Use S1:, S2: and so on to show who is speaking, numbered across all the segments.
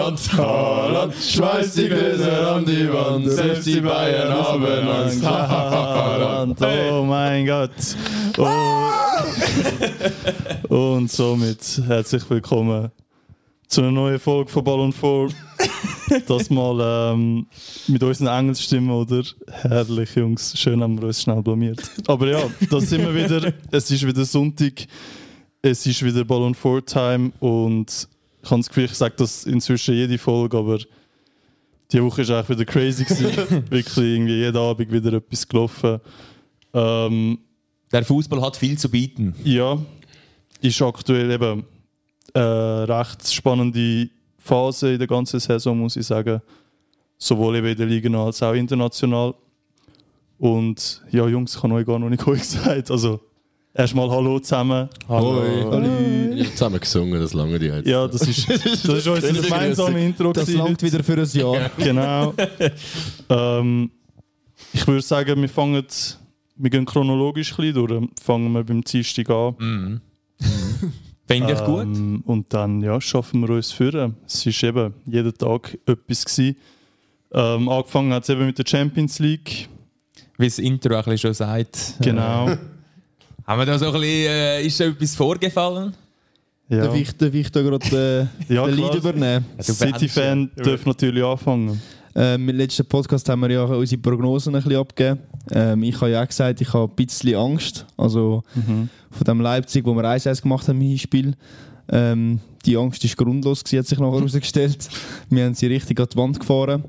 S1: Haaland schmeißt die Gläser an die Wand, selbst die Bayern haben Angst. Haaland,
S2: Oh mein Gott. Oh. Und somit herzlich willkommen zu einer neuen Folge von Ball und Vor. Das mal ähm, mit unseren Engelsstimmen, oder? Herrlich, Jungs. Schön haben wir uns schnell blamiert. Aber ja, da sind wir wieder. Es ist wieder Sonntag. Es ist wieder Ball und Four Time. Und ich habe das Gefühl, ich sage das inzwischen jede Folge, aber die Woche war auch wieder crazy. gewesen. Wirklich irgendwie jeden Abend wieder etwas gelaufen. Ähm,
S1: Der Fußball hat viel zu bieten.
S2: ja, ist aktuell eben eine recht spannende Phase in der ganzen Saison, muss ich sagen. Sowohl eben in der Liga als auch international. Und ja, Jungs, ich habe euch gar noch nicht gesagt. Also, erstmal Hallo zusammen.
S3: Hallo. Ich hab zusammen gesungen, das lange die jetzt.
S2: Ja, das ist, das ist unser
S3: ist
S2: gemeinsames Intro.
S4: Das
S2: gewesen.
S4: langt wieder für ein Jahr.
S2: Genau. ähm, ich würde sagen, wir fangen, wir gehen chronologisch ein bisschen durch. Fangen wir beim Dienstag an.
S4: Mhm.
S1: Finde
S3: Ah.
S1: ich gut.
S2: Ähm, und dann ja, schaffen wir uns führen. Es ist eben jeden Tag etwas. Gewesen. Ähm, angefangen hat es eben mit der Champions League.
S1: Wie das Intro auch ein bisschen schon sagt.
S2: Genau.
S1: Äh, haben wir da so ein bisschen, äh, ist da etwas vorgefallen?
S2: ja. Also
S4: Der Wicht, der Wicht da gerade äh,
S2: Ja,
S4: den
S2: klar.
S4: Lead übernehmen.
S2: City-Fan darf natürlich anfangen.
S4: Ähm, Im letzten Podcast haben wir ja unsere Prognosen ein bisschen abgegeben. Ähm, ich habe ja auch gesagt, ich habe ein bisschen Angst. Also
S2: Mhm.
S4: von dem Leipzig, wo wir 1-1 gemacht haben im Hinspiel. Ähm, die Angst ist grundlos, gewesen, hat sich nachher herausgestellt. Wir haben sie richtig an die Wand gefahren.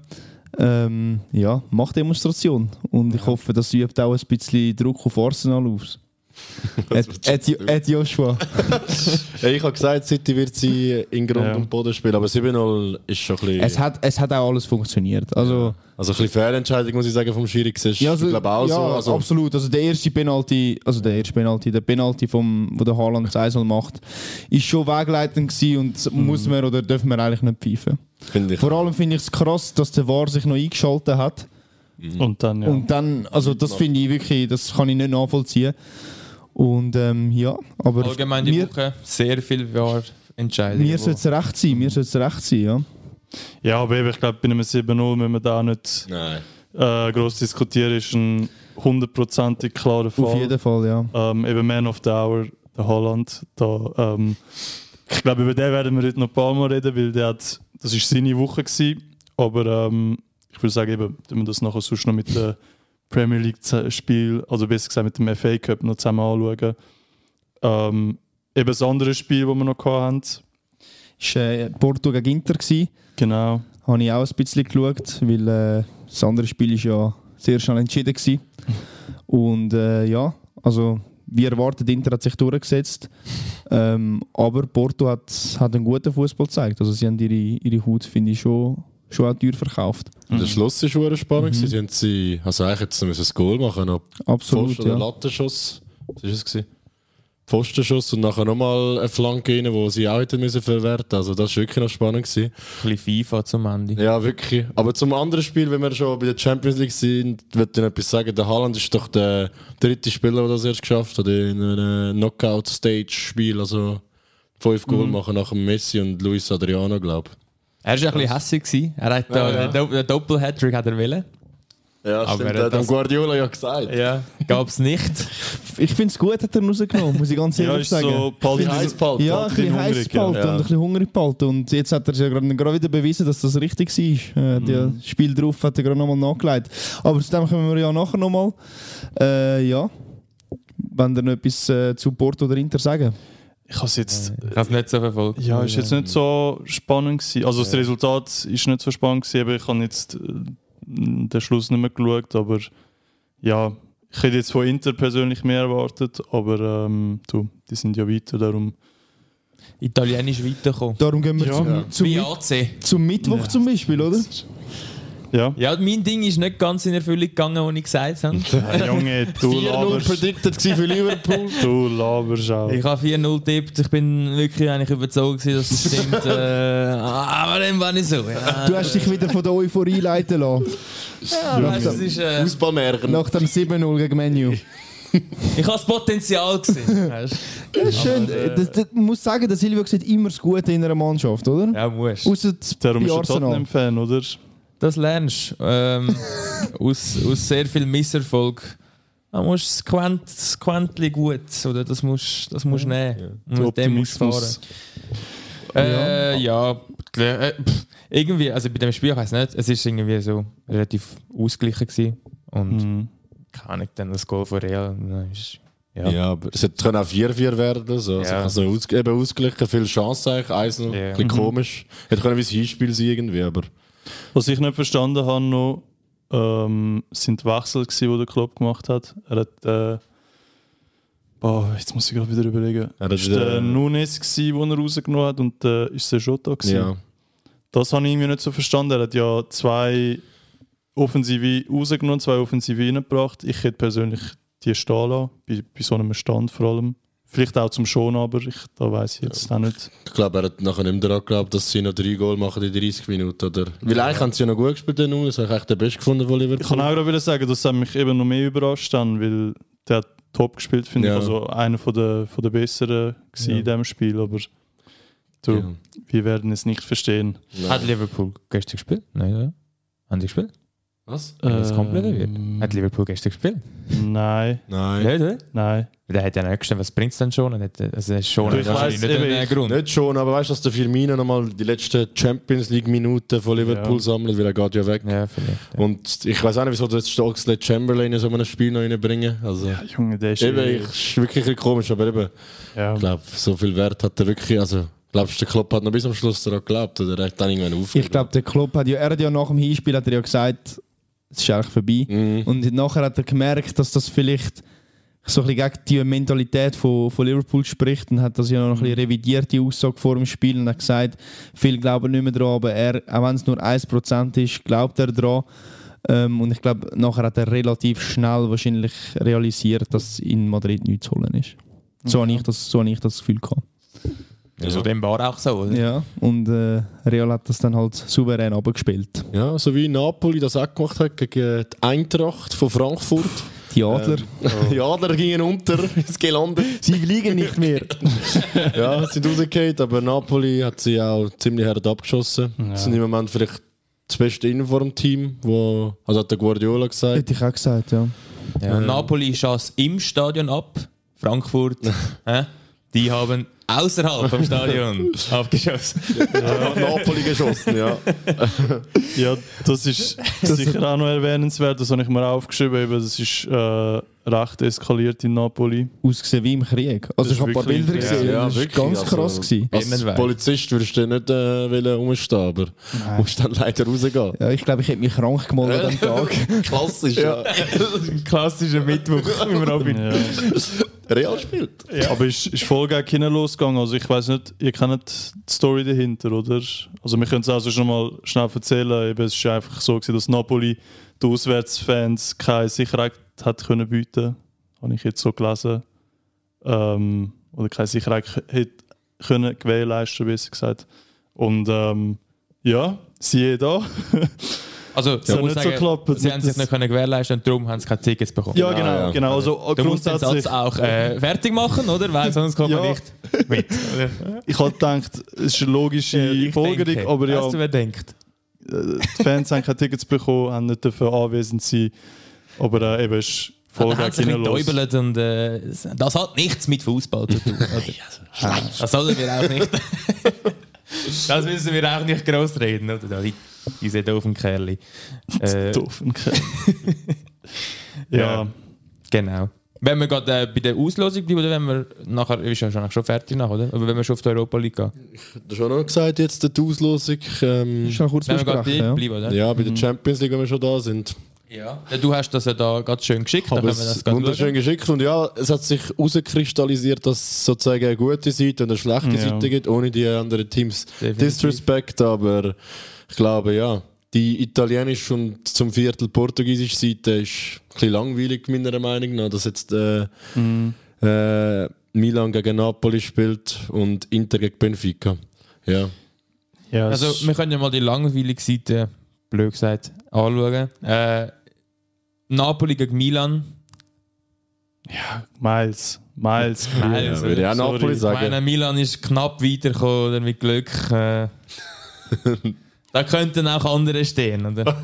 S4: Ähm, ja, macht Demonstration. Und ich hoffe, das übt auch ein bisschen Druck auf Arsenal aus. Ed, Ed, Ed Joshua.
S3: Ja, ich habe gesagt, City wird sie in Grund
S2: Ja.
S3: und Boden spielen, aber 7-0 ist schon ein bisschen.
S4: Es hat, es hat auch alles funktioniert. Also,
S3: also ein bisschen Fehlentscheidung, muss ich sagen, vom Schiri. Siehst du,
S4: Ja, also,
S3: ich glaube auch
S4: ja,
S3: so. Also,
S4: absolut. Also der erste Penalty, also der erste Penalty, der Penalty vom, wo der Haaland das 1-0 macht, ist schon wegleitend gewesen und
S3: Mhm.
S4: muss man oder dürfen wir eigentlich nicht pfeifen.
S3: finde ich.
S4: Vor allem finde ich es krass, dass der VAR sich noch eingeschaltet hat
S2: Und dann, ja.
S4: Mhm. und dann, also das finde ich wirklich, das kann ich nicht nachvollziehen. Und ähm, ja, aber
S1: Allgemein die
S4: mir,
S1: Woche sehr viel war entscheidend.
S4: mir soll es recht sein, mir soll es recht sein, ja.
S2: ja, aber eben, ich glaube, bei einem 7-0 müssen wir da auch nicht
S3: Nein.
S2: äh, gross diskutieren. Ist ein hundertprozentig klarer Fall.
S4: Auf jeden Fall, ja.
S2: Ähm, eben Man of the Hour, der Holland. Da, ähm, ich glaube, über den werden wir heute noch ein paar Mal reden, weil der hat, das war seine Woche. Gewesen, aber ähm, ich würde sagen, eben, wenn wir das nachher sonst noch mit dem Premier League-Spiel, also besser gesagt mit dem FA Cup noch zusammen anschauen. Ähm, eben das andere Spiel, das wir noch hatten.
S4: Ist äh, Porto gegen Inter gewesen.
S2: Genau.
S4: habe ich auch ein bisschen geschaut, weil äh, das andere Spiel ist ja sehr schnell entschieden gewesen. Und äh, ja, also wie erwartet, Inter hat sich durchgesetzt. Ähm, aber Porto hat, hat einen guten Fußball gezeigt. Also sie haben ihre, ihre Haut, finde ich, schon, schon auch teuer verkauft.
S3: Der Schluss war verdammt spannend. Mhm. Sie haben sie, also eigentlich jetzt müssen sie ein Goal machen. Noch
S4: Absolut,
S3: Pfosten oder
S4: ja.
S3: Lattenschuss. Was war es? Gewesen? Pfostenschuss und nachher nochmal eine Flanke rein, die sie auch hätten müssen verwerten. Also das war wirklich noch spannend. Gewesen.
S1: ein bisschen FIFA zum Ende.
S3: Ja, wirklich. Aber zum anderen Spiel, wenn wir schon bei der Champions League sind, würde ich noch etwas sagen. Der Haaland ist doch der dritte Spieler, der das erst geschafft hat in einem Knockout-Stage-Spiel. Also fünf Goal machen nach dem Messi und Luis Adriano, glaube
S1: Er war ein bisschen hässlich. gewesen. Er hat da
S3: ja.
S1: den Dopp- den Doppel-Hattrick hat er wollen.
S3: ich. Ja,
S1: stimmt,
S3: stimmt.
S1: der
S3: Der
S1: hat
S3: hat
S1: am
S3: das... Guardiola ja gesagt.
S1: Ja. Gab es nicht.
S4: Ich finde es gut, hat er ihn rausgenommen, muss ich ganz
S2: Ja,
S4: ehrlich
S2: ist
S4: sagen.
S2: so Paldi
S3: Heiß behalten.
S4: ja, ein bisschen heiß
S2: hungrig, ja.
S4: gepalten und
S3: Ja.
S4: ein bisschen hungrig gepalten. Und jetzt hat er es ja gerade gerade wieder bewiesen, dass das richtig war. Äh, Das Spiel drauf hat er gerade nochmal nachgelegt. Aber zu dem kommen wir ja nachher nochmal. Äh, ja. Wenn ihr noch etwas äh, zu Porto oder Inter sagen.
S2: Ich habe jetzt.
S1: Ich habe es nicht so verfolgt.
S2: Ja, ist jetzt nicht so spannend gewesen. Also das Resultat ist nicht so spannend gewesen, aber ich habe jetzt äh, den Schluss nicht mehr geschaut, aber ja, ich hätte jetzt von Inter persönlich mehr erwartet, aber ähm, du, die sind ja weiter, darum
S1: Italienisch weitergekommen.
S4: Darum gehen wir
S2: Ja.
S4: zum,
S3: Ja.
S4: Zum,
S1: Wie
S4: Mi-
S1: AC.
S4: zum Mittwoch zum Beispiel, oder?
S2: ja.
S1: Ja, mein Ding ist nicht ganz in Erfüllung gegangen, was ich gesagt habe.
S2: Junge, du
S3: 4-0
S2: laberst,
S3: predicted gewesen für Liverpool.
S2: du laberst auch.
S1: Ich habe 4-0 tippt. Ich bin wirklich eigentlich überzeugt, gewesen, dass es stimmt. äh, aber dem war nicht so. Ja,
S4: Du hast dich wieder von der Euphorie leiten lassen.
S1: ja, weißt, das ist, äh,
S3: Fußballmärchen.
S4: Nach dem 7-0 gegen Menu.
S5: Ich habe das Potenzial gesehen. weisst du.
S4: Ja, schön.
S5: äh,
S4: Das, das, man muss sagen, der Silvio sieht immer das Gute in einer Mannschaft, oder?
S5: ja, musst.
S4: Außer
S2: Darum
S4: bei
S2: ist er
S4: Arsenal.
S2: Tottenham-Fan, oder?
S5: Das lernst du ähm, aus, aus sehr viel Misserfolg. Da musst du das Quant, das Quäntchen gut, oder? Das musst das musst du nehmen. Und mit dem musst du fahren.
S2: Optimismus.
S5: Äh, ja, äh, pff, irgendwie, also bei dem Spiel, ich weiß nicht, es ist irgendwie so relativ ausgeglichen gewesen. Und
S2: Mhm.
S5: keine Ahnung, dann das Goal von Real. dann ist- Ja.
S3: Ja, aber es hätte können auch 4-4 werden so.
S5: Ja.
S3: Also, also aus, eben ausgeglichen, viele Chancen eigentlich, eins noch,
S5: Ja.
S3: ein bisschen komisch. Hätte können wie ein Hinspiel sein irgendwie, aber...
S2: Was ich nicht verstanden habe, noch, ähm, sind die Wechsel, gewesen, die der Klopp gemacht hat. Er hat. Äh, boah, jetzt muss ich gerade wieder überlegen.
S3: Er hat
S2: Es war
S3: wieder-
S2: der Nunes, gewesen, den er rausgenommen hat, und äh, ist der Jota. Gewesen.
S3: Ja.
S2: Das habe ich irgendwie nicht so verstanden. Er hat ja zwei Offensive rausgenommen, zwei Offensive reingebracht. Ich hätte persönlich die stehen lassen, bei, bei so einem Stand vor allem. Vielleicht auch zum Schon, aber ich, da weiß ich jetzt auch nicht.
S3: Ich glaube, er hat nachher nicht mehr daran geglaubt, dass sie noch drei Goal machen in 30 Minuten, oder? Weil eigentlich haben sie ja noch gut gespielt, den Nunes. Ich habe echt den Best gefunden von
S2: Ich kann
S3: Liverpool.
S2: auch gerade wieder sagen, das hat mich eben noch mehr überrascht, dann, weil der hat top gespielt, finde
S3: Ja.
S2: ich. Also einer von der, von der Besseren gewesen in diesem Spiel, aber du,
S3: Ja.
S2: wir werden es nicht verstehen.
S5: Hat Liverpool gestern gespielt? Nein, oder? Haben sie gespielt?
S3: Was?
S5: Haben sie es komplett
S2: Ähm,
S5: erwirkt? Hat Liverpool gestern gespielt?
S2: Nein,
S3: Nein.
S5: Nicht, oder?
S2: nein.
S5: Der hat ja nicht gesehen, was bringt es denn schon? Er hat- Also er ist schon
S2: Ja, ich
S5: wahrscheinlich
S2: weiss,
S5: nicht
S2: eben,
S5: der
S2: ich-
S5: Grund.
S3: Nicht schon, aber weißt du, dass der Firmino nochmal die letzten Champions League Minuten von Liverpool
S2: Ja.
S3: sammelt, weil er geht ja weg.
S5: Ja, vielleicht. Ja.
S3: Und ich weiß auch nicht, wieso das Oxlade Chamberlain in so einem Spiel noch reinbringen. Also,
S2: Ja, Junge, der ist eh-
S3: eben, ich, ist wirklich ein bisschen komisch, aber eben,
S2: ja.
S3: ich glaube, so viel Wert hat er wirklich. Also, glaubst du, der Klopp hat noch bis am Schluss daran geglaubt oder er hat dann irgendwann aufgehört?
S4: Ich glaube, der Klopp hat ja, er hat ja nach dem Hinspiel hat er ja gesagt, es ist eigentlich vorbei.
S3: Mhm.
S4: Und nachher hat er gemerkt, dass das vielleicht so ein bisschen gegen die Mentalität von, von Liverpool spricht und hat das ja noch ein bisschen revidiert, die Aussage vor dem Spiel und hat gesagt, viele glauben nicht mehr dran, aber er, auch wenn es nur 1% ist, glaubt er dran. Ähm, und ich glaube, nachher hat er relativ schnell wahrscheinlich realisiert, dass in Madrid nichts zu holen ist. So habe ich das, so habe ich das Gefühl gehabt.
S5: Also dem war auch so, oder?
S4: Ja, und äh, Real hat das dann halt souverän abgespielt.
S3: Ja, so wie Napoli das auch gemacht hat gegen die Eintracht von Frankfurt.
S4: Die Adler.
S3: Die Adler gingen unter ins Gelände.
S4: Sie fliegen nicht mehr.
S3: Ja, sind rausgefallen, aber Napoli hat sie auch ziemlich hart abgeschossen. Sind im Moment vielleicht das beste Innenform-Team, wo, also hat der Guardiola gesagt.
S4: Hätte ich auch gesagt, ja.
S5: Ja. Napoli schoss im Stadion ab, Frankfurt, hä? die haben außerhalb vom Stadion abgeschossen.
S3: Hat Napoli geschossen, ja.
S2: Ja, das ist sicher auch noch erwähnenswert, das habe ich mir aufgeschrieben. Eben, das ist äh, recht eskaliert in Napoli.
S4: Ausgesehen wie im Krieg. Also ich habe ein paar
S2: wirklich-
S4: Bilder
S2: ja,
S4: gesehen,
S3: ja,
S4: das war
S3: wirklich,
S4: ganz
S3: also-
S4: krass. Gewesen.
S3: Als
S5: Immerweil.
S3: Polizist würdest du nicht äh, wollen rumstehen, aber musst dann leider rausgehen.
S4: Ja, ich glaube, ich hätte mich krank gemalt an dem Tag.
S3: Klassisch, ja.
S5: Klassischer Mittwoch im Robin.
S2: Ja.
S3: Real spielt.
S2: Aber ist, ist voll gegen hinten losgegangen. Also ich weiß nicht, ihr kennt die Story dahinter, oder? Also wir können es also schon mal schnell erzählen. Eben, es war einfach so, gewesen, dass Napoli die Auswärtsfans keine Sicherheit hat können bieten. Habe ich jetzt so gelesen. Ähm, oder keine Sicherheit k- hätte können gewährleisten, besser gesagt. Und ähm, ja, siehe da.
S5: Genau, Also,
S2: hat
S5: ich muss
S2: nicht so geklappt
S5: sie
S2: mit
S5: haben sich
S2: das-
S5: nicht können gewährleisten und darum haben sie keine Tickets bekommen.
S2: Ja,
S3: Ja,
S2: genau,
S3: ja.
S2: genau. Also
S5: Du musst den
S2: grundsätzlich.
S5: Satz auch äh, fertig machen, oder? Weil sonst kommt man
S2: Ja.
S5: nicht mit. oder?
S2: Ich habe gedacht, es ist eine logische
S5: Ich
S2: Folgerung,
S5: denke.
S2: aber ja,
S5: Weißt du, wer denkt?
S2: äh, die Fans haben keine Tickets bekommen, haben nicht dafür anwesend sein. Aber äh, eben es ist voll
S5: Dann haben sie
S2: gegen
S5: ein
S2: hinten los.
S5: bisschen getäubelt und äh, das hat nichts mit Fußball zu tun. Oder? Ah, das sollen wir auch nicht. das müssen wir auch nicht gross reden, oder? Da, die- Diese doofen Kerli. Äh,
S2: Doof.
S5: Ja.
S2: ja.
S5: genau. Wenn wir gerade äh, bei der Auslosung bleiben, oder wenn wir nachher, ist ja schon, schon fertig nach, oder? Aber wenn wir schon auf die Europa League gehen.
S3: Du hast auch noch gesagt, jetzt die Auslosung. Ähm,
S4: Schon kurz
S5: Wenn wir gerade
S4: besprechen,
S5: bei-
S4: ja.
S5: bleiben, oder?
S3: ja, bei der Champions League, wenn wir schon da sind.
S5: Ja. Du hast das ja da gerade schön geschickt, dann
S3: Aber
S5: können wir
S3: es
S5: das
S3: ist
S5: gerade
S3: wunderschön
S5: schauen.
S3: geschickt und ja, es hat sich herauskristallisiert, dass es sozusagen eine gute Seite und eine schlechte
S2: Ja.
S3: Seite gibt, ohne die anderen Teams
S5: Definitiv.
S3: Disrespect, aber ich glaube ja, die italienische und zum Viertel portugiesische Seite ist ein bisschen langweilig meiner Meinung nach, dass jetzt äh, äh, Milan gegen Napoli spielt und Inter gegen Benfica. Ja,
S2: ja es
S5: Also,
S2: ist-
S5: wir können ja mal die langweilige Seite, blöd gesagt, anschauen. Äh, Napoli gegen Milan.
S2: Miles. Miles.
S5: Miles,
S3: würde ich auch
S2: sorry.
S3: Napoli
S5: Ich
S3: sagen.
S5: meine, Milan ist knapp weitergekommen, oder mit Glück. Äh, da könnten auch andere stehen, oder?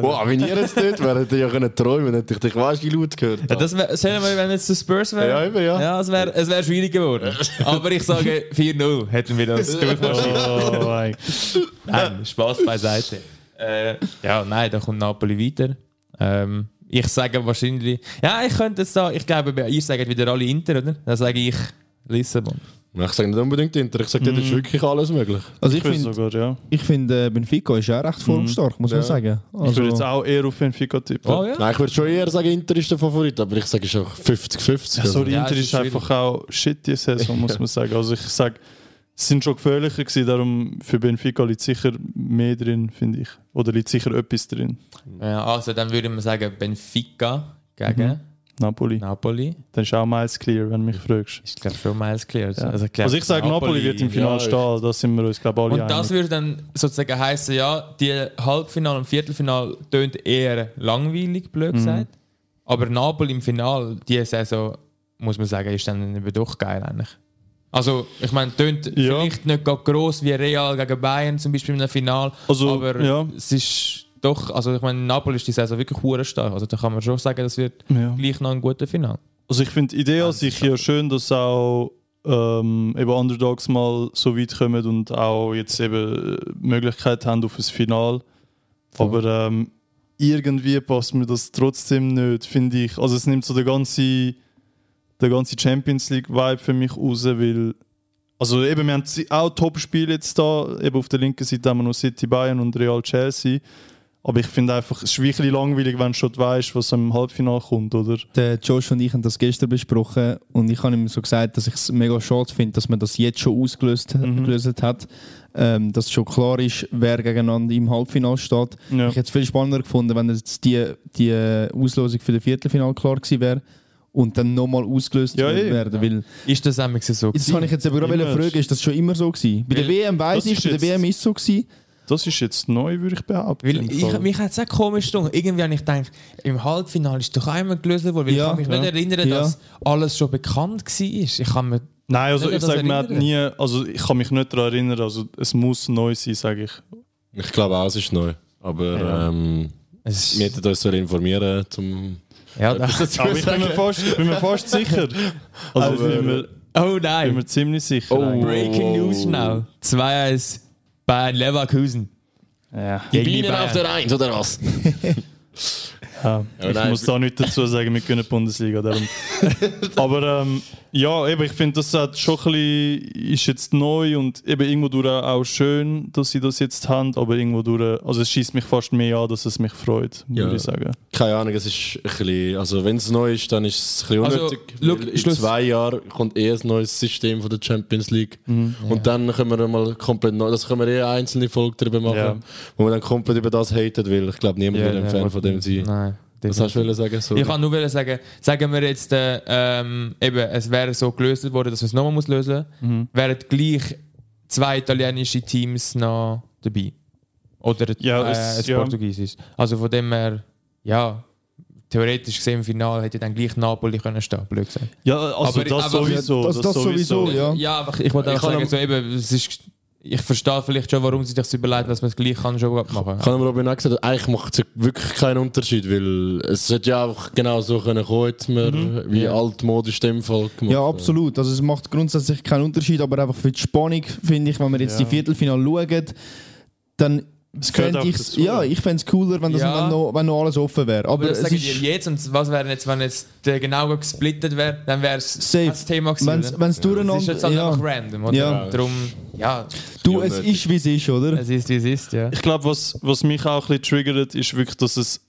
S3: Wow, wenn ihr jetzt dort wärt, hätte ich ja können träumen, hätte ich dich weißt, wie laut gehört.
S5: Ja, das wär, stell dir mal, wenn jetzt die Spurs wären.
S3: Ja, eben, ja.
S5: Ja, es wäre es wär schwierig geworden. Aber ich sage 4-0 hätten wir das durchmarschiert.
S2: Oh mein
S5: Nein, Spaß beiseite. Äh, ja, nein, da kommt Napoli weiter. Ähm, ich sage wahrscheinlich. Ja, ich könnte jetzt da. Ich glaube, ihr sagt wieder alle Inter, oder? Dann sage ich Lissabon.
S3: Ich sage nicht unbedingt Inter, ich sage dir, das
S5: Mhm.
S3: ist wirklich alles möglich.
S4: Also ich
S2: Ich würde
S4: finde,
S2: sogar, ja.
S4: ich find, äh, Benfica ist auch recht formstark, muss man sagen.
S2: Ich
S4: Also,
S2: würde jetzt auch eher auf Benfica tippen.
S5: Oh ja?
S3: Nein, ich würde schon eher sagen, Inter ist der Favorit, aber ich sage es ist auch 50-50.
S2: Ja, sorry,
S5: Ja,
S2: Inter
S5: es
S2: ist,
S5: ist
S2: einfach
S5: schwierig.
S2: auch shit die Saison, muss man sagen. Also ich sage, sie sind schon gefährlicher gewesen, darum für Benfica liegt sicher mehr drin, finde ich. Oder liegt sicher etwas drin.
S5: ja. Also dann würde man sagen Benfica gegen
S2: Mhm. Napoli.
S5: Napoli.
S2: Dann ist auch Miles clear, wenn du mich fragst.
S5: Ist glaube schon miles clear.
S2: Ja.
S5: Also,
S2: Also,
S5: glaub,
S2: ich sage, Napoli, wird im Finale
S3: ja,
S2: stehen, da sind wir uns, glaube ich, alle
S5: Und
S2: einig.
S5: das würde dann sozusagen heißen, ja, die Halbfinale und Viertelfinale tönt eher langweilig, blöd gesagt. Aber Napoli im Finale, die Saison, muss man sagen, ist dann eben doch geil eigentlich. Also, ich meine, tönt
S2: Ja.
S5: vielleicht nicht gerade gross wie Real gegen Bayern zum Beispiel im Finale,
S2: Also,
S5: aber
S2: ja.
S5: es ist doch, also ich meine, Napoli ist die Saison wirklich hure stark. Also da kann man schon sagen, das wird
S2: Ja.
S5: gleich noch ein guter Finale.
S2: Also ich finde die Idee an sich ja schön, dass auch ähm, eben Underdogs mal so weit kommen und auch jetzt eben äh, Möglichkeit haben auf ein Final. Aber ähm, irgendwie passt mir das trotzdem nicht, finde ich. Also es nimmt so den ganzen, den ganzen Champions League Vibe für mich raus, weil also eben, wir haben sie- auch Top-Spiele jetzt da. Eben auf der linken Seite haben wir noch City Bayern und Real Chelsea. Aber ich finde einfach, es ist wirklich langweilig, wenn du schon weißt, was im Halbfinale kommt, oder?
S4: der Josh und ich haben das gestern besprochen und ich habe ihm so gesagt, dass ich es mega schade finde, dass man das jetzt schon ausgelöst
S2: Mhm.
S4: gelöst hat, ähm, dass schon klar ist, wer gegeneinander im Halbfinale steht.
S2: Ja.
S4: Ich hätte es viel spannender gefunden, wenn jetzt die, die Auslosung für das Viertelfinale klar gewesen wäre und dann nochmal ausgelöst
S2: Ja, eh.
S4: werden, weil
S5: Ist das einmal so?
S4: Das kann ich jetzt aber gerade
S2: Immer.
S4: fragen, ist das schon immer so gewesen? Bei der
S5: Weil-
S4: WM weiß
S2: Das
S4: ich,
S2: ist
S4: bei
S2: jetzt-
S4: der WM ist es so gewesen.
S2: Das ist jetzt neu, würde ich behaupten.
S5: Weil
S2: im
S5: ich,
S2: Fall.
S5: mich hat es auch komisch gedacht. Irgendwie habe ich gedacht, im Halbfinale ist doch einmal gelöst worden. Weil
S4: Ja,
S5: ich kann mich
S4: ja.
S5: nicht erinnern,
S4: Ja.
S5: dass alles schon bekannt war. Ich kann mir
S2: Nein, also
S5: Nicht an
S2: ich
S5: das
S2: sage, man hat
S5: erinnern.
S2: nie, also ich kann mich nicht daran erinnern, also es muss neu sein, sage ich.
S3: Ich glaube auch, es ist neu. Aber ähm,
S5: es
S3: wir
S5: ist,
S3: hätten uns so informieren zum.
S5: ja, das,
S2: Aber ich bin mir fast, ich bin mir fast sicher. Also ich bin mir,
S5: Oh
S2: bin
S5: nein!
S2: mir ziemlich sicher.
S3: Oh,
S2: eigentlich.
S5: Oh. Breaking News schnell. 2-1 bei Leverkusen.
S2: Ja.
S5: Gegen die Bayern.
S3: Eins, oder was?
S2: Ja.
S3: Aber
S2: ich
S3: nein,
S2: muss da nichts dazu sagen, wir können die Bundesliga. Darum. Aber ähm, ja, eben, ich finde, das hat schon ein bisschen, ist jetzt neu und eben irgendwo durch auch schön, dass sie das jetzt haben, aber irgendwo durch, also es schießt mich fast mehr an, dass es mich freut, würde
S3: Ja.
S2: ich sagen.
S3: Keine Ahnung, es ist ein bisschen. Also, wenn es neu ist, dann ist es ein bisschen
S5: Also,
S3: unnötig.
S5: look,
S3: weil in
S5: Schluss.
S3: zwei Jahren kommt eh ein neues System von der Champions League.
S5: Mhm,
S3: Und dann können wir mal komplett neu. Das können wir eh eine einzelne Folge darüber machen,
S2: Ja.
S3: wo wir dann komplett über das hatet, weil ich glaube, niemand
S5: Ja,
S3: will ein
S5: ja,
S3: Fan
S5: voll.
S3: von dem sein.
S5: Nein.
S3: Was hast du wollen sagen? Sorry.
S5: Ich kann nur wollen sagen, sagen wir jetzt, äh, ähm, eben, es wäre so gelöst worden, dass man es nochmal muss lösen muss, wären gleich zwei italienische Teams noch dabei. Oder
S2: Ja,
S5: äh,
S2: es-
S5: ein
S2: ja.
S5: portugiesisches. Also von dem her, ja, theoretisch gesehen im Finale hätte dann gleich Napoli können stehen, blöd gesagt.
S2: Ja, also
S5: Aber-
S2: das,
S5: aber-
S2: sowieso,
S4: das-
S2: das,
S4: das
S2: sowieso.
S4: sowieso, Ja.
S5: Ja, aber ich wollte
S3: Ich
S5: auch
S3: kann
S5: sagen,
S3: am-
S5: so eben, es ist, ich verstehe vielleicht schon, warum sie sich das überlegen, dass man es gleich kann schon gut machen
S3: Ich habe dem Robin auch gesagt, eigentlich macht es wirklich keinen Unterschied, weil es hätte ja auch genau so können kommen, jetzt wir,
S5: Mhm.
S3: wie altmodisch dem Fall gemacht.
S4: Ja, absolut. Also es macht grundsätzlich keinen Unterschied, aber einfach für die Spannung finde ich, wenn wir jetzt
S2: Ja.
S4: die Viertelfinale schauen, dann
S2: gehört
S4: fände
S2: auch
S4: ich
S2: dazu.
S4: ja, ich fände es cooler, wenn das
S5: Ja.
S4: dann noch, wenn noch alles offen wäre. Aber
S5: Aber das
S4: es
S5: sage ich
S4: ist
S5: dir jetzt, und was wäre jetzt, wenn jetzt der genau gesplittet wäre, dann wäre es
S4: Safe.
S5: das Thema gewesen.
S4: wenn
S5: oder?
S4: es
S5: Es ist jetzt
S4: durcheinander
S5: halt
S4: ja.
S5: einfach random, oder?
S4: Ja.
S5: Darum, ja,
S4: Du, es ist wie es ist, oder?
S5: es ist wie es ist, ja.
S2: Ich glaube, was, was mich auch ein bisschen triggert, ist wirklich, dass es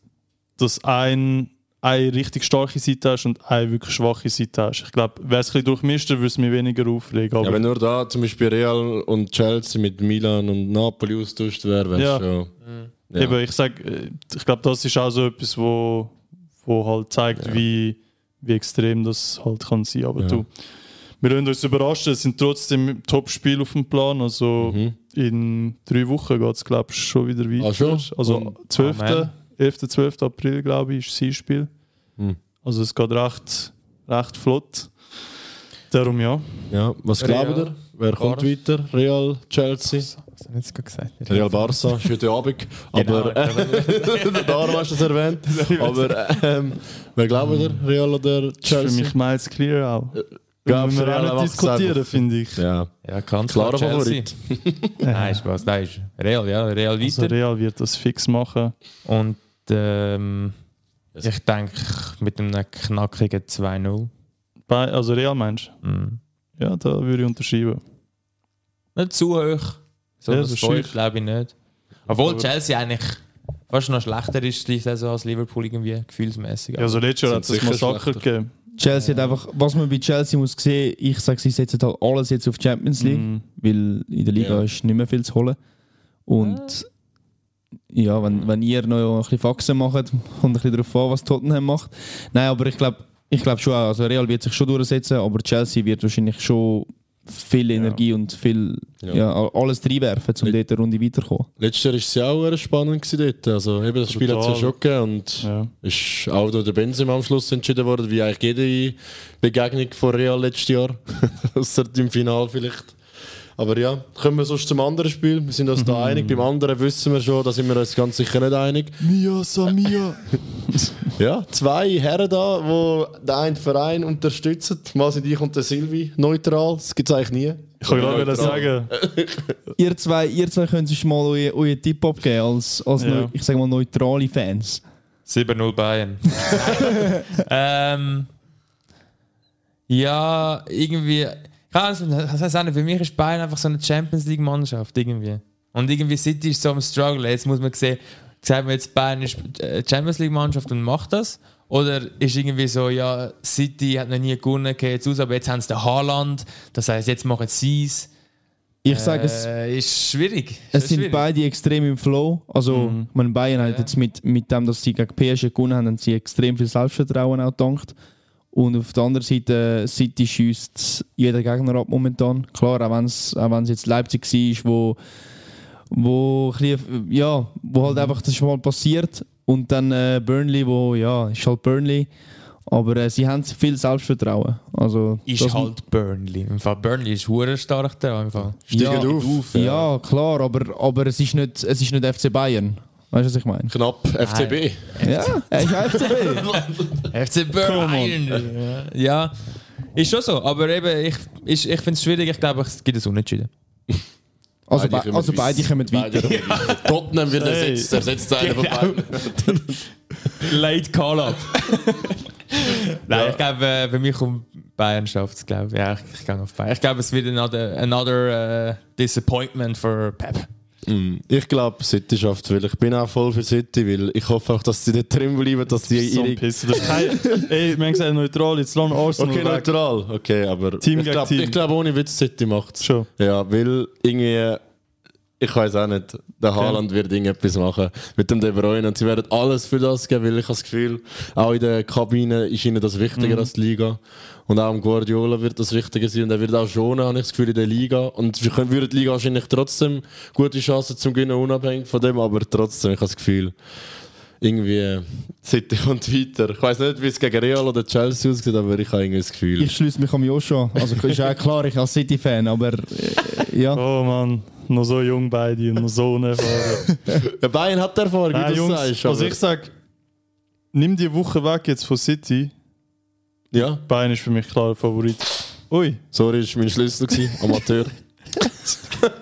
S2: dass ein, eine richtig starke Seite hast und eine wirklich schwache Seite hast. Ich glaube, wäre es ein bisschen durchmischt, würde es mich weniger aufregen.
S3: Ja,
S2: Aber
S3: wenn nur da zum Beispiel Real und Chelsea mit Milan und Napoli austauscht wäre, wäre es
S2: Ja.
S3: schon. Ja.
S2: eben, ich sage, ich glaube, das ist auch so etwas, wo, wo halt zeigt, wie, wie extrem das halt kann sein. Aber du, wir wollen uns überraschen, es sind trotzdem Top-Spiele auf dem Plan. Also in drei Wochen geht es, glaube ich, schon wieder weiter.
S3: Mhm. Ah, schon?
S2: Also 12.
S5: Amen.
S3: Hm.
S2: 11. 12. April, glaube ich, ist das Spiel. Also es geht recht, recht flott. Darum ja.
S3: Ja, was
S5: Real.
S3: glaubt ihr? Wer kommt weiter? Real, Chelsea?
S5: Das habe ich jetzt gerade gesagt.
S3: Real Barca, ist heute Abend. Aber äh, darum hast du es erwähnt. Aber ähm, wer glaubt ihr? Real oder
S2: Das ist für
S3: Chelsea?
S2: mich miles clear auch.
S3: Äh, Ja,
S2: Müssen
S3: für
S2: wir
S3: alle
S2: auch nicht
S3: macht's
S2: diskutieren,
S3: einfach.
S2: finde ich. Äh,
S3: Ja,
S5: ja, ganz klar,
S3: klarer
S5: Chelsea.
S3: Favorit.
S5: Nein, Spaß. Nein, ist Real, ja, Real
S2: Also
S5: weiter.
S2: Real wird das fix machen.
S5: Und ähm, ich denke mit einem knackigen 2-0.
S2: Bei, also Real meinst
S5: Mhm.
S2: du? Ja, da würde ich unterschreiben.
S5: Nicht zu hoch. So
S2: Ja,
S5: ja,
S2: das ist schwierig.
S5: glaube ich nicht. Obwohl
S2: Aber-
S5: Chelsea eigentlich fast noch schlechter ist die Saison als Liverpool irgendwie, gefühlsmäßig.
S2: Ja, also letztes Jahr hat
S3: Sind
S2: es ein
S3: sicher
S2: Massaker
S3: schlechter.
S2: gegeben.
S4: Chelsea hat einfach, was man bei Chelsea muss sehen, ich sage, sie setzen halt alles jetzt auf Champions League,
S2: Mhm.
S4: weil in der Liga
S3: Ja.
S4: ist nicht mehr viel zu holen. Und ja, wenn, wenn ihr noch ein bisschen Faxen macht, kommt ein bisschen darauf an, was Tottenham macht. Nein, aber ich glaube ich glaub schon, auch, also Real wird sich schon durchsetzen, aber Chelsea wird wahrscheinlich schon viel Energie und viel
S3: Ja.
S4: ja. alles reinwerfen, um
S3: Ich-
S4: dort eine Runde weiterzukommen.
S3: Letztes Jahr war es ja auch sehr spannend gewesen dort. Also, eben, das Spiel hat es ja
S2: Brutal.
S3: schon gegeben. Und
S2: Ja.
S3: ist auch durch den Benzema am Schluss entschieden worden, wie eigentlich jede Begegnung von Real letztes Jahr. Außer im Finale vielleicht. Aber ja, kommen wir sonst zum anderen Spiel. Wir sind uns
S4: Mhm.
S3: da einig. Beim anderen wissen wir schon, da sind wir uns ganz sicher nicht einig.
S2: Mia, Samia!
S3: Ja, zwei Herren da, die den einen Verein unterstützen. Mal sind ich und der Silvi neutral. Das gibt es eigentlich nie.
S2: Ich kann gerade sagen,
S3: Äh,
S4: Ihr zwei, ihr zwei könnt euch mal euren euren Tipp abgeben als, als
S2: Ja.
S4: neu, ich sag mal neutrale Fans.
S5: 7-0 Bayern. ähm, ja, irgendwie. keine Ahnung, Das heißt auch nicht, für mich ist Bayern einfach so eine Champions League-Mannschaft. irgendwie. Und irgendwie City ist so am Struggle. Jetzt muss man sehen, sagt man jetzt, Bayern ist äh, Champions League-Mannschaft und macht das. Oder ist irgendwie so, ja, City hat noch nie gewonnen, geht jetzt aus, aber jetzt haben sie den Haaland. Das heißt, jetzt machen sie es.
S4: Ich sage es,
S5: Äh, ist schwierig.
S4: es
S5: Ist
S4: sind
S5: schwierig. Mhm.
S4: beide extrem im Flow. Also, ich meine, Bayern hat
S5: Ja.
S4: jetzt mit, mit dem, dass sie gegen PSG gewonnen haben, haben sie extrem viel Selbstvertrauen auch gedankt. Und auf der anderen Seite, äh, City schießt jeder Gegner ab momentan. Klar, auch wenn es auch wenn's jetzt Leipzig war, wo, wo, ein bisschen, ja, wo
S5: Mhm.
S4: halt einfach das schon mal passiert. Und dann äh, Burnley, wo, ja, ist halt Burnley. Aber äh, sie haben viel Selbstvertrauen. Also,
S5: Ist
S4: das-
S5: halt Burnley. Im Fall Burnley ist hure stark da. Im Fall.
S3: Steigen
S4: Ja,
S3: auf.
S4: Ja, klar, aber, aber es, ist nicht, es ist nicht FC Bayern. Weißt du, was ich meine?
S3: Knapp FCB.
S4: Ja, er ist auch FCB.
S5: FC Bayern. Ja, ist schon so. Aber eben, ich, ich, ich finde es schwierig. Ich glaube, es gibt ein Unentschieden.
S4: Also,
S3: Beide
S4: beide,
S3: kommen
S4: also
S3: weiter.
S4: beide kommen
S3: Beide
S4: weiter. Genau.
S3: kommen weiter. Tottenham wird
S2: Hey.
S3: ersetzt. Ersetzt einen von beiden.
S5: Late Call-Up. Nein, ich glaube, äh, bei mir kommt Bayern schafft es, glaube ich. Ja, ich, ich gehe auf Bayern. Ich glaube, es wird another, another äh, disappointment für Pep.
S3: Ich glaube, City schafft es, weil ich bin auch voll für City, weil ich hoffe auch, dass sie dort drin bleiben, dass sie
S2: so ein
S3: ihre...
S2: Pisser. Das ist kein, ey, wir haben gesagt, neutral, jetzt lassen wir Arsenal
S3: Okay,
S2: weg.
S3: neutral. Okay, aber
S2: Team
S3: ich
S2: gegen
S3: glaube,
S2: Team.
S3: glaub, ohne Witz, City macht es.
S2: Schon.
S3: Ja, weil irgendwie... Ich weiß auch nicht, der Haaland wird irgendetwas machen mit dem De Bruyne und sie werden alles für das geben, weil ich habe das Gefühl, auch in der Kabine ist ihnen das wichtiger
S2: Mhm.
S3: als die Liga und auch am Guardiola wird das wichtiger sein und er wird auch schonen, habe ich das Gefühl, in der Liga und wir können, würden die Liga wahrscheinlich trotzdem gute Chancen zum Gewinnen, unabhängig von dem, aber trotzdem, ich habe das Gefühl, irgendwie City kommt weiter. Ich weiß nicht, wie es gegen Real oder Chelsea aussieht, aber ich habe irgendwie das Gefühl.
S4: Ich schließe mich am Joshua. Also, ist auch klar, ich als City-Fan, aber äh, ja.
S2: Oh Mann, noch so jung beide und noch so unerfahren.
S3: ja, Bayern hat Erfahrung, wie
S2: Nein,
S3: du
S2: Jungs,
S3: sagst.
S2: also
S3: aber-
S2: ich sag, nimm die Woche weg jetzt von City.
S3: ja,
S2: Bayern ist für mich klar Favorit. Ui.
S3: sorry, ist mein Schlüssel gewesen, Amateur.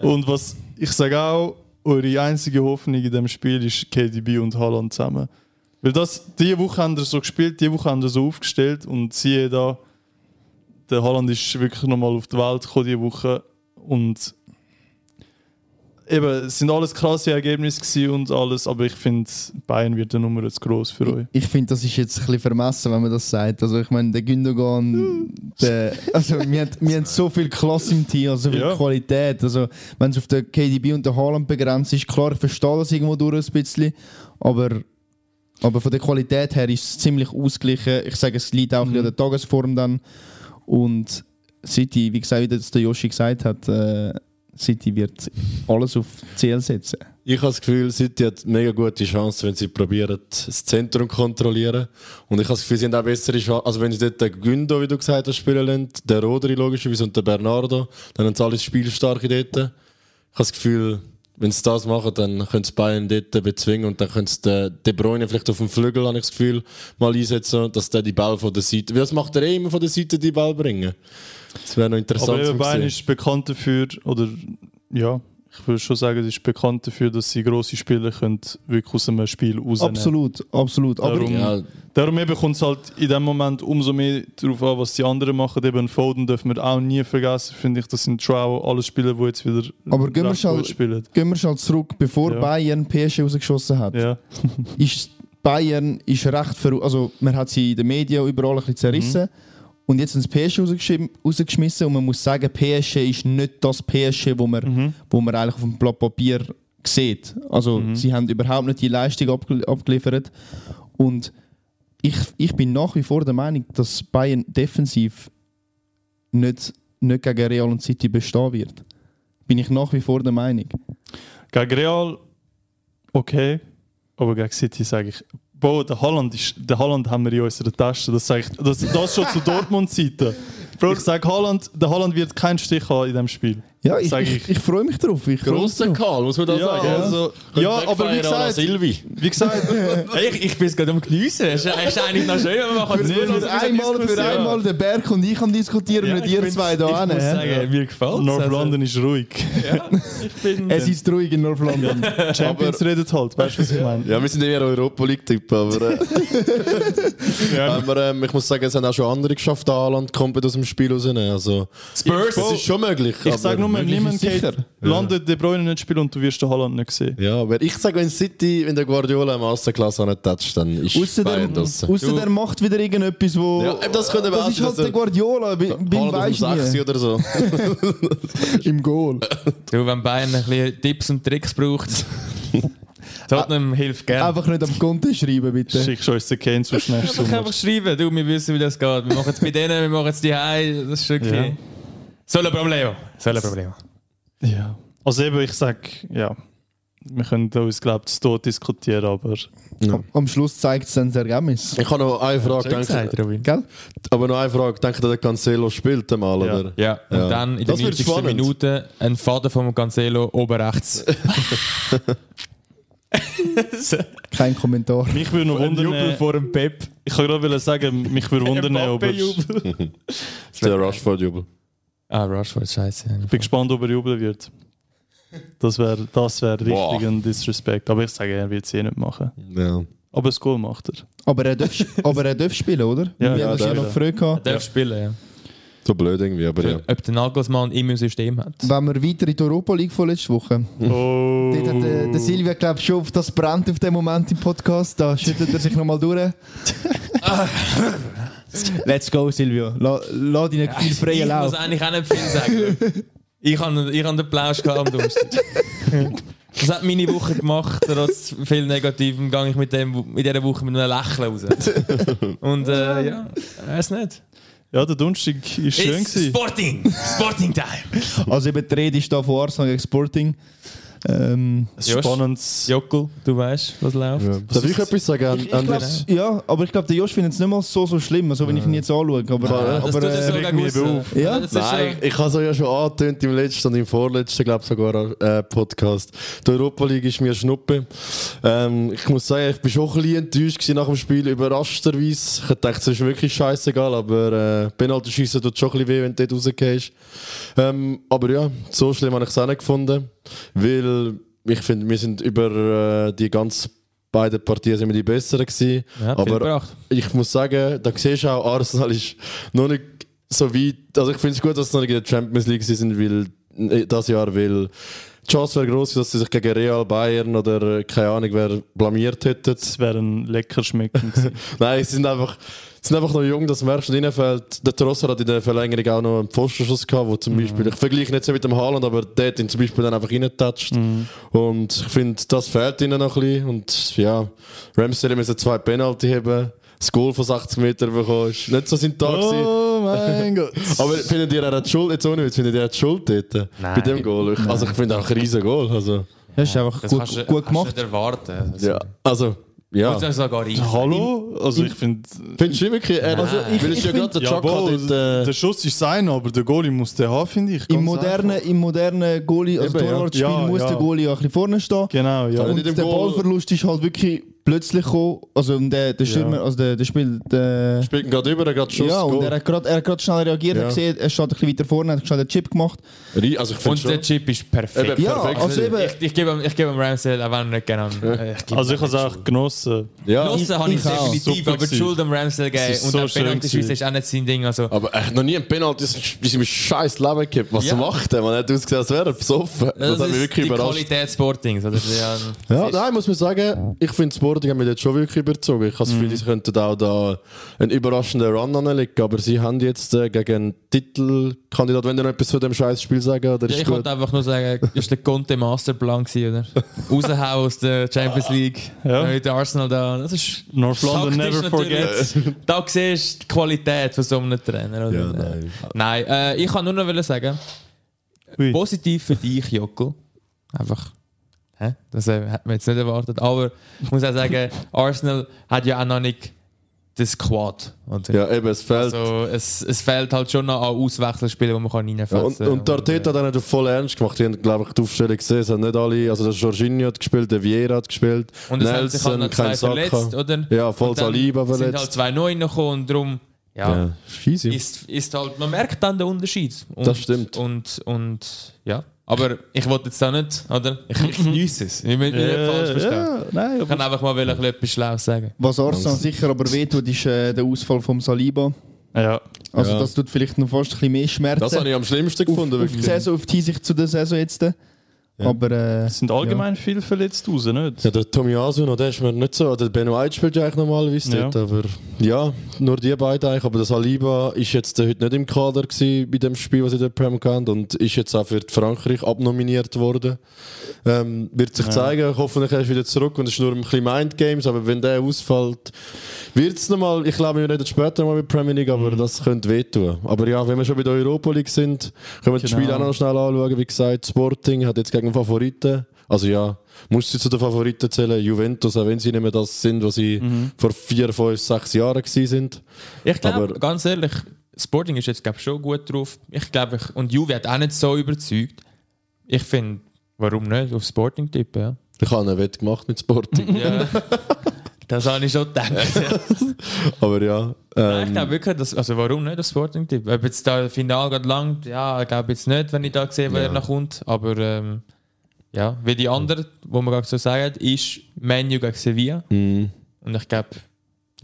S2: Und was ich sage auch, eure einzige Hoffnung in dem Spiel ist KDB und Haaland zusammen. Weil das, diese Woche haben wir so gespielt, diese Woche haben wir so aufgestellt und siehe da, der Haaland ist wirklich nochmal auf die Welt gekommen diese Woche und eben, es sind alles krasse Ergebnisse gewesen und alles, aber ich finde, Bayern wird der Nummer jetzt gross für euch.
S4: Ich finde, das ist jetzt ein bisschen vermessen, wenn man das sagt. Also, ich meine, der Gündogan, der, also, wir, haben, wir haben so viel Klasse im Team, also so viel
S2: Ja.
S4: Qualität. Also, wenn es auf der KDB und der Haaland begrenzt ist, klar, ich verstehe das irgendwo durch ein bisschen, aber, aber von der Qualität her ist es ziemlich ausgeglichen. Ich sage, es liegt auch ein bisschen an der Tagesform dann. Und City, wie gesagt, wie das der Yoshi gesagt hat, äh, City wird alles auf Ziel setzen.
S3: Ich habe das Gefühl, City hat mega gute Chancen, wenn sie probieren, das Zentrum zu kontrollieren. Und ich habe das Gefühl, sie haben auch bessere Chancen. Also, wenn sie dort den Gündo, wie du gesagt hast, spielen lassen, den Rodri logischerweise und den Bernardo, dann haben sie alles spielstarke dort. Ich habe das Gefühl, wenn sie das machen, dann können sie Bayern dort bezwingen und dann können sie den De Bruyne vielleicht auf dem Flügel, habe ich das Gefühl, mal einsetzen, dass der die Ball von der Seite. Weil das macht er eh immer von der Seite die Ball bringen. Das wäre noch interessant
S2: Aber eben
S3: zu
S2: Bayern
S3: sehen.
S2: ist bekannt dafür, oder ja, ich würde schon sagen, es ist bekannt dafür, dass sie grosse Spieler können wirklich aus einem Spiel rausnehmen
S4: Absolut, absolut. Aber
S2: Darum,
S3: Ja.
S2: darum eben kommt es halt in dem Moment umso mehr darauf an, was die anderen machen. Eben Foden dürfen wir auch nie vergessen, finde ich. Das sind schon auch alle Spieler, die jetzt wieder
S4: Aber gehen wir
S2: recht
S4: schon-
S2: gut spielen.
S4: gehen wir schon zurück, bevor
S2: Ja.
S4: Bayern PSG rausgeschossen hat.
S2: Ja.
S4: ist Bayern ist recht ver also man hat sie in den Medien überall ein bisschen zerrissen
S2: Mhm.
S4: und jetzt ins PSG rausgeschim- rausgeschmissen und man muss sagen PSG ist nicht das PSG wo man
S2: Mhm.
S4: wo man eigentlich auf dem Blatt Papier sieht also
S2: Mhm.
S4: sie haben überhaupt nicht die Leistung abge abgeliefert und ich, ich bin nach wie vor der Meinung dass Bayern defensiv nicht, nicht gegen Real und City bestehen wird bin ich nach wie vor der Meinung
S2: Gegen Real, okay. Aber gegen City sage ich, Bro, der Holland, ist, der Holland haben wir in unserer Tasche. Das, sag ich, das, das schon zu Dortmund-Seite. Bro, ich sage, Holland, der Holland wird keinen Stich haben in diesem Spiel.
S4: ja ich,
S2: Sag
S4: ich,
S2: ich.
S4: ich, freue mich drauf ich freue mich
S3: Grosser Karl, muss man da sagen.
S2: also, ja aber wie gesagt,
S3: Silvi.
S2: wie gesagt,
S5: Hey, ich, ich bin es gerade am Geniessen. Es ist es ist eigentlich noch schön, wenn man kann zuhören
S4: Für einmal, für einmal der Berg und ich am diskutieren mit ihr zwei da
S5: Ich muss
S4: hin.
S5: sagen, mir Also, gefällt
S2: North London ist ruhig.
S4: Es ist ruhig in North London.
S2: Champions redet halt, weißt du, was ich meine?
S3: Ja, wir sind eher Europa League-Typ, aber. Äh, aber ähm, ich muss sagen, es haben auch schon andere geschafft, den Haaland komplett aus dem Spiel rauszunehmen. Also,
S5: Spurs.
S3: es ist schon möglich.
S2: Ich sage nur, niemand
S4: sicher.
S2: geht, landet De Bruyne nicht spielen und du wirst den Holland nicht sehen.
S3: Ja, aber ich sage, wenn City, wenn der Guardiola eine Masterclass nicht toucht, dann ist
S4: Außerdem
S3: Bayern draussen.
S4: der macht wieder irgendetwas, wo.
S3: Ja, eben, das könnte
S4: das
S3: man
S4: ist halt der Guardiola, bin
S3: Haaland
S4: weiß
S3: aus dem 6
S4: nicht.
S3: oder so.
S4: Im Goal.
S5: Du, wenn Bayern ein bisschen Tipps und Tricks braucht, Tottenham hilft gerne.
S4: Einfach nicht am Konto schreiben, bitte.
S2: Schickst du uns den Kane zu schnell
S5: Ich kann einfach schreiben, du, wir wissen, wie das geht. Wir machen es bei denen, wir machen es die das ist schon okay. Solo Problemo. Solo Problemo.
S2: Ja. Also eben, ich sage, ja, wir können uns, glaube ich, zu Tod diskutieren, aber
S4: Am Schluss zeigt es dann das Ergebnis.
S3: Ich habe noch eine Frage, denke,
S5: Robin.
S4: Gell?
S3: aber noch eine Frage. Denkt ihr, der Cancelo spielt einmal,
S2: Ja.
S3: oder?
S5: Ja, und
S3: Ja.
S5: dann in der
S3: Das wird
S5: 90.
S3: spannend.
S5: Minute ein Faden vom Cancelo oben rechts.
S4: Kein Kommentar.
S2: mich würde noch wundern,
S5: vor dem Pep.
S2: ich kann gerade wollen sagen, mich würde wundern, ob er, ich
S5: Mbappe-Jubel.
S3: Der Rushford-Jubel.
S5: Ah, Rashford, scheiße.
S2: bin gespannt, ob er jubeln wird. Das wäre das wär richtig
S3: Boah.
S2: ein Disrespect, aber ich sage, er wird es eh nicht machen.
S3: Ja.
S2: Aber das Goal macht er.
S4: Aber er darf, aber er darf spielen, oder?
S2: Ja,
S4: Wir
S2: ja,
S4: haben
S2: darf
S4: schon noch
S2: er.
S4: gefragt. gehabt.
S5: Darf spielen, ja.
S3: So blöd irgendwie, aber ja.
S5: Ob der Nagelsmann immer ein System hat.
S4: Wenn wir weiter in die Europa League von letzter Woche.
S2: Oh.
S4: Dort hat äh, der, der Silvia, glaube ich, schon auf das brennt auf dem Moment im Podcast. Da schüttelt er sich nochmal durch. Let's go, Silvio. La- Lass deinen Gefühl
S5: ich
S4: freien Lauf.
S5: muss eigentlich auch nicht viel sagen. ich habe ich hab den Plausch gehabt am Donnerstag. Das hat meine Woche gemacht, trotz viel Negativem gehe ich mit, dem, mit dieser Woche mit einem Lächeln raus. Und äh, ja, ich weiß nicht.
S2: Ja, der Donnerstag war schön.
S5: It's
S2: gewesen.
S5: Sporting! Sporting Time!
S4: Also eben die Rede ist da von Arsenal gegen Sporting. Ähm,
S2: Ein Spannendes.
S5: Jockel, du weißt, was läuft.
S3: Darf ich etwas sagen?
S4: ich glaub, ja, aber ich glaube, der Josh findet es nicht mal so, so schlimm, so wenn ich ihn jetzt anschaue. Aber,
S5: Das
S4: aber
S5: tut er so
S4: äh,
S2: regt
S5: gegen
S2: mich
S5: aussen.
S2: auf.
S4: Ja?
S5: Das ist
S3: Nein, ich, ich habe es ja schon angetönt im letzten und im vorletzten, glaube sogar äh, Podcast. Die Europa League ist mir Schnuppe. Ähm, ich muss sagen, ich bin schon ein bisschen enttäuscht gewesen nach dem Spiel, überraschenderweise. Ich hätte gedacht, es ist wirklich scheißegal, aber äh, Penalty-Schiessen tut schon ein bisschen weh, wenn du dort rausgehst. Ähm, aber ja, so schlimm habe ich es auch nicht gefunden, weil ich finde, wir sind über äh, die ganze beiden Partien sind wir die besseren gewesen.
S5: Ja, viel
S3: aber
S5: gebracht.
S3: ich muss sagen, da siehst du auch, Arsenal ist noch nicht so weit. Also ich finde es gut, dass sie noch nicht in der Champions League sind, weil äh, das Jahr, weil die Chance wäre groß, dass sie sich gegen Real, Bayern oder äh, keine Ahnung wer blamiert hätten.
S2: Das wäre ein lecker schmecken. gewesen.
S3: Nein, sie sind einfach, sie sind einfach noch jung, das merkst du reinfällt. Der Trosser hat in der Verlängerung auch noch einen Pfostenschuss gehabt, wo zum Beispiel, ich vergleiche nicht so mit dem Haaland, aber der hat ihn zum Beispiel dann einfach reingetatscht. Und ich finde, das fehlt ihnen noch ein bisschen. Und ja, Ramsey müssen zwei Penalty haben. Das Goal von 60 Metern bekommen. Ist Nicht so sind da gewesen.
S2: mein Gott.
S3: Aber findet ihr, er hat Schuld, jetzt ohne Witz, findet ihr, er hat Schuld dort?
S5: Nein.
S3: Bei dem Goal? Ich, also ich finde auch ein riesen Goal. Also,
S4: Das ist einfach
S5: Das
S4: gut,
S5: kannst du-
S4: gut
S5: kannst du
S4: gemacht.
S5: nicht erwarten. Also,
S3: ja. Also, ja.
S5: Das ist sogar ich.
S2: Hallo? Also ich finde,
S3: Findest du wirklich, er, also ich, weil es ja gerade der Chuck
S2: jawohl,
S3: hat dort,
S2: der
S3: äh,
S2: Schuss ist sein, aber der Goalie muss den haben, finde ich.
S4: Im
S2: ganz einfach.
S4: modernen, im modernen Goalie, also
S3: Eben, ja.
S4: Torwartspiel,
S2: Ja,
S4: muss
S2: ja.
S4: der Goalie auch ein bisschen vorne stehen.
S2: Genau, ja.
S3: Und
S4: Und
S3: nicht im
S4: der
S3: Goal.
S4: Ballverlust ist halt wirklich plötzlich gekommen. Also und der, der Stürmer, also der, der Spiel, der
S3: spielt ihn gerade über, er hat gerade Schuss.
S4: ja, und
S3: Goal.
S4: er hat gerade er hat gerade schnell reagiert,
S3: Ja.
S4: hat gesehen, er steht ein bisschen weiter vorne, hat schnell den Chip gemacht.
S3: Rie- Also ich finde
S5: Und der
S3: schon.
S5: Chip ist perfekt.
S3: Eben,
S4: Ja,
S3: Perfekt.
S4: also eben,
S5: Ich, ich gebe ihm, ich gebe ihm Ramsdale, auch wenn er nicht gerne an. äh, Ich gebe
S2: Also ich habe es auch genossen.
S3: Ja,
S5: Los habe ich
S4: ich auch.
S5: definitiv,
S2: Super
S5: aber die
S2: gewesen.
S5: Schuld am Ramsdale
S2: ist
S5: geben und
S2: so
S5: so
S2: schön
S5: penalty
S2: gewesen.
S5: ist auch nicht sein Ding. Also,
S3: aber er hat noch nie einen Penalty in seinem scheiß Leben gegeben. Was
S5: Ja.
S3: macht er? Man hat ausgesehen, als wäre er besoffen. Das, hat mich wirklich
S5: die
S3: überrascht.
S5: Qualität Sportings. Also, das ist ja ein-
S3: Ja, nein, muss man sagen, ich finde, das Boarding hat mich jetzt schon wirklich überzogen. Ich habe
S5: Mhm.
S3: das Gefühl, sie könnten auch da einen überraschenden Run anlegen, aber sie haben jetzt äh, gegen einen Titelkandidat, wenn ihr noch etwas zu dem scheiß Spiel sagen oder
S5: Ja,
S3: ist
S5: ich
S3: gut.
S5: wollte einfach nur sagen, ist der Conte Masterplan gewesen, oder? Raushauen aus der Champions League,
S2: Ja.
S5: mit Arsenal da. Das ist
S2: North London
S5: taktisch
S2: never
S5: natürlich.
S2: forgets.
S5: Da siehst du die Qualität von so einem Trainer, oder?
S3: Ja, nein.
S5: Nein, äh, ich kann nur noch wollen sagen,
S2: Ui.
S5: positiv für dich, Jockel. Einfach. Hä? Das äh, hat man jetzt nicht erwartet. Aber ich muss auch sagen, Arsenal hat ja auch noch nicht das Quad. Und
S3: Ja, eben, es fehlt.
S5: Also, es, es fehlt halt schon noch an Auswechselspielen, die man kann
S3: ja,
S5: reinfetzen
S3: und,
S5: kann.
S3: und der Arteta hat dann nicht voll ernst gemacht. Die haben, glaube ich, die Aufstellung gesehen. Es haben nicht alle, also der Jorginho hat gespielt, der Vieira hat gespielt,
S5: Und es haben sich halt noch
S3: Nelson,
S5: zwei
S3: kein
S5: verletzt,
S3: Saka.
S5: oder?
S3: Ja, voll
S5: Und dann
S3: Saliba
S5: sind halt
S3: verletzt.
S5: zwei neu gekommen und darum, ja,
S3: Ja, scheiße.
S5: Ist, ist halt, man merkt dann den Unterschied. Und,
S3: Das stimmt.
S5: Und, und ja, aber ich wollte jetzt da nicht, oder? Ich,
S3: Mhm.
S5: ich genieße es. Ich will mich nicht falsch verstehen.
S2: ja, nein,
S5: Ich kann
S2: aber
S5: einfach mal will, ein bisschen etwas Schlaues sagen.
S4: Was Arsenal sicher aber wehtut, ist äh, der Ausfall vom Saliba.
S2: ja.
S4: Also
S3: Ja.
S4: das tut vielleicht noch fast ein bisschen mehr Schmerzen.
S3: Das habe ich am schlimmsten gefunden.
S4: auf, auf die
S3: wirklich.
S4: Saison, auf die Hinsicht zu der Saison jetzt. Aber äh,
S2: Es sind allgemein viel verletzt raus, nicht?
S3: Ja, der Tommy Asuno, der ist mir nicht so. Der Ben White spielt ja eigentlich normalerweise
S2: Ja.
S3: dort, aber ja, nur die beiden eigentlich. Aber der Saliba ist jetzt heute nicht im Kader gewesen bei dem Spiel, was in der Prem kennt und ist jetzt auch für die Frankreich abnominiert worden. Ähm, wird sich zeigen, hoffentlich er ist wieder zurück und es ist nur ein bisschen Mindgames, aber wenn der ausfällt, wird es nochmal, ich glaube, wir reden später mal mit Premier League,
S5: Mhm.
S3: aber das könnte wehtun. Aber ja, wenn wir schon bei der Europa League sind, können wir das
S2: Genau.
S3: Spiel auch noch schnell anschauen. Wie gesagt, Sporting hat jetzt gegen Favoriten, also ja, muss sie zu den Favoriten zählen, Juventus, auch wenn sie nicht mehr das sind, was sie
S5: Mhm.
S3: vor vier, fünf, sechs Jahren gewesen sind.
S5: Ich glaube,
S3: Aber-
S5: ganz ehrlich, Sporting ist jetzt glaub, ich, schon gut drauf. Ich glaube, ich, und Juve hat auch nicht so überzeugt. Ich finde, warum nicht auf Sporting tippen, ja?
S3: Ich habe einen Wett gemacht mit Sporting,
S5: Ja. Das habe ich schon gedacht.
S3: aber ja.
S5: Nein,
S3: Ähm,
S5: ich glaube wirklich, dass, also warum nicht das Sporting-Tipp? Ob jetzt das Final gerade langt, ja, ich glaube jetzt nicht, wenn ich da sehe, wer noch kommt. Aber ähm, ja, wie die anderen, wo man gerade so sagt, ist Menu gegen Sevilla.
S3: mh,
S5: Und ich glaube,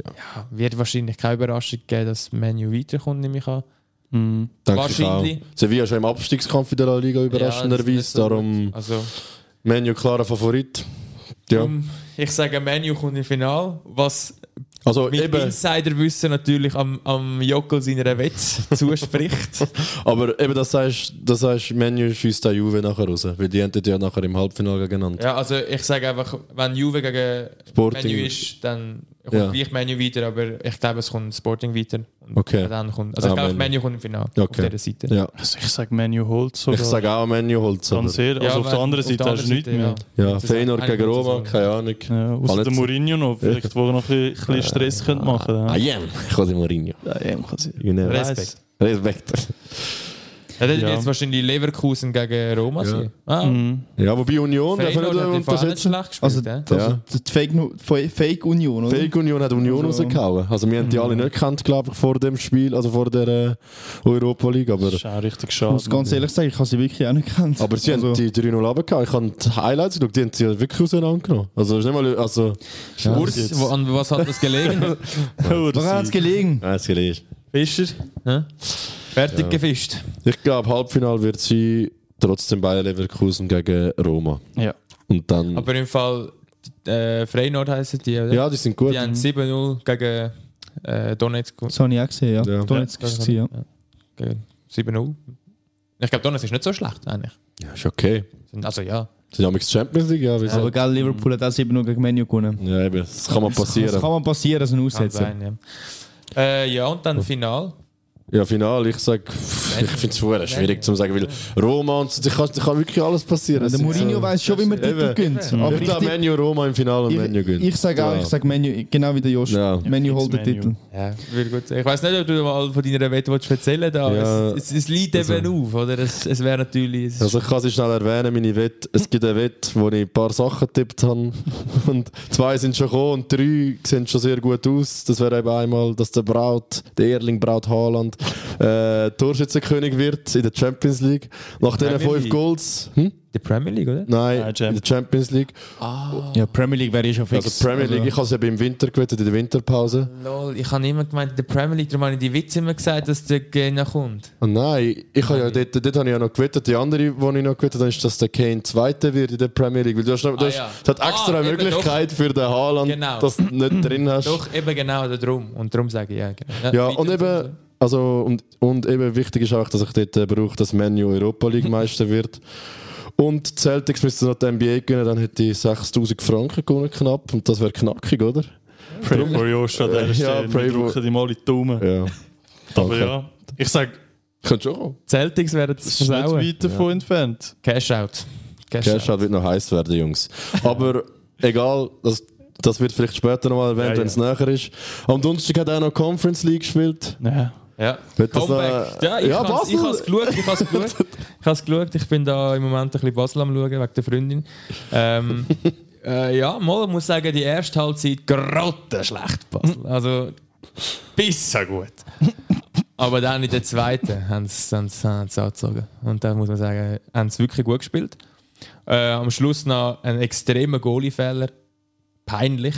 S5: ja, wird wahrscheinlich keine Überraschung geben, dass Menu weiterkommt, nehme ich an.
S2: Mhm.
S3: denke ich auch.
S5: Wahrscheinlich.
S3: Sevilla ist schon im Abstiegskampf in der La Liga
S5: Ja, das ist nicht
S3: überraschenderweise,
S5: so gut.
S3: darum
S5: Also,
S3: Menu klarer Favorit. Ja,
S5: darum, ich sage, Menu kommt im Final, was
S3: also
S5: mit
S3: eben.
S5: Insiderwissen natürlich am, am Jockel seiner Wette zuspricht.
S3: Aber eben, das heißt, das heißt Menu schießt da Juve nachher raus, weil die haben dort ja nachher im Halbfinale genannt.
S5: Ja, also ich sage einfach, wenn Juve gegen
S3: Sporting.
S5: Menu ist, dann kommt
S3: Ja.
S5: gleich Menu weiter, aber ich glaube, es kommt Sporting weiter. Und
S3: Okay.
S5: Dann kommt, also
S3: Ah,
S5: ich glaube,
S3: Menu.
S5: Menu kommt im Finale
S3: Okay.
S5: auf dieser Seite.
S3: Ja.
S2: Also ich sage Manu holt sogar.
S3: Ich sage auch Menu holt
S2: Ganz ehrlich, also auf der anderen Seite hast du nichts mehr.
S3: Ja,
S5: Das
S3: Feyenoord
S5: ist eine
S3: gegen
S5: gute
S3: Roma,
S5: Saison.
S3: keine Ahnung.
S2: Ja, außer
S3: Alles-
S2: der Mourinho noch, vielleicht wo er noch ein bisschen Stress könnte machen könnte.
S3: Ah, I am. Ich kann Mourinho.
S2: Ja, eben quasi.
S3: You never-
S5: Respekt.
S3: Respekt.
S5: Ja, dann wird
S2: Ja.
S5: jetzt wahrscheinlich Leverkusen gegen Roma
S3: Ja.
S5: sein. Ah,
S2: Mhm.
S3: Ja, wobei Union darf ich
S5: Feyenoord
S3: nicht
S5: hat im Fall nicht
S3: unterschätzen.
S5: schlecht
S4: also,
S5: gespielt. Also,
S4: also
S3: Ja.
S4: die Fake, Nu- Fe- Fake Union, oder?
S3: Fake Union hat Union
S4: Also-
S3: rausgehauen. Also wir haben die alle nicht gekannt, glaube ich, vor dem Spiel, also vor der äh, Europa League, aber...
S2: Das ist auch richtig
S4: Ich
S2: schade.
S4: muss ganz ehrlich sagen, ich habe sie wirklich auch nicht gekannt. Also,
S3: Aber sie
S5: Also-
S3: haben die 3-0 runtergehauen. Ich habe die Highlights geschaut, die haben sie wirklich auseinandergenommen. Also, ist nicht mal... Also...
S5: Urs, wo, an was hat das gelegen?
S4: Woran hat es gelegen?
S3: Nein, es ist...
S5: Fischer? Hä? Fertig gefischt.
S3: Ich glaube, Halbfinale wird sie trotzdem Bayer Leverkusen gegen Roma.
S2: Ja.
S3: Und dann.
S5: Aber im Fall äh, Freinord heissen die, oder?
S3: ja, die sind gut. mhm.
S5: Die haben 7-0 gegen äh, Donetsk
S4: Das habe ich auch gesehen, ja.
S3: Ja.
S4: Donetsk ist es, ja.
S5: Gell, 7-0. Ich glaube, Donetsk ist nicht so schlecht eigentlich.
S3: Ja, ist okay.
S5: Sind- Also ja.
S3: Sie haben die Champions League, ja.
S4: Aber
S3: wieso?
S4: gell, Dus Liverpool hat auch 7 gegen Menu gewonnen.
S3: Ja, eben. Das kann mal
S4: Das
S3: passieren.
S4: kann man passieren, so ein
S5: Kann
S4: Aussetzer.
S5: sein, ja. Äh, ja, und dann Final.
S3: Ja, final, ich sage, ich finde es schwierig zu sagen, weil Roma und so, da kann, da kann wirklich alles passieren.
S4: Der Mourinho weiss schon, wie man Titel
S3: Eben.
S4: gönnt. Aber
S3: Ich
S4: ich,
S3: glaube,
S4: tipp-
S3: Menu Roma im Finale und Menu
S4: ich,
S3: gönnt.
S4: ich sage auch,
S3: Ja.
S4: ich sage Menu, genau wie der Josh.
S3: Ja.
S4: Menu holt den
S2: Menu.
S4: Titel.
S5: Ja, würde gut sein. Ich weiß nicht, ob du mal von deiner Wette willst erzählen willst, aber
S3: Ja,
S5: es, es, es liegt eben auf, oder? Es, es wäre natürlich. Es
S3: Also ich kann sie schnell erwähnen, meine Wette. Es gibt eine Wette, wo ich ein paar Sachen getippt habe. Und zwei sind schon gekommen und drei sehen schon sehr gut aus. Das wäre eben einmal, dass der Braut, der Erling Braut Haaland, äh, Torschützenkönig wird in der Champions League. Nach diesen
S5: Premier
S3: fünf
S5: League.
S3: Goals. Hm?
S5: die Premier League, oder?
S3: Nein,
S2: Nein,
S3: in der Champions League.
S4: Ja, Premier League wäre ich schon
S3: Also Premier League, ich habe es eben im Winter gewettet, in der Winterpause.
S5: Lol, ich habe immer gemeint, in der Premier League, darum habe ich die Witze immer gesagt, dass der Gegner kommt.
S3: Oh nein, ich habe ja dort, dort habe ich ja noch gewettet. Die andere, die ich noch gewettet habe, ist, dass der Kane Zweiter wird in der Premier League. Weil du hast, noch, du
S5: Ah,
S3: hast,
S5: ja.
S3: es hat extra
S5: Ah,
S3: eine
S5: eben
S3: Möglichkeit für den Haaland,
S5: Genau.
S3: dass du nicht drin hast.
S5: Doch, eben genau darum. Und darum sage ich ja. Genau.
S3: Ja,
S5: weiter
S3: und eben, also, und, und eben wichtig ist auch, dass ich dort äh, brauche, dass Menu Europa League Meister wird. Und die Celtics müssten noch die NBA gewinnen, dann hätte ich 6000 Franken gewonnen knapp. Und das wäre knackig, oder?
S2: Pray for Josh an
S3: Ja,
S2: dieser Stelle.
S3: pray
S2: Wir
S3: for-
S2: drücken ihm alle die Daumen.
S3: Ja.
S2: Aber ja, ich sage,
S3: Könnte schon kommen.
S5: Celtics werden
S2: es
S5: es
S2: ist nicht
S5: versauen.
S2: weit davon entfernt.
S5: Cash out. Cash,
S3: Cash Out wird noch heiß werden, Jungs. Aber egal, das, das wird vielleicht später nochmal erwähnt,
S2: Ja,
S3: wenn es näher ist. Am Donnerstag hat er auch noch Conference League gespielt.
S2: Ja.
S5: Ja.
S3: Wird das
S5: Comeback.
S3: noch-
S5: Ja, ich
S3: Ja,
S5: habe
S3: Basel.
S5: es geschaut. Ich habe es geschaut. ich, hab's geschaut. ich bin da im Moment ein bisschen Basel am schauen, wegen der Freundin. Ähm, äh, ja, mal, ich muss sagen, die erste Halbzeit grottenschlecht Basel. Also, bisschen gut. Aber dann in der zweiten haben sie haben sie- haben sie angezogen. Und da muss man sagen, haben sie wirklich gut gespielt. Äh, am Schluss noch ein extremer Goalie-Fehler. Peinlich.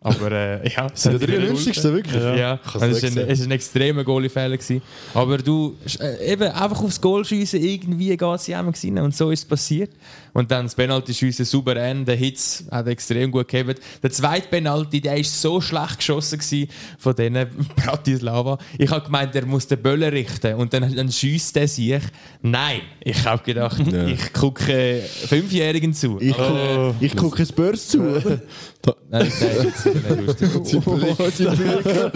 S5: Aber äh, ja, es
S3: Der
S5: hat wieder
S3: 93. wirklich.
S5: ja, Also es war ein,
S3: Ich hab's nicht gesehen.
S5: es ist ein extremer Goalie-Fehler. gewesen. Aber du, sch- äh, eben einfach aufs Goal schiessen, irgendwie geht es jemand rein. ne? Und so ist es passiert. Und dann das Penalty schiessen, souverän, der Hitz hat extrem gut gehabt. Der zweite Penalty, der ist so schlecht geschossen gewesen von denen Bratislava. Ich habe gemeint, er muss den Böller richten und dann, dann schiesst der sich. Nein, ich habe gedacht, ich gucke Fünfjährigen zu.
S2: Ah,
S4: Ich, guck- ich gucke es Börs zu.
S5: Nein, der ist nicht lustig.
S2: Da hat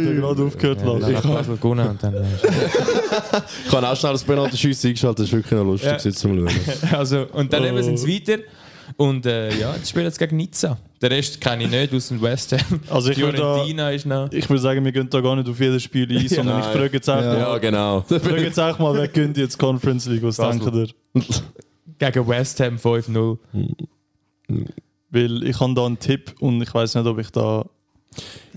S2: er gerade aufgehört. Lars.
S5: Dann hat Basel gewonnen und dann...
S3: Ich habe auch schnell das penalty Schuss eingeschaltet, das ist wirklich noch lustig gewesen zum Schauen.
S5: Also, und dann eben sind
S4: Oh.
S5: sie weiter. Und äh, ja, jetzt spielen sie gegen Nizza. Den Rest kenne ich nicht aus dem West Ham.
S2: Also ich würde da-
S5: Fiorentina ist noch.
S2: Ich würde sagen, wir gehen da gar nicht auf jedes Spiel ein, sondern ich
S3: Nein.
S2: frage jetzt auch mal,
S3: genau.
S2: frage jetzt auch mal, wer gönnt jetzt Conference League, was
S3: Also.
S2: denkt ihr?
S5: Gegen West Ham 5-0.
S2: Weil ich habe da einen Tipp und ich weiß nicht, ob ich da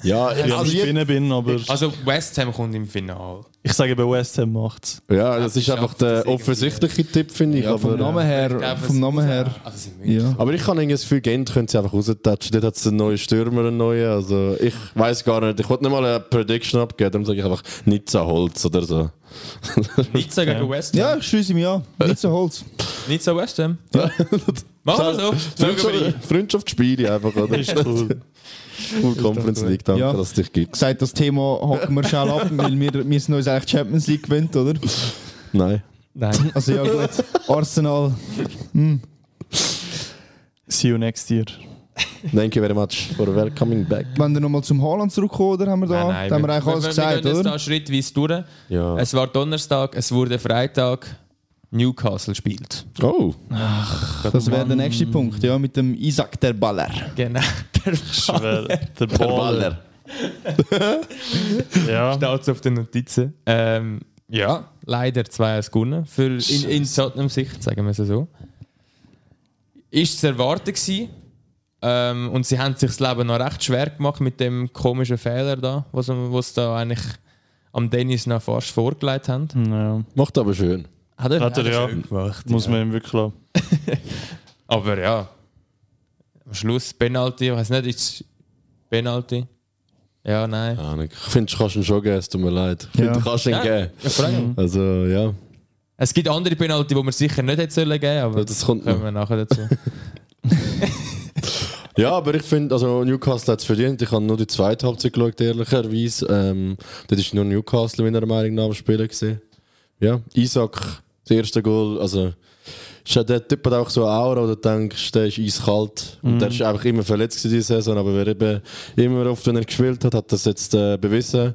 S3: Ja,
S2: ja,
S3: also
S2: am
S3: je,
S2: Spinnen bin, aber
S5: Also West Ham kommt im Finale.
S2: ich sage, bei West Ham macht's.
S3: ja, das ist
S5: schafft
S3: einfach
S5: das
S3: der
S5: irgendwie.
S3: offensichtliche Tipp, finde ich.
S4: Ja, vom
S3: aber,
S4: Namen her,
S5: glaube,
S4: vom
S5: es-
S4: Namen her,
S5: Also sie müssen.
S4: ja.
S3: aber ich habe irgendwie das Gefühl, Gent können sie einfach raustatschen. Dort hat es einen neuen Stürmer, einen neuen. Also ich weiß gar nicht. Ich wollte nicht mal eine Prediction abgeben, darum sage ich einfach Nizza Holz oder so.
S5: Nizza gegen West Ham.
S4: Ja, ich schließe mich an. Nicht so Holz.
S5: Nizza West Ham. Machen wir so. Schauen wir rein.
S3: Freundschaft, Freundschaftsspiele einfach, oder?
S2: Ist cool.
S3: Cool, Conference League, danke,
S4: Ja.
S3: dass es dich gibt.
S4: gesagt, das Thema hocken wir schnell ab, weil wir, wir sind uns eigentlich Champions League gewöhnt, oder?
S3: Nein.
S5: Nein.
S4: Also ja gut, Arsenal.
S2: See you next year.
S3: Thank you very much for welcoming back.
S4: Wenn wir nochmal zum Haaland zurückkommen, oder haben wir da,
S5: Nein, nein,
S4: da haben wir eigentlich alles
S5: wir
S4: gesagt,
S5: gehen jetzt
S4: oder?
S5: da schrittweise durch.
S3: Ja.
S5: Es war Donnerstag, es wurde Freitag. Newcastle spielt.
S3: Oh.
S4: Das wäre der nächste Punkt, ja, mit dem Isaac der Baller.
S5: Genau. Der
S2: Schwer. Der Ball. Ja.
S5: Staats auf den Notizen. Ähm, ja, leider 2-1 gewonnen. Für in, in Tottenham Sicht, sagen wir es so. Ist zu erwarten gewesen. Ähm, und sie haben sich das Leben noch recht schwer gemacht mit dem komischen Fehler da, was was da eigentlich am Dennis noch fast vorgelegt haben.
S2: ja.
S3: Macht aber schön.
S5: er,
S2: Hat er ja.
S5: schön gemacht.
S2: Muss man ihm wirklich lassen.
S5: Aber ja, am Schluss Penalty, ich weiß nicht, ist Penalty? Ja, nein.
S3: Keine Ahnung. Ich finde, du kannst ihn schon geben, es tut mir leid. Ich
S4: Ja.
S3: finde, du kannst ihn
S5: Ja.
S3: geben.
S5: Ich frage mich.
S3: Also, ja.
S5: Es gibt andere Penalty, die man sicher nicht hätte sollen geben, aber
S3: Das kommt
S5: kommen
S3: noch.
S5: wir nachher dazu.
S3: Ja, aber ich finde, also Newcastle hat es verdient. Ich habe nur die zweite Halbzeit geschaut, ehrlicherweise. Ähm, dort war nur Newcastle meiner Meinung nach am Spielen. Gewesen. Ja, Isaac, das erste Goal. Also, Ist ja der Typ hat auch so eine Aura, wo du denkst, der ist eiskalt.
S4: Mhm.
S3: Und der ist einfach immer verletzt gewesen diese Saison, aber wer eben immer oft, wenn er gespielt hat, hat das jetzt äh, bewiesen,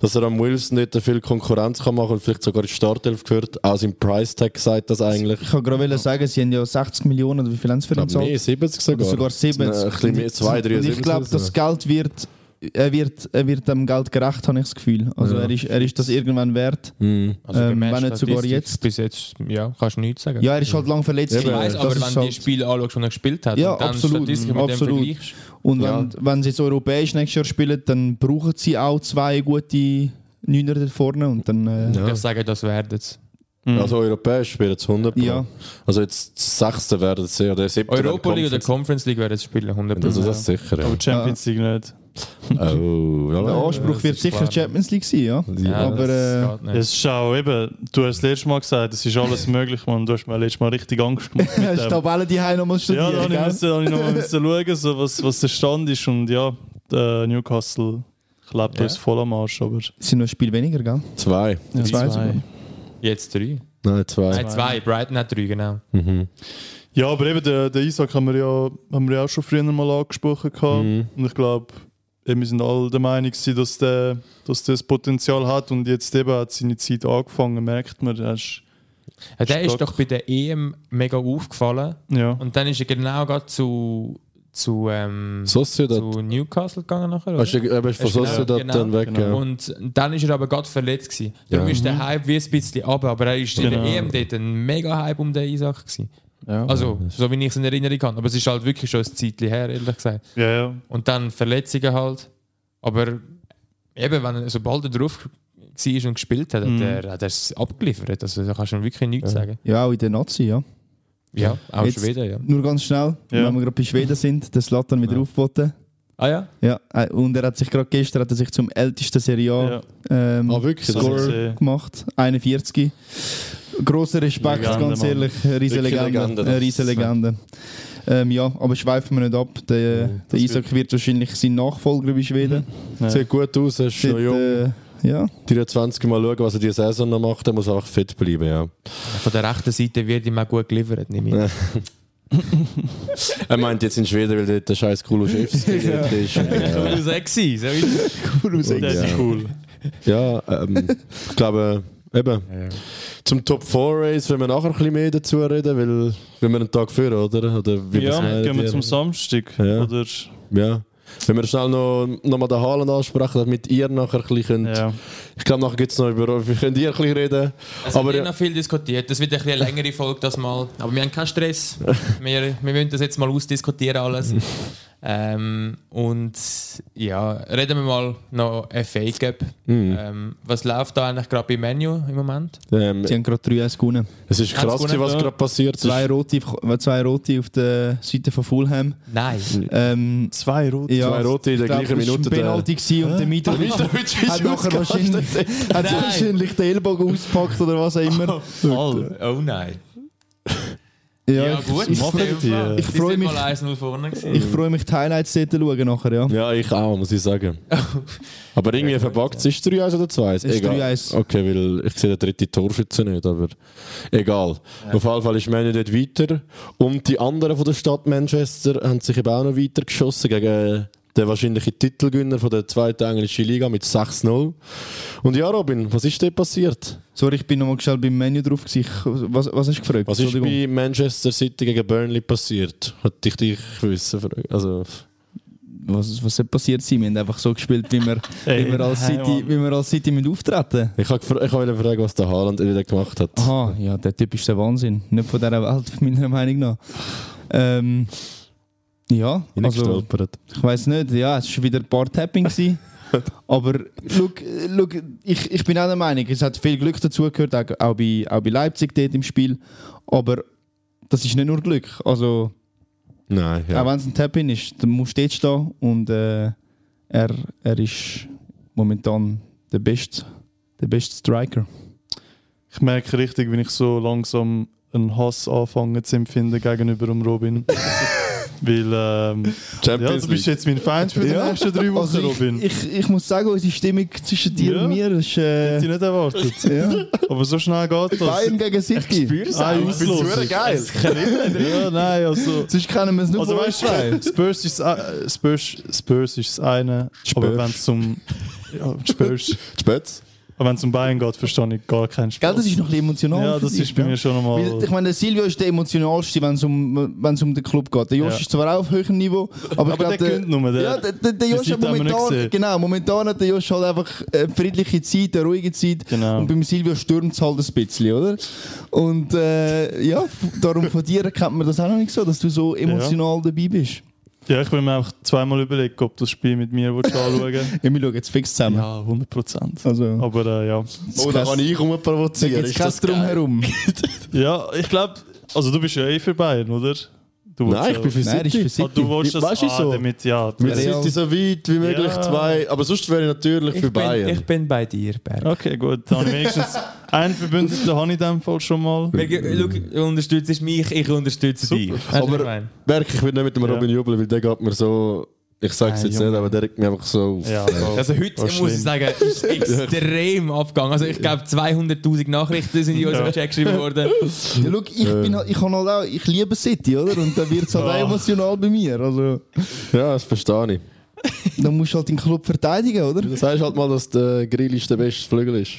S3: dass er am Wilson nicht viel Konkurrenz kann machen und vielleicht sogar in die Startelf gehört. Auch sein Price-Tag sagt das eigentlich.
S4: Ich kann gerade sagen, sie haben ja 60 Millionen oder wie viel haben sie für ihn
S3: Ich glaube,
S4: gezahlt?
S3: mehr, 70 sogar.
S4: Oder sogar 70.
S3: Ein bisschen mehr, 2, 3,
S4: Und ich glaube, das Geld wird, er wird, er wird dem Geld gerecht, habe ich das Gefühl. Also
S3: Ja.
S4: er, ist, er ist das irgendwann wert.
S5: Mhm.
S4: Ähm,
S5: gemäß
S4: wenn nicht sogar
S5: Also Statistik
S4: jetzt.
S5: Bis jetzt, ja, kannst du nichts sagen. Also
S4: Ja, er ist halt lang verletzt.
S5: ich
S4: gewesen.
S5: weiss,
S4: Das
S5: aber wenn
S4: ist
S5: du die
S4: halt-
S5: Spiele anschaust, die er gespielt hat,
S4: Ja,
S5: und dann
S4: absolut,
S5: Statistiken mit
S4: absolut.
S5: dem vergleichst.
S4: Und wenn,
S3: Ja.
S4: wenn sie jetzt europäisch nächstes Jahr spielen, dann brauchen sie auch zwei gute Neuner da vorne und dann... Äh,
S5: Ich
S4: ja.
S5: darf sagen, das werden es.
S3: Also europäisch spielen sie 100 Pro.
S4: Ja.
S3: Also jetzt das sechste werden sie oder siebte.
S5: Europa League oder
S3: Conference.
S5: Conference League werden sie spielen, 100%.
S3: Also das ist sicher, ja.
S2: Aber Champions League nicht.
S3: Oh, ja.
S4: Der Anspruch wird
S5: ist
S4: sicher
S5: klar.
S4: Champions League sein, ja.
S5: Ja,
S4: aber,
S5: das
S4: äh,
S5: geht nicht.
S2: Es ist auch eben, du hast das letzte Mal gesagt, es ist alles möglich, man. Du hast mir letztes Mal richtig Angst gemacht. Mit
S4: Hast du die
S2: dem.
S4: Tabelle die Heim nochmal
S2: Ja,
S4: studiert?
S2: da
S4: gell?
S2: musste ich nochmal müssen schauen, so, was, was der Stand ist. Und ja, der Newcastle klebt uns voll am Arsch. Aber
S4: Es sind noch ein Spiel weniger, gell?
S3: Zwei.
S4: Zwei sogar.
S5: Jetzt drei.
S3: Nein, zwei.
S5: Nein, zwei. Brighton hat drei, genau.
S2: Ja, aber eben, den, den Isaac haben wir, ja, haben wir ja auch schon früher mal angesprochen. Gehabt. Und ich glaube, eben, wir sind alle der Meinung, gewesen, dass der, dass der das Potenzial hat. Und jetzt eben hat seine Zeit angefangen, merkt man. Er ist,
S5: Ja, Äh, der ist
S2: Stark.
S5: doch bei der EM mega aufgefallen.
S2: ja.
S5: Und dann ist er genau gerade zu, zu, ähm,
S3: Sociedad.
S5: zu Newcastle gegangen nachher.
S3: Hast du
S5: Oder?
S3: eben von
S5: Hast du-
S3: Sociedad
S5: genau,
S3: dann weg?
S2: genau.
S3: Ja.
S5: Und dann ist er aber gerade verletzt. Gewesen. Darum
S3: Ja.
S5: ist der Hype wie ein bisschen runter. Aber er ist in
S2: Genau.
S5: der EM dort ein mega Hype um den Isaac. Gewesen. Also, so wie ich es in Erinnerung habe. Aber es ist halt wirklich schon ein Zeitchen her, ehrlich gesagt.
S2: ja, ja.
S5: Und dann Verletzungen halt. Aber eben, wenn, er- sobald er drauf war und gespielt hat,
S2: Mhm.
S5: hat er hat er es abgeliefert. Also, da kannst du ihm wirklich nichts sagen.
S4: Ja, auch in der Nazi, ja.
S5: Ja, auch
S4: Jetzt-
S5: Schweden, ja.
S4: Nur ganz schnell,
S2: Ja.
S4: wenn wir gerade bei Schweden sind, der Slatan wieder
S5: Ja.
S4: aufgeboten.
S5: Ah ja?
S4: Ja, äh, und er hat sich gerade gestern hat er sich zum ältesten Serie A
S2: ja.
S4: ähm,
S3: Ah, wirklich?
S2: Das habe ich
S4: Scorer
S2: gesehen.
S4: gemacht, 41. Großer Respekt,
S2: Legende,
S4: ganz
S2: Mann.
S4: ehrlich. Eine riesen
S3: Wirklich
S4: Legende.
S3: Legende,
S4: Eine
S3: das-
S4: riesen Legende. Ähm, ja, aber schweifen wir nicht ab. Der, der Isaac wird wahrscheinlich sein Nachfolger bei Schweden.
S3: Sieht gut aus, er ist noch Mhm. jung.
S4: äh, ja.
S3: 23 Mal schauen, was er diese Saison noch macht, er muss einfach fit bleiben, ja.
S5: Von der rechten Seite wird ihm auch gut geliefert, nehme ich.
S3: Ja. Er meint jetzt in Schweden, weil dort der scheiß Kuloschewski dort ist. Ja,
S5: Du sexy, so ist
S2: Das ist
S3: Ja.
S2: cool.
S3: ja ähm, ich glaube, eben. Zum Top 4 Race wenn wir nachher ein bisschen mehr dazu reden, weil wenn wir einen Tag führen, oder? oder wie
S2: Ja,
S3: was meinen
S2: gehen wir
S3: die?
S2: zum Samstag.
S3: Ja.
S2: Oder,
S3: Ja. Wenn wir schnell noch, noch mal den Haaland ansprechen, damit ihr nachher ein bisschen könnt.
S2: ja.
S3: Ich glaube, nachher gibt es noch über. Wir können ihr ein bisschen reden.
S5: Also
S3: Aber
S5: wir haben
S3: ja,
S5: noch viel diskutiert. Das wird ein bisschen eine längere Folge das mal. Aber wir haben keinen Stress. Wir, wir müssen das jetzt mal ausdiskutieren alles. ähm, und ja, reden wir mal noch FA Cup. Ähm, was läuft da eigentlich gerade bei Menu im Moment?
S3: ähm,
S4: Sie haben gerade 3-1 gewonnen.
S3: es ist krass,
S5: Ganz gut,
S3: was
S5: ja.
S3: gerade passiert ist.
S4: Zwei rote, zwei rote auf der Seite von Fulham.
S5: Nein.
S4: Ähm,
S2: Zwei rote.
S4: ja,
S3: Zwei rote in der
S4: ich glaub,
S3: gleichen
S4: das war
S3: Minute,
S4: ein
S3: der-
S4: Penalty gewesen und der Mitrovic hat nachher wahrscheinlich, hat
S5: Nein.
S4: wahrscheinlich den Ellbogen ausgepackt oder was auch immer.
S2: Mal.
S5: Oh nein.
S4: Ja,
S5: Ich,
S4: Ich,
S2: Machen
S4: ich,
S2: die.
S5: ich
S4: freu
S5: freue mich.
S4: mich.
S5: Mal 1-0 vorne gewesen.
S4: ich freue mich, die Highlights dort zu schauen nachher, ja.
S3: Ja, ich auch, muss ich sagen. Aber irgendwie verpackt es. Ist es 3-1 oder 2-1?
S4: Es ist
S3: Egal.
S4: 3-1.
S3: Okay, weil ich sehe den dritten Torschützen nicht, aber egal. Auf jeden Fall ist Manu dort weiter. Und die anderen von der Stadt Manchester haben sich eben auch noch weiter geschossen gegen den wahrscheinlichen Titelgewinner von der zweiten englischen Liga mit 6-0. Und ja, Robin, was ist dort passiert?
S4: Sorry, ich bin nochmal schnell beim Menü drauf. gewesen. Ich, was, was hast du gefragt?
S3: Was ist
S4: Entschuldigung.
S3: bei Manchester City gegen Burnley passiert? Hätte ich dich wissen fragen. Also,
S4: was, was soll passiert sein? Wir haben einfach so gespielt, wie wir,
S2: Ey,
S4: wie wir, als,
S2: nein,
S4: City,
S2: Mann.
S4: wie wir als City mit auftreten.
S3: ich wollte gefra- ich wollte fragen, was der Haaland wieder gemacht hat.
S4: Aha, ja, der Typ ist der Wahnsinn. Nicht von dieser Welt, meiner Meinung nach. Ähm, ja, also,
S3: Hineingestolpert.
S4: ich weiß nicht. Ja, es war wieder ein paar Tapping. gewesen. Aber look, look, ich, ich bin auch der Meinung, es hat viel Glück dazugehört, auch, auch, bei, auch bei Leipzig dort im Spiel. Aber das ist nicht nur Glück. Also,
S3: Nein, Nou, ja.
S4: Auch wenn es ein Tap-In ist, dann musst du dort stehen und äh, er, er ist momentan der beste, der beste Striker.
S2: Ich merke richtig, wenn ich so langsam einen Hass anfange zu empfinden gegenüber dem Robin. Weil ähm, ja,
S3: Champions
S2: du
S3: League.
S2: bist jetzt mein Feind für die nächsten drei Wochen,
S4: Also ich,
S2: Robin.
S4: ich, ich muss sagen, unsere Stimmung zwischen dir
S2: Ja.
S4: und mir ist.
S2: Hätte ich
S4: Äh,
S2: nicht erwartet.
S4: ja.
S2: Aber so schnell geht das.
S4: Bayern gegen City.
S2: Eine Auslosung.
S3: geil.
S2: Ja, nein, also...
S4: Sonst kennen wir es nicht
S2: Also
S4: von
S2: weißt
S4: uns
S2: du, Spurs ist, äh, Spurs, Spurs ist das eine, aber wenn es zum ja, Spurs,
S3: Spätz.
S2: aber wenn es um Bayern geht, verstehe ich gar keinen
S4: Gell,
S2: Spaß.
S4: das ist noch ein bisschen emotional.
S2: Ja,
S4: für
S2: das
S4: dich,
S2: ist bei
S4: ja.
S2: mir schon nochmal.
S4: Weil, ich meine, der Silvio ist der emotionalste, wenn es um, wenn's um den Club geht. Der Josh
S2: Ja.
S4: ist zwar auch auf höherem Niveau,
S2: Aber
S4: aber, ich
S2: der
S4: glaube,
S2: gönnt nur, der-
S4: ja, der, der, der
S2: die
S4: Josh
S2: Seite
S4: hat
S2: haben wir nicht gesehen.
S4: momentan, genau, momentan hat der Josh halt einfach eine friedliche Zeit, eine ruhige Zeit.
S2: Genau.
S4: Und beim Silvio stürmt es halt ein bisschen, oder? Und äh, ja, f- darum von dir kennt man das auch noch nicht so, dass du so emotional dabei bist.
S2: Ja, ich will mir einfach zweimal überlegen, ob das Spiel mit mir willst du anschauen
S4: Ja, wir schauen jetzt fix zusammen.
S2: Ja, 100 Prozent.
S4: Also,
S2: Aber äh, ja.
S3: Oh, da kann ich
S4: da
S3: rumprovozieren.
S4: geht es
S3: Ist
S4: kein
S3: das geil?
S4: Drumherum.
S2: Ja, ich glaube, also du bist ja eh für Bayern, oder? Du willst
S3: Nein, ich
S2: ja-
S3: bin für
S4: Nein, das
S3: City.
S4: ist für
S2: Ah,
S4: City.
S2: du willst das
S3: Weißt du,
S2: ah,
S3: so?
S2: damit, ja.
S3: Mit
S4: Real.
S3: City so weit wie möglich
S2: Ja.
S3: zwei. Aber sonst wäre ich natürlich für
S5: Ich bin,
S3: Bayern.
S5: ich bin bei dir, Berg.
S2: Okay, gut. Dann habe ich wenigstens einen Verbündeten habe ich in dem Fall schon mal.
S5: Wir, ge- schau, du unterstützt mich, ich unterstütze
S2: Super.
S5: dich.
S3: Aber-
S5: Nein.
S3: Merk, ich will nicht mit dem
S2: Ja.
S3: Robin jubeln, weil der geht mir so. Ich sag's
S2: Ah,
S3: jetzt
S2: Junge.
S3: nicht, aber der regt mir einfach so auf.
S2: Ja,
S5: also heute
S2: war
S5: muss
S2: schlimm.
S5: ich sagen, ist extrem abgegangen. Also ich glaube 200'000 Nachrichten sind in unserem
S2: Ja.
S5: Chat geschrieben worden.
S4: Ja, schau, ich, bin, halt- ich, kann halt auch, ich liebe City, oder? Und dann wird es halt
S2: Ja.
S4: auch emotional bei mir. Also,
S3: Ja, das verstehe ich.
S4: dann musst du halt den Club verteidigen, oder?
S3: Du sagst halt mal, dass der Grealish der beste Flügel ist.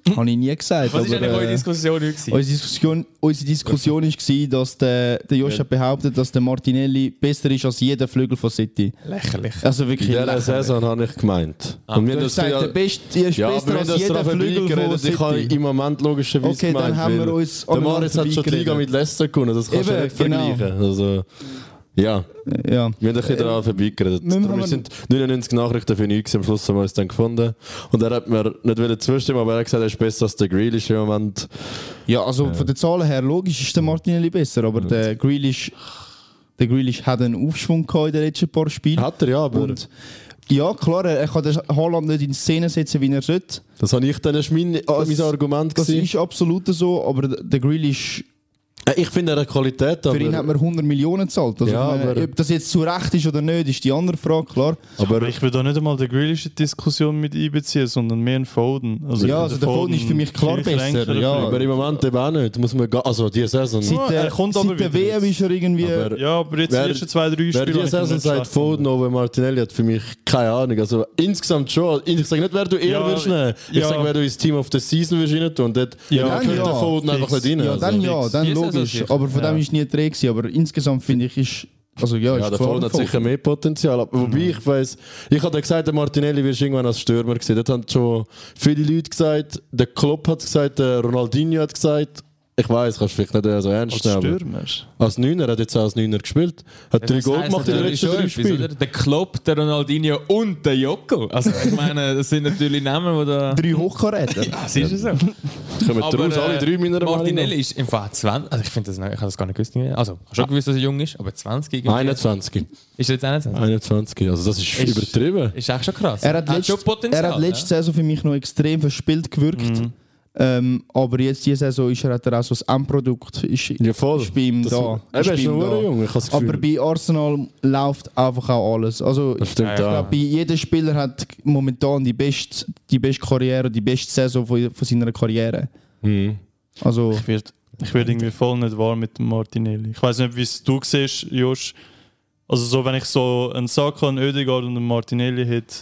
S4: Habe ich nie gesagt.
S5: Was war
S4: aber,
S5: eigentlich eure
S4: äh,
S5: Diskussion heute? gewesen?
S4: unsere Diskussion? Unsere Diskussion war, dass der, der Josh hat behauptet, dass der Martinelli besser ist als jeder Flügel von City.
S5: Lächerlich.
S4: Also wirklich.
S3: In dieser
S4: lächerlich.
S3: Saison habe ich gemeint. Und wir
S4: Ah, Du
S3: haben
S4: hast
S3: das
S4: gesagt, der
S3: ja,
S4: Best, er ist
S3: ja, aber wir
S4: besser
S3: haben
S4: als
S3: das
S4: jeder
S3: daran
S4: Flügel von
S3: vorbeigeredet. Ich habe
S4: City.
S3: im Moment logischerweise
S4: Okay, dann
S3: gemeint.
S4: haben wir
S3: weil
S4: uns
S3: Der
S4: aneinander
S3: Maris hat schon die Liga
S4: vorbeigeredet.
S3: mit Leicester gewonnen, das kannst du
S4: Eben,
S3: nicht
S4: genau.
S3: vergleichen. Also, ja,
S4: Ja.
S3: wir haben ein bisschen daran vorbeigeredet.
S4: wir
S3: Darum
S4: haben-
S3: sind 99 Nachrichten für nichts, am Schluss haben wir uns dann gefunden. Und er hat mir nicht wollen zustimmen, aber er hat gesagt, er ist besser als der Grealish im Moment.
S4: ja, also von den Zahlen her, logisch ist der Martinelli besser, aber der Grealish, der Grealish hat einen Aufschwung gehabt in den letzten paar Spielen.
S3: Hat er ja, aber
S4: Und ja, klar, er er kann den Haaland nicht in Szene setzen, wie er sollte.
S3: das habe ich dann das ist mein, das, mein Argument
S4: Das
S3: gewesen.
S4: ist absolut so, aber d- der Grealish,
S3: Äh, ich finde, er hat Qualität,
S4: für
S3: aber,
S4: ihn hat man 100 Millionen gezahlt. Also,
S3: Ja,
S4: ich meine,
S3: aber-
S4: ob das jetzt zu Recht ist oder nicht, ist die andere Frage, klar.
S2: Aber ich will da nicht einmal die grillische Diskussion mit einbeziehen, sondern mehr einen Foden. Also ich
S4: Ja, also
S2: finde
S4: der Foden ist für mich klar
S2: viel
S4: besser,
S2: kränkerer
S4: ja.
S2: Flügel.
S3: aber im Moment eben auch nicht. Muss man ga- also, diese Saison.
S4: Seit der,
S2: er kommt aber
S4: seit der
S2: wieder
S4: WM ist er irgendwie...
S3: aber,
S2: Ja, aber jetzt
S3: Wer-
S2: die ersten zwei, drei
S3: Wer
S2: Spiele
S3: diese
S2: habe ich ihn
S3: Saison
S2: nicht
S3: sagt,
S2: schlecht
S3: Foden
S2: gefunden.
S3: over Martinelli hat für mich keine Ahnung. Also insgesamt schon. Ich sage nicht, wer du eher
S2: Ja,
S3: würdest nehmen. Ich
S2: ja.
S3: sage, wer du ins Team of the Season würdest rein tun. Und dort
S2: Ja,
S3: dort
S4: dann
S3: gehört
S4: ja.
S3: der Foden einfach
S2: Fix.
S3: nicht rein.
S4: ja,
S3: also.
S4: dann ja, dann
S5: Die Saison
S4: logisch.
S5: sicher.
S4: Aber von
S2: Ja.
S4: dem ist nie die Rede gewesen, aber insgesamt finde ich, ist... Also ja,
S3: Ja,
S4: ist
S3: der
S4: klar
S3: Foden hat sicher mehr Potenzial. Aber wobei
S2: Mhm.
S3: ich weiss, ich hatte gesagt, der Martinelli wirst irgendwann als Stürmer gesehen. Dort haben schon viele Leute gesagt, der Klopp hat gesagt, der Ronaldinho hat gesagt. Ich weiß, kannst du vielleicht nicht äh, so ernst
S2: Als
S3: nehmen. aber-
S2: Stürmer.
S3: Als Neuner, er hat jetzt auch als Neuner gespielt. Hat drei
S5: Das
S3: Goal
S5: heisst
S3: gemacht in den
S5: natürlich
S3: letzten
S5: schon
S3: drei
S5: etwas, oder?
S3: Spielen.
S5: Der Klopp, der Ronaldinho und der Jocko. Also ich meine, das sind natürlich Namen, die da...
S4: Drei Hochkaräter.
S5: Das ist ja so.
S3: Kommen raus, alle drei meiner
S5: äh, Martinelli
S3: Meinung
S5: ist im Fall 20. Also ich finde das, nicht- ich habe das gar nicht gewusst. Also ich habe schon gewusst, dass er jung ist, aber 20
S3: nach.
S5: irgendwie.
S3: 21.
S5: Ist er jetzt 21?
S3: 21, also das ist,
S5: Ist-
S3: übertrieben.
S5: Ist echt schon krass.
S4: Er hat,
S5: schon
S4: letzte,
S5: Potenzial.
S4: er hat letzte Saison für mich noch extrem verspielt gewirkt.
S3: Mhm.
S4: Ähm, aber jetzt diese Saison ist er, hat er auch so das Endprodukt. Ist,
S3: Ja, voll.
S4: ist bei ihm
S3: Das-
S4: da.
S3: Er ist
S4: bei ihm
S3: noch
S4: da.
S3: verdammt jung, ich habe das
S4: Aber
S3: Gefühl.
S4: bei Arsenal läuft einfach auch alles. Also
S3: Das
S4: ich
S3: stimmt
S5: Ja,
S3: auch.
S4: glaube, jeder Spieler hat momentan die beste, die beste Karriere, die beste Saison von, von seiner Karriere.
S3: Mhm.
S4: Also
S2: Ich werde ich werd irgendwie voll nicht warm mit dem Martinelli. Ich weiß nicht, wie es du siehst, Josh. Also so, wenn ich so einen Saka, einen Oedegaard und einen Martinelli hätte,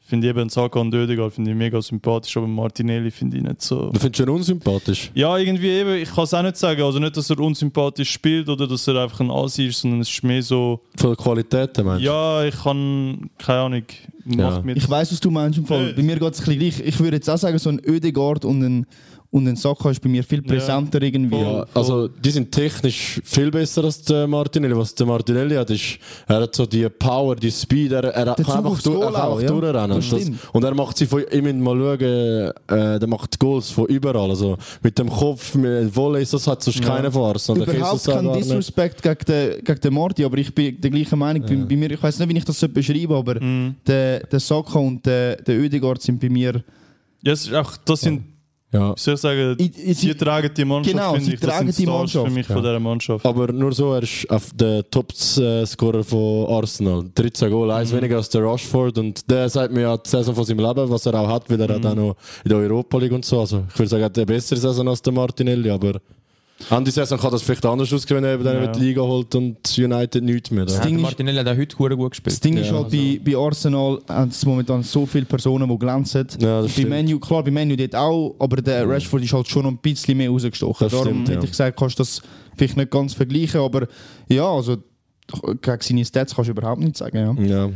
S2: finde ich eben einen Saka und einen Oedegaard finde ich mega sympathisch, aber Martinelli finde ich nicht so...
S3: Du findest ihn unsympathisch.
S2: Ja, irgendwie eben, ich kann es auch nicht sagen. Also nicht, dass er unsympathisch spielt oder dass er einfach ein Asi ist, sondern es ist mehr so,
S3: Von der Qualität, her, meinst du?
S2: ja, ich kann, keine Ahnung, macht
S3: Ja.
S2: mir...
S4: ich weiß, was du meinst im Fall.
S2: Nicht.
S4: Bei mir geht es ein bisschen gleich. Ich würde jetzt auch sagen, so ein Ödegard und ein, und ein Saka ist bei mir viel präsenter irgendwie.
S3: Ja, also die sind technisch viel besser als der Martinelli. Was der Martinelli hat, ist, er hat so die Power, die Speed, er, er
S4: Der Zug
S3: kann einfach,
S4: aufs
S3: du,
S4: Goal
S3: er kann
S4: auch,
S3: einfach
S4: ja.
S3: durchrennen.
S4: Das
S3: Das
S4: stimmt.
S3: und er macht sie von, ich muss mal schauen, äh, der macht Goals von überall. Also mit dem Kopf, mit Volleys, das hat sonst keiner von Arsenal. Der
S4: Überhaupt
S3: Jesus auch
S4: kein
S3: gar nicht.
S4: Disrespect gegen den, gegen den Marty, aber ich bin der gleichen Meinung. Bei, bei mir, ich weiß nicht, wie ich das so beschreiben soll, aber der, der Saka und der, der Ödegaard sind bei mir.
S2: Ja, es ist auch, das sind
S3: Ja.
S2: Wie soll ich sagen,
S4: I- i-
S2: sie
S4: sie-
S2: tragen die Mannschaft,
S4: Genau,
S2: finde
S4: sie
S2: ich. Das sind
S4: tragen die
S2: Stars für
S4: Mannschaft,
S2: mich von dieser Mannschaft.
S3: Aber nur so, er ist auf der Top-Scorer von Arsenal. 13 Goal,
S5: Mhm.
S3: eins weniger als der Rashford. Und der sagt mir ja die Saison von seinem Leben, was er auch hat, weil er
S5: Mhm.
S3: hat auch noch in der Europa League und so. Also ich würde sagen, er hat eine bessere Saison als der Martinelli, aber Ende Saison kann das vielleicht anders aussehen, wenn er eben dann
S2: Ja.
S3: mit die Liga holt und United nichts mehr.
S4: Ding ist-
S5: Martinelli hat auch heute verdammt gut
S4: Das
S5: gespielt.
S4: Ding ist
S3: Ja,
S4: halt, bei, bei Arsenal haben es momentan so viele Personen, die glänzen.
S3: Ja, das
S4: bei
S3: stimmt.
S4: Menu, klar, bei Menu dort auch, aber der Rashford ist halt schon noch ein bisschen mehr rausgestochen.
S3: Das
S4: Darum
S3: stimmt,
S4: hätte
S3: ja.
S4: ich gesagt, kannst du das vielleicht nicht ganz vergleichen, aber ja, also gegen seine Stats kannst du überhaupt nichts sagen. Ja,
S3: Ja,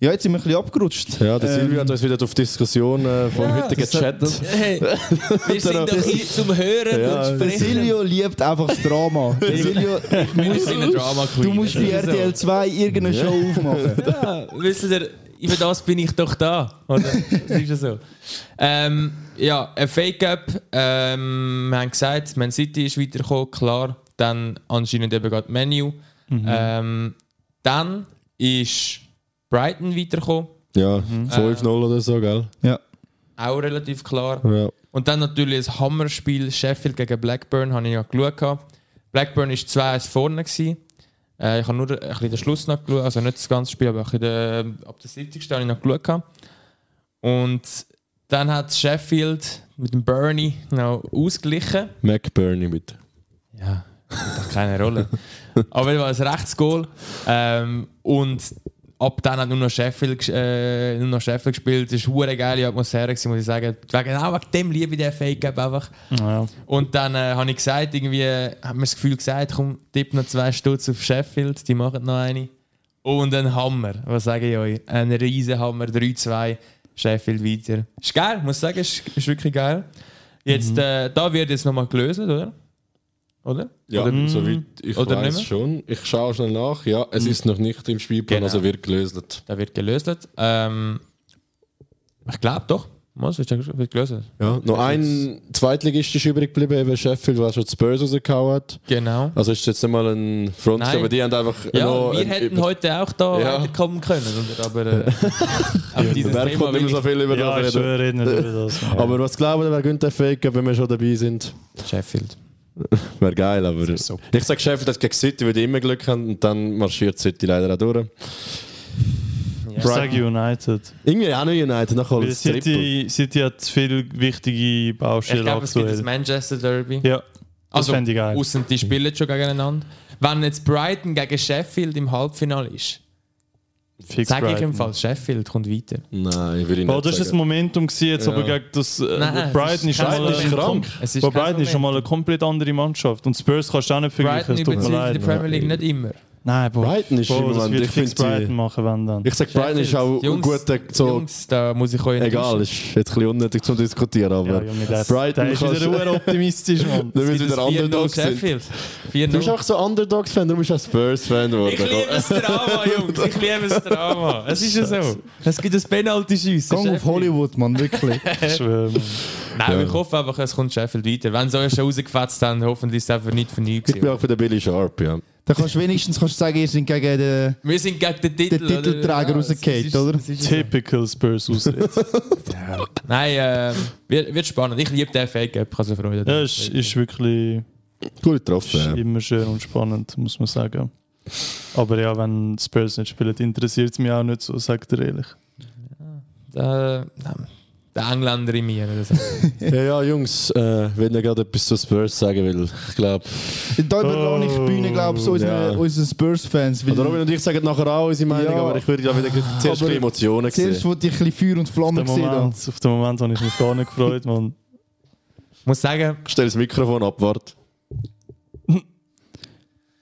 S4: ja jetzt sind wir ein bisschen abgerutscht.
S3: ja der Silvio
S4: Ähm,
S3: hat uns wieder auf die Diskussion äh, vom
S5: Ja,
S3: heutigen
S5: das
S3: Chat.
S5: Hey, wir sind doch hier zum Hören und
S4: der
S5: Sprechen.
S4: Silvio liebt einfach das Drama. Der Silvio,
S5: Wir sind ein Drama Queen.
S4: du musst bei RTL 2 irgendeine Show aufmachen.
S5: Ja, wisst ihr, über das bin ich doch da. Oder? Das ist ja so. Ähm, ja, ein Fake-Up. Ähm, wir haben gesagt, Man City ist weitergekommen, klar. Dann anscheinend eben gerade Menu. Ähm, dann ist Brighton weitergekommen,
S3: Ja, 5-0 oder so, gell?
S4: ja.
S5: auch relativ klar.
S3: Ja.
S5: Und dann natürlich das Hammerspiel Sheffield gegen Blackburn, habe ich ja geschaut. gehabt. Blackburn war 2-1 vorne. Gewesen. Äh, ich habe nur ein bisschen den Schluss noch geschaut, also nicht das ganze Spiel, aber ein bisschen den, ab der 70. habe ich noch geschaut. gehabt. Und dann hat Sheffield mit dem Bernie noch ausgeglichen.
S3: McBurney mit.
S5: Ja, spielt doch keine Rolle. Aber es war ein rechtes Goal. Ähm, und ab dann hat nur noch Sheffield, gesch- äh, nur noch Sheffield gespielt. Es war eine geile Atmosphäre, gewesen, muss ich sagen. Wegen- Genau wegen dem liebe ich den Fake-Up einfach.
S2: Ja.
S5: Und dann äh, habe ich gesagt, irgendwie, äh, hat mir das Gefühl gesagt, komm, tipp noch zwei Stutz auf Sheffield, die machen noch eine. Und ein Hammer, was sage ich euch? Ein riesen Hammer, 3-2, Sheffield weiter. Ist geil, muss sagen, ist, ist wirklich geil. Jetzt, äh, da wird jetzt nochmal gelöst, oder? Oder?
S3: Ja, Mhm.
S5: Oder-
S3: soweit ich
S5: Oder
S3: weiß
S5: nicht mehr?
S3: schon. Ich schaue schnell nach. Ja, es ist noch nicht im Spielplan,
S5: Genau.
S3: also wird gelöst.
S5: Da wird gelöst. Ähm, ich glaube doch. Muss, wird wird gelöst.
S3: Ja, noch ein Zweitligist ist übrig geblieben, eben Sheffield, was schon die Spurs rausgehauen hat.
S5: Genau.
S3: Also ist jetzt nicht mal ein Front,
S5: Nein.
S3: aber die haben einfach
S5: Ja, äh,
S3: noch
S5: wir
S3: ein-
S5: hätten
S3: über-
S5: heute auch da
S3: Ja.
S5: weiterkommen können, oder? aber äh, auf dieses
S3: Wer
S5: Thema
S3: kommt
S5: will
S3: nicht mehr so
S5: ich
S3: viel über
S2: Ja, ich
S3: das reden.
S2: schwöre, reden nicht über das.
S3: Aber was glauben wir, wer gönnt den Fake, wenn wir schon dabei sind?
S5: Sheffield.
S3: Wäre geil, aber...
S5: so.
S3: Ich sage Sheffield hat gegen City, weil die immer Glück haben und dann marschiert City leider auch durch.
S2: ich sage United.
S3: Irgendwie auch noch United, nachher
S2: Weil
S3: als Triple.
S2: City, City hat viele wichtige
S5: Ich
S2: Baustellen
S5: glaube, es gibt das
S2: aktuell.
S5: Manchester Derby.
S2: Ja, das
S5: also,
S2: fände ich geil.
S5: aussen die spielen schon gegeneinander. Wenn jetzt Brighton gegen Sheffield im Halbfinale ist,
S2: Fix
S5: sage ich
S2: Brighton. Äh,
S5: im Fall, Sheffield kommt weiter.
S3: Nein, würde ich
S2: Boah,
S3: nicht
S2: das war ein
S3: sagen.
S2: Momentum gewesen jetzt, aber
S3: Ja.
S2: gegen das äh,
S5: Nein, es
S2: Brighton
S5: ist
S2: ist,
S5: kein
S2: schon mal
S5: Moment.
S2: ein kom-
S5: Es ist
S2: Boah,
S5: kein
S2: Brighton ist schon mal eine komplett andere Mannschaft und Spurs kannst du auch nicht vergleichen.
S5: Brighton
S2: Es tut mir
S5: überzeugt in
S2: leid.
S5: der Premier League nicht immer.
S2: Nein, boah,
S3: Brighton ist
S2: boah,
S3: im
S2: das
S3: Moment,
S2: wird
S3: ich
S2: fix
S3: finde sie-
S2: Brighton machen, wenn dann.
S3: Ich sage, Brighton ist auch ein
S5: Jungs,
S2: äh,
S3: guter... So
S5: Jungs, da muss ich euch
S3: Egal,
S5: enttäuschen.
S3: ist jetzt ein bisschen unnötig zu diskutieren,
S2: Ja,
S3: aber...
S2: Junge, der,
S3: Brighton
S2: der ist
S3: kannst-
S2: wieder sehr optimistisch, Mann.
S3: Dann müssen wir wieder
S5: 4-0
S3: Underdogs sind.
S5: Sheffield.
S3: Du bist
S5: 4-0.
S3: einfach so Underdogs-Fan, du bist auch Spurs-Fan geworden.
S5: Ich liebe das Drama, Jungs. Ich liebe das Drama. Es ist ja so. Es gibt ein Penalty-Schuss.
S4: Gang auf Hollywood, Mann, wirklich.
S2: Ich schwöre, Mann.
S5: Nein, ich hoffe einfach, es kommt Sheffield weiter. Wenn sie euch schon rausgefetzt haben, hoffentlich ist es einfach nicht für nichts.
S3: Ich bin auch bei der Billy Sharp, ja.
S4: Dann kannst du wenigstens kannst du sagen, ihr seid gegen den...
S5: Wir sind gegen den Titel.
S4: Den Titelträger
S5: oder? es
S4: rausgefallen,
S5: ist-
S4: oder?
S5: es ist so.
S2: Typical Spurs ausreden.
S5: Nein, äh, wird, wird spannend. Ich liebe den Fake Gap, ich habe so Freude.
S2: Ja, ist, ist wirklich
S3: Cool
S2: ist
S3: getroffen.
S2: immer schön und spannend, muss man sagen. Aber ja, wenn Spurs nicht spielen, interessiert es mich auch nicht so, sagt er ehrlich.
S5: Da- nein, der Engländer in mir. Oder so.
S3: Ja, ja, Jungs, äh, wenn ihr gerade etwas zu Spurs sagen will, ich glaube.
S4: Da überlasse ich die
S2: Oh,
S4: Bühne, glaube ich, so unseren,
S3: ja.
S4: unseren Spurs-Fans. weil
S3: Oder Robin und ich sagen nachher auch unsere Meinung,
S4: Ja.
S3: aber ich würde ja wieder zuerst ein bisschen
S4: Aber
S3: Emotionen
S4: Zuerst
S3: sehen.
S4: wollte ich ein bisschen Feuer und Flamme
S2: Der
S4: sehen. da.
S2: Moment, auf den Moment habe ich mich gar nicht gefreut, Mann.
S5: Ich muss sagen,
S3: Stell das Mikrofon ab, warte.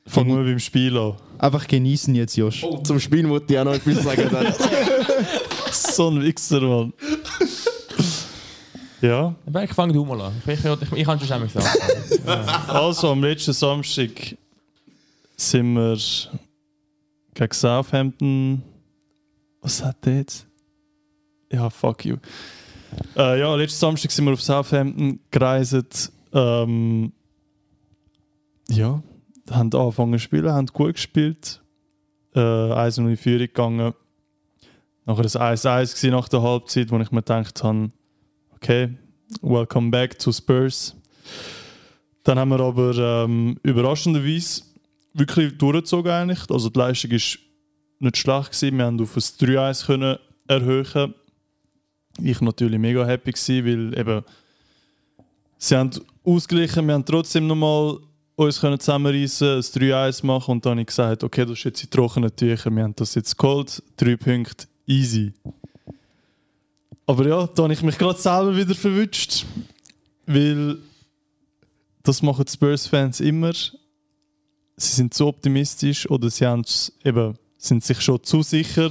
S2: Fangen wir beim Spiel an.
S4: Einfach genießen jetzt, Josh.
S3: Oh, zum Spiel wollte ich auch noch etwas sagen. Dann.
S2: So ein Wichser, Mann. Ja,
S5: aber ich fange du mal an. Ich, ich, ich, ich kann schon einmal sagen.
S2: also am letzten Samstag sind wir gegen Southampton. Was hat der jetzt? Ja, fuck you. Äh, ja, letzten Samstag sind wir auf Southampton gereist. Ähm, ja, haben angefangen zu spielen, haben gut gespielt. Äh, 1 in Führung gegangen. Nachher das 1-1 gewesen nach der Halbzeit, wo ich mir gedacht habe, okay, Welcome back to Spurs. Dann haben wir aber ähm, überraschenderweise wirklich durchgezogen eigentlich. Also die Leistung ist nicht schlecht gewesen. Wir haben auf ein 3-1 können erhöhen. Ich natürlich mega happy gewesen, weil eben sie haben ausgeglichen, wir haben trotzdem nochmal uns können zusammenreissen, ein 3-1 machen und dann habe ich gesagt, okay, das ist jetzt in trockenen Tüchern, wir haben das jetzt geholt, drei Punkte, easy. Aber ja, da habe ich mich gerade selber wieder verwünscht, weil das machen die Spurs-Fans immer. Sie sind zu optimistisch oder sie haben es eben, sind sich schon zu sicher.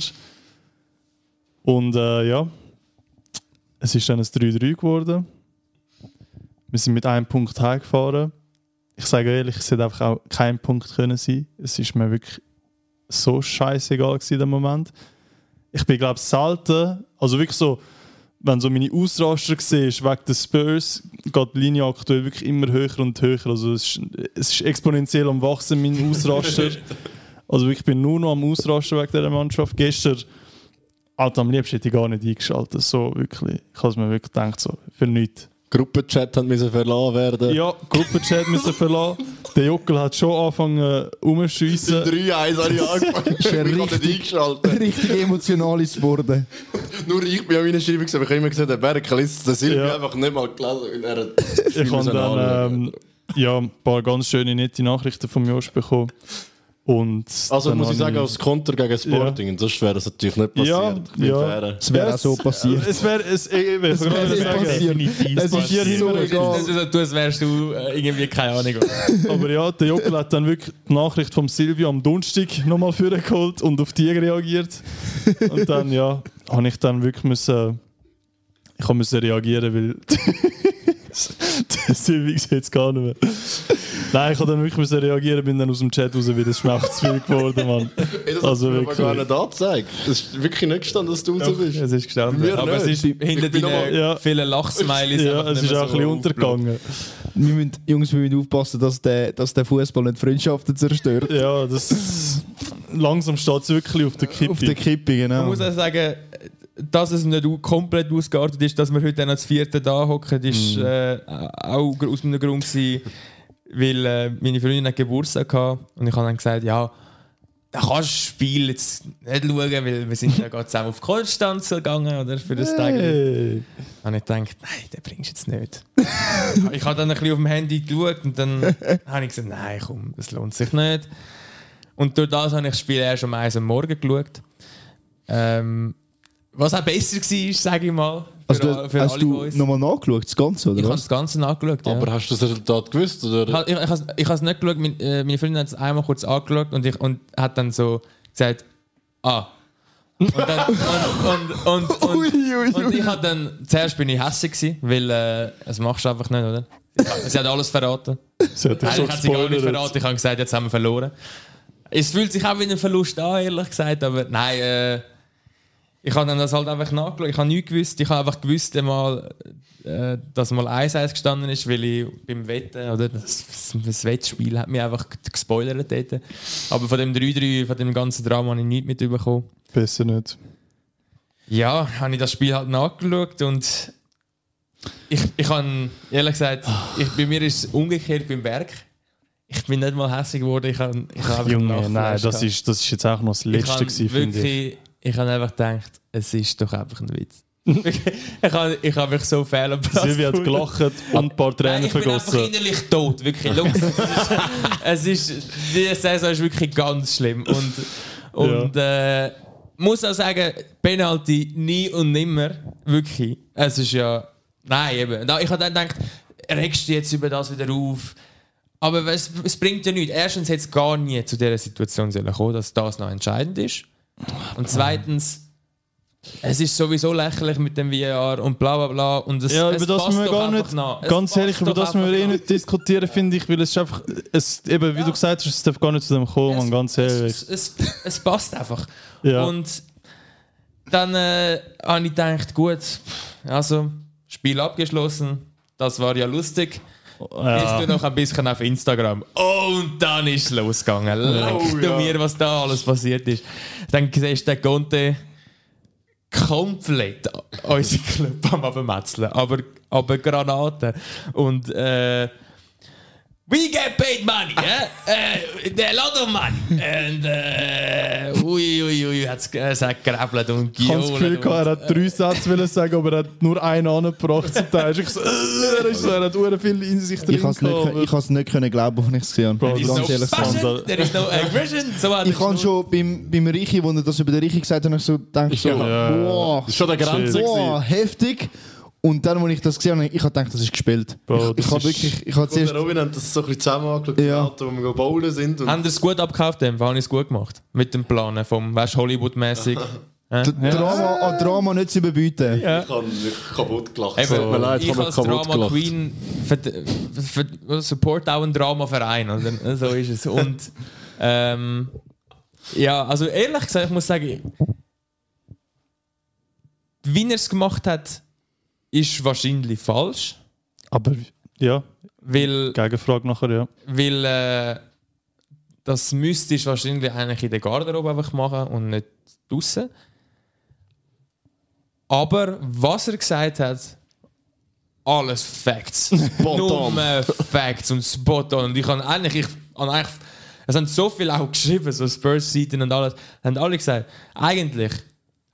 S2: Und äh, ja, es ist dann ein 3-3 geworden. Wir sind mit einem Punkt heimgefahren. Ich sage ehrlich, es hätte einfach auch kein Punkt können sein. Es ist mir wirklich so scheißegal gewesen, der Moment. Ich bin glaube selten, also wirklich so, wenn so meine Ausraster siehst, wegen der Spurs, geht die Linie aktuell wirklich immer höher und höher. Also es ist, es ist exponentiell am Wachsen, mein Ausraster. also ich bin nur noch am Ausrasten wegen dieser Mannschaft. Gestern, Alter, am liebsten hätte ich gar nicht eingeschaltet. So wirklich. Ich habe es mir wirklich gedacht, so, für nichts.
S3: Gruppenchat hat müssen verlassen werden.
S2: Ja, Gruppenchat müssen verlassen. Der Jockel hat schon angefangen äh, umzuschiessen.
S3: 3-1 habe ich angefangen. ich habe nicht eingeschaltet.
S4: Richtig emotional ist geworden.
S3: Nur ich bin am Reinschreiben, gewesen, aber ich habe immer gesehen, der Berg liest den Silvio
S2: Ja.
S3: einfach nicht mal gelesen. Und er hat-
S2: Ich habe
S3: müssen
S2: dann
S3: anschauen.
S2: ähm, ja, ein paar ganz schöne, nette Nachrichten vom Josh bekommen. Und
S3: also
S2: dann
S3: muss ich
S2: habe
S3: sagen, als Konter gegen Sporting, und sonst wäre das natürlich nicht passiert.
S2: Ja,
S3: Mit
S2: ja.
S3: Fähren.
S4: Es wäre
S2: Ja,
S4: auch so
S2: es-
S4: passiert.
S2: Es wäre es, ich, ich, ich,
S4: wäre
S2: ich
S4: nicht
S2: sagen,
S4: passiert.
S5: definitiv
S4: Es ist
S5: passiert.
S4: hier so
S5: Das
S4: egal.
S5: ist so, du, als wärst du äh, irgendwie keine Ahnung.
S2: Aber ja, der Jockel hat dann wirklich die Nachricht vom Silvio am Donnerstag nochmal vorgeholt und auf die reagiert. Und dann, ja, habe ich dann wirklich müssen, ich hab müssen reagieren, weil der Silvio sieht es gar nicht mehr. Nein, ich habe dann wirklich müssen reagieren, bin dann aus dem Chat raus, weil das ist mir auch zu viel geworden, Mann.
S3: Ey, das
S2: Also
S3: also hat mir aber
S2: wirklich.
S3: gar nicht angezeigt. Es ist wirklich nicht gestanden, dass du so bist.
S2: Es ist gestanden.
S3: Wir
S5: Aber es ist
S3: nicht.
S5: hinter
S3: Ich bin
S5: deinen
S2: nochmal- Ja.
S5: vielen Lachsmileys.
S2: Ja,
S5: einfach
S2: es
S5: nicht
S2: ist
S5: mehr
S2: auch ein
S5: so
S2: bisschen
S5: aufgeblüht.
S2: untergegangen.
S4: Wir müssen, Jungs, wir müssen aufpassen, dass der, dass der Fußball nicht Freundschaften zerstört.
S2: Ja, das. Langsam steht es wirklich auf der Kippe.
S4: Auf der Kippe, genau.
S5: Man muss auch sagen, dass es nicht au- komplett ausgeartet ist, dass wir heute dann als vierten da hocken, ist äh, auch gr- aus einem Grund gewesen, weil äh, meine Freundin hat Geburtstag hatte und ich habe dann gesagt, ja, da kannst du das Spiel jetzt nicht schauen, weil wir sind ja gerade zusammen auf Konstanz gegangen oder für das Tag.
S2: hey.
S5: Und ich dachte, nein, den bringst du jetzt nicht. ich habe dann ein bisschen auf dem Handy geschaut und dann habe ich gesagt, nein, komm, das lohnt sich nicht. Und durch das habe ich das Spiel erst um 1 am Morgen geschaut. Ähm, was auch besser war, sage ich mal,
S4: also,
S5: für,
S4: du,
S5: für
S4: hast
S5: alle
S4: du
S5: Boys.
S4: nochmal nachgeschaut, das Ganze,
S5: Ich
S4: oder
S5: habe
S4: was?
S5: das Ganze angeschaut. ja.
S3: Aber hast du das Resultat gewusst?
S5: Ich
S3: Oder?
S5: habe- Ich, ich, has- ich habe es nicht geschaut, mein, äh, meine Freundin hat es einmal kurz angeschaut und, ich, und hat dann so gesagt, ah. Und, dann, und, und, und, und, und ich habe dann, zuerst bin ich hässlich gewesen, weil äh, das machst du einfach nicht, oder? Sie hat alles verraten.
S2: Sie hat dich schon
S5: Eigentlich hat sie gar nicht
S2: gespoilert.
S5: verraten, ich habe gesagt, jetzt haben wir verloren. Es fühlt sich auch wie ein Verlust an, ehrlich gesagt, aber nein, äh, ich habe dann das halt einfach nachgeschaut. Ich habe nichts gewusst. Ich habe einfach gewusst, einmal, äh, dass mal 1-1 gestanden ist, weil ich beim Wetten, oder das, das- das Wettspiel hat mich einfach g- gespoilert dort. Aber von dem 3-3, von dem ganzen Drama habe ich nichts mitbekommen.
S2: Besser nicht.
S5: Ja, habe ich das Spiel halt nachgeschaut und ich, ich habe, ehrlich gesagt, ich, bei mir ist es umgekehrt beim Berg. Ich bin nicht mal hässlich geworden, ich habe, ich habe einfach
S2: Junge,
S5: Nachflash
S2: nein, das
S5: gehabt.
S2: ist, das ist jetzt auch noch das
S5: Ich
S2: Letzte,
S5: habe
S2: gewesen, finde ich.
S5: wirklich, ich. habe einfach gedacht, es ist doch einfach ein Witz. ich, habe, ich habe mich so fehl am Platz
S2: Silvia hat
S5: gefühlt.
S2: gelacht und ein paar
S5: Nein,
S2: Tränen
S5: ich bin einfach
S2: vergossen.
S5: innerlich tot, wirklich. Schau, es ist, es ist, die Saison ist wirklich ganz schlimm. Und, und äh, muss auch sagen, Penalty nie und nimmer, wirklich. Es ist ja, nein eben. Da- Ich habe dann gedacht, regst du jetzt über das wieder auf? Aber es, es bringt ja nichts. Erstens hätte es gar nie zu dieser Situation sollen kommen, dass das noch entscheidend ist. Und zweitens, es ist sowieso lächerlich mit dem VR und bla bla bla. Und es,
S2: Ja,
S5: es
S2: über das
S5: passt
S2: müssen wir
S5: doch
S2: gar
S5: einfach
S2: nicht,
S5: nach. Es
S2: ganz
S5: passt
S2: ehrlich, über
S5: doch
S2: das müssen wir
S5: einfach
S2: eh
S5: nach.
S2: nicht diskutieren, finde ich, weil es ist einfach, es, eben, wie du gesagt hast, es darf gar nicht zu dem kommen, Mann, ganz ehrlich.
S5: Es, es, es passt einfach.
S2: Ja.
S5: Und dann äh, habe ich gedacht, gut, also Spiel abgeschlossen, das war ja lustig. Bist
S2: Ja.
S5: du noch ein bisschen auf Instagram? Oh, und dann ist es
S2: Oh,
S5: losgegangen. Leck du mir, was da alles passiert ist. Dann siehst du den Conte komplett unseren Club am Abmetzeln. Aber, aber Granaten. Und äh, We get paid money, eh? uh, a lot of money. And uh, ui, ui, ui, hat's, äh, es hat geräbelt und
S2: Ich habe das Gefühl,
S5: gejohlt.
S2: gehabt, er hat drei Sätze wollen sagen, aber er hat nur einen angebracht. Zum Teil ist ich so, äh, er, ist so, er hat hure viel in sich drin.
S4: Ich habe es nicht,
S2: gehabt,
S4: können- ich has nicht können glauben, als ich es gesehen habe.
S2: Bro,
S5: There is
S2: ganz
S5: no
S4: Ganz
S5: passion,
S4: ehrlich gesagt.
S5: there is no aggression. So hat
S4: Ich habe schon beim, beim Reichi, als er das über den Reichi gesagt hat, habe ich so gedacht, so,
S2: Ja.
S4: wow,
S3: Das ist schon der Grenze.
S4: wow,
S3: gewesen.
S4: heftig. Und dann, als ich das gesehen habe, ich habe gedacht, das ist gespielt.
S2: Bro,
S4: ich ich
S2: das
S4: habe
S2: ist-
S4: wirklich, ich habe zuerst...
S3: Der Robin hat das so ein bisschen zusammen angeschaut,
S4: Ja.
S3: Alter, wo wir bowlen sind. Und
S5: Haben ihr es gut abgekauft? Dann habe ich es gut gemacht. Mit dem Planen vom weißt, Hollywood-mäßig.
S4: D- Drama an Drama nicht zu überbieten.
S3: ich habe mich kaputt gelacht.
S5: Eben,
S3: Tut mir leid,
S5: ich
S3: hab mich
S5: als
S3: kaputt
S5: Drama
S3: gelacht.
S5: Queen ver- ver- support auch einen Dramaverein. Oder? So ist es. Und ähm, ja, also ehrlich gesagt, ich muss sagen, wie er es gemacht hat, ist wahrscheinlich falsch.
S2: Aber ja,
S5: Weil,
S2: Gegenfrage nachher, ja.
S5: weil äh, das müsstest du wahrscheinlich eigentlich in der Garderobe einfach machen und nicht draußen. Aber was er gesagt hat, alles Facts.
S3: on.
S5: Nur Facts und spot on. Und ich habe eigentlich, ich habe eigentlich, es haben so viel auch geschrieben, so Spurs-Seiten und alles, haben alle gesagt, eigentlich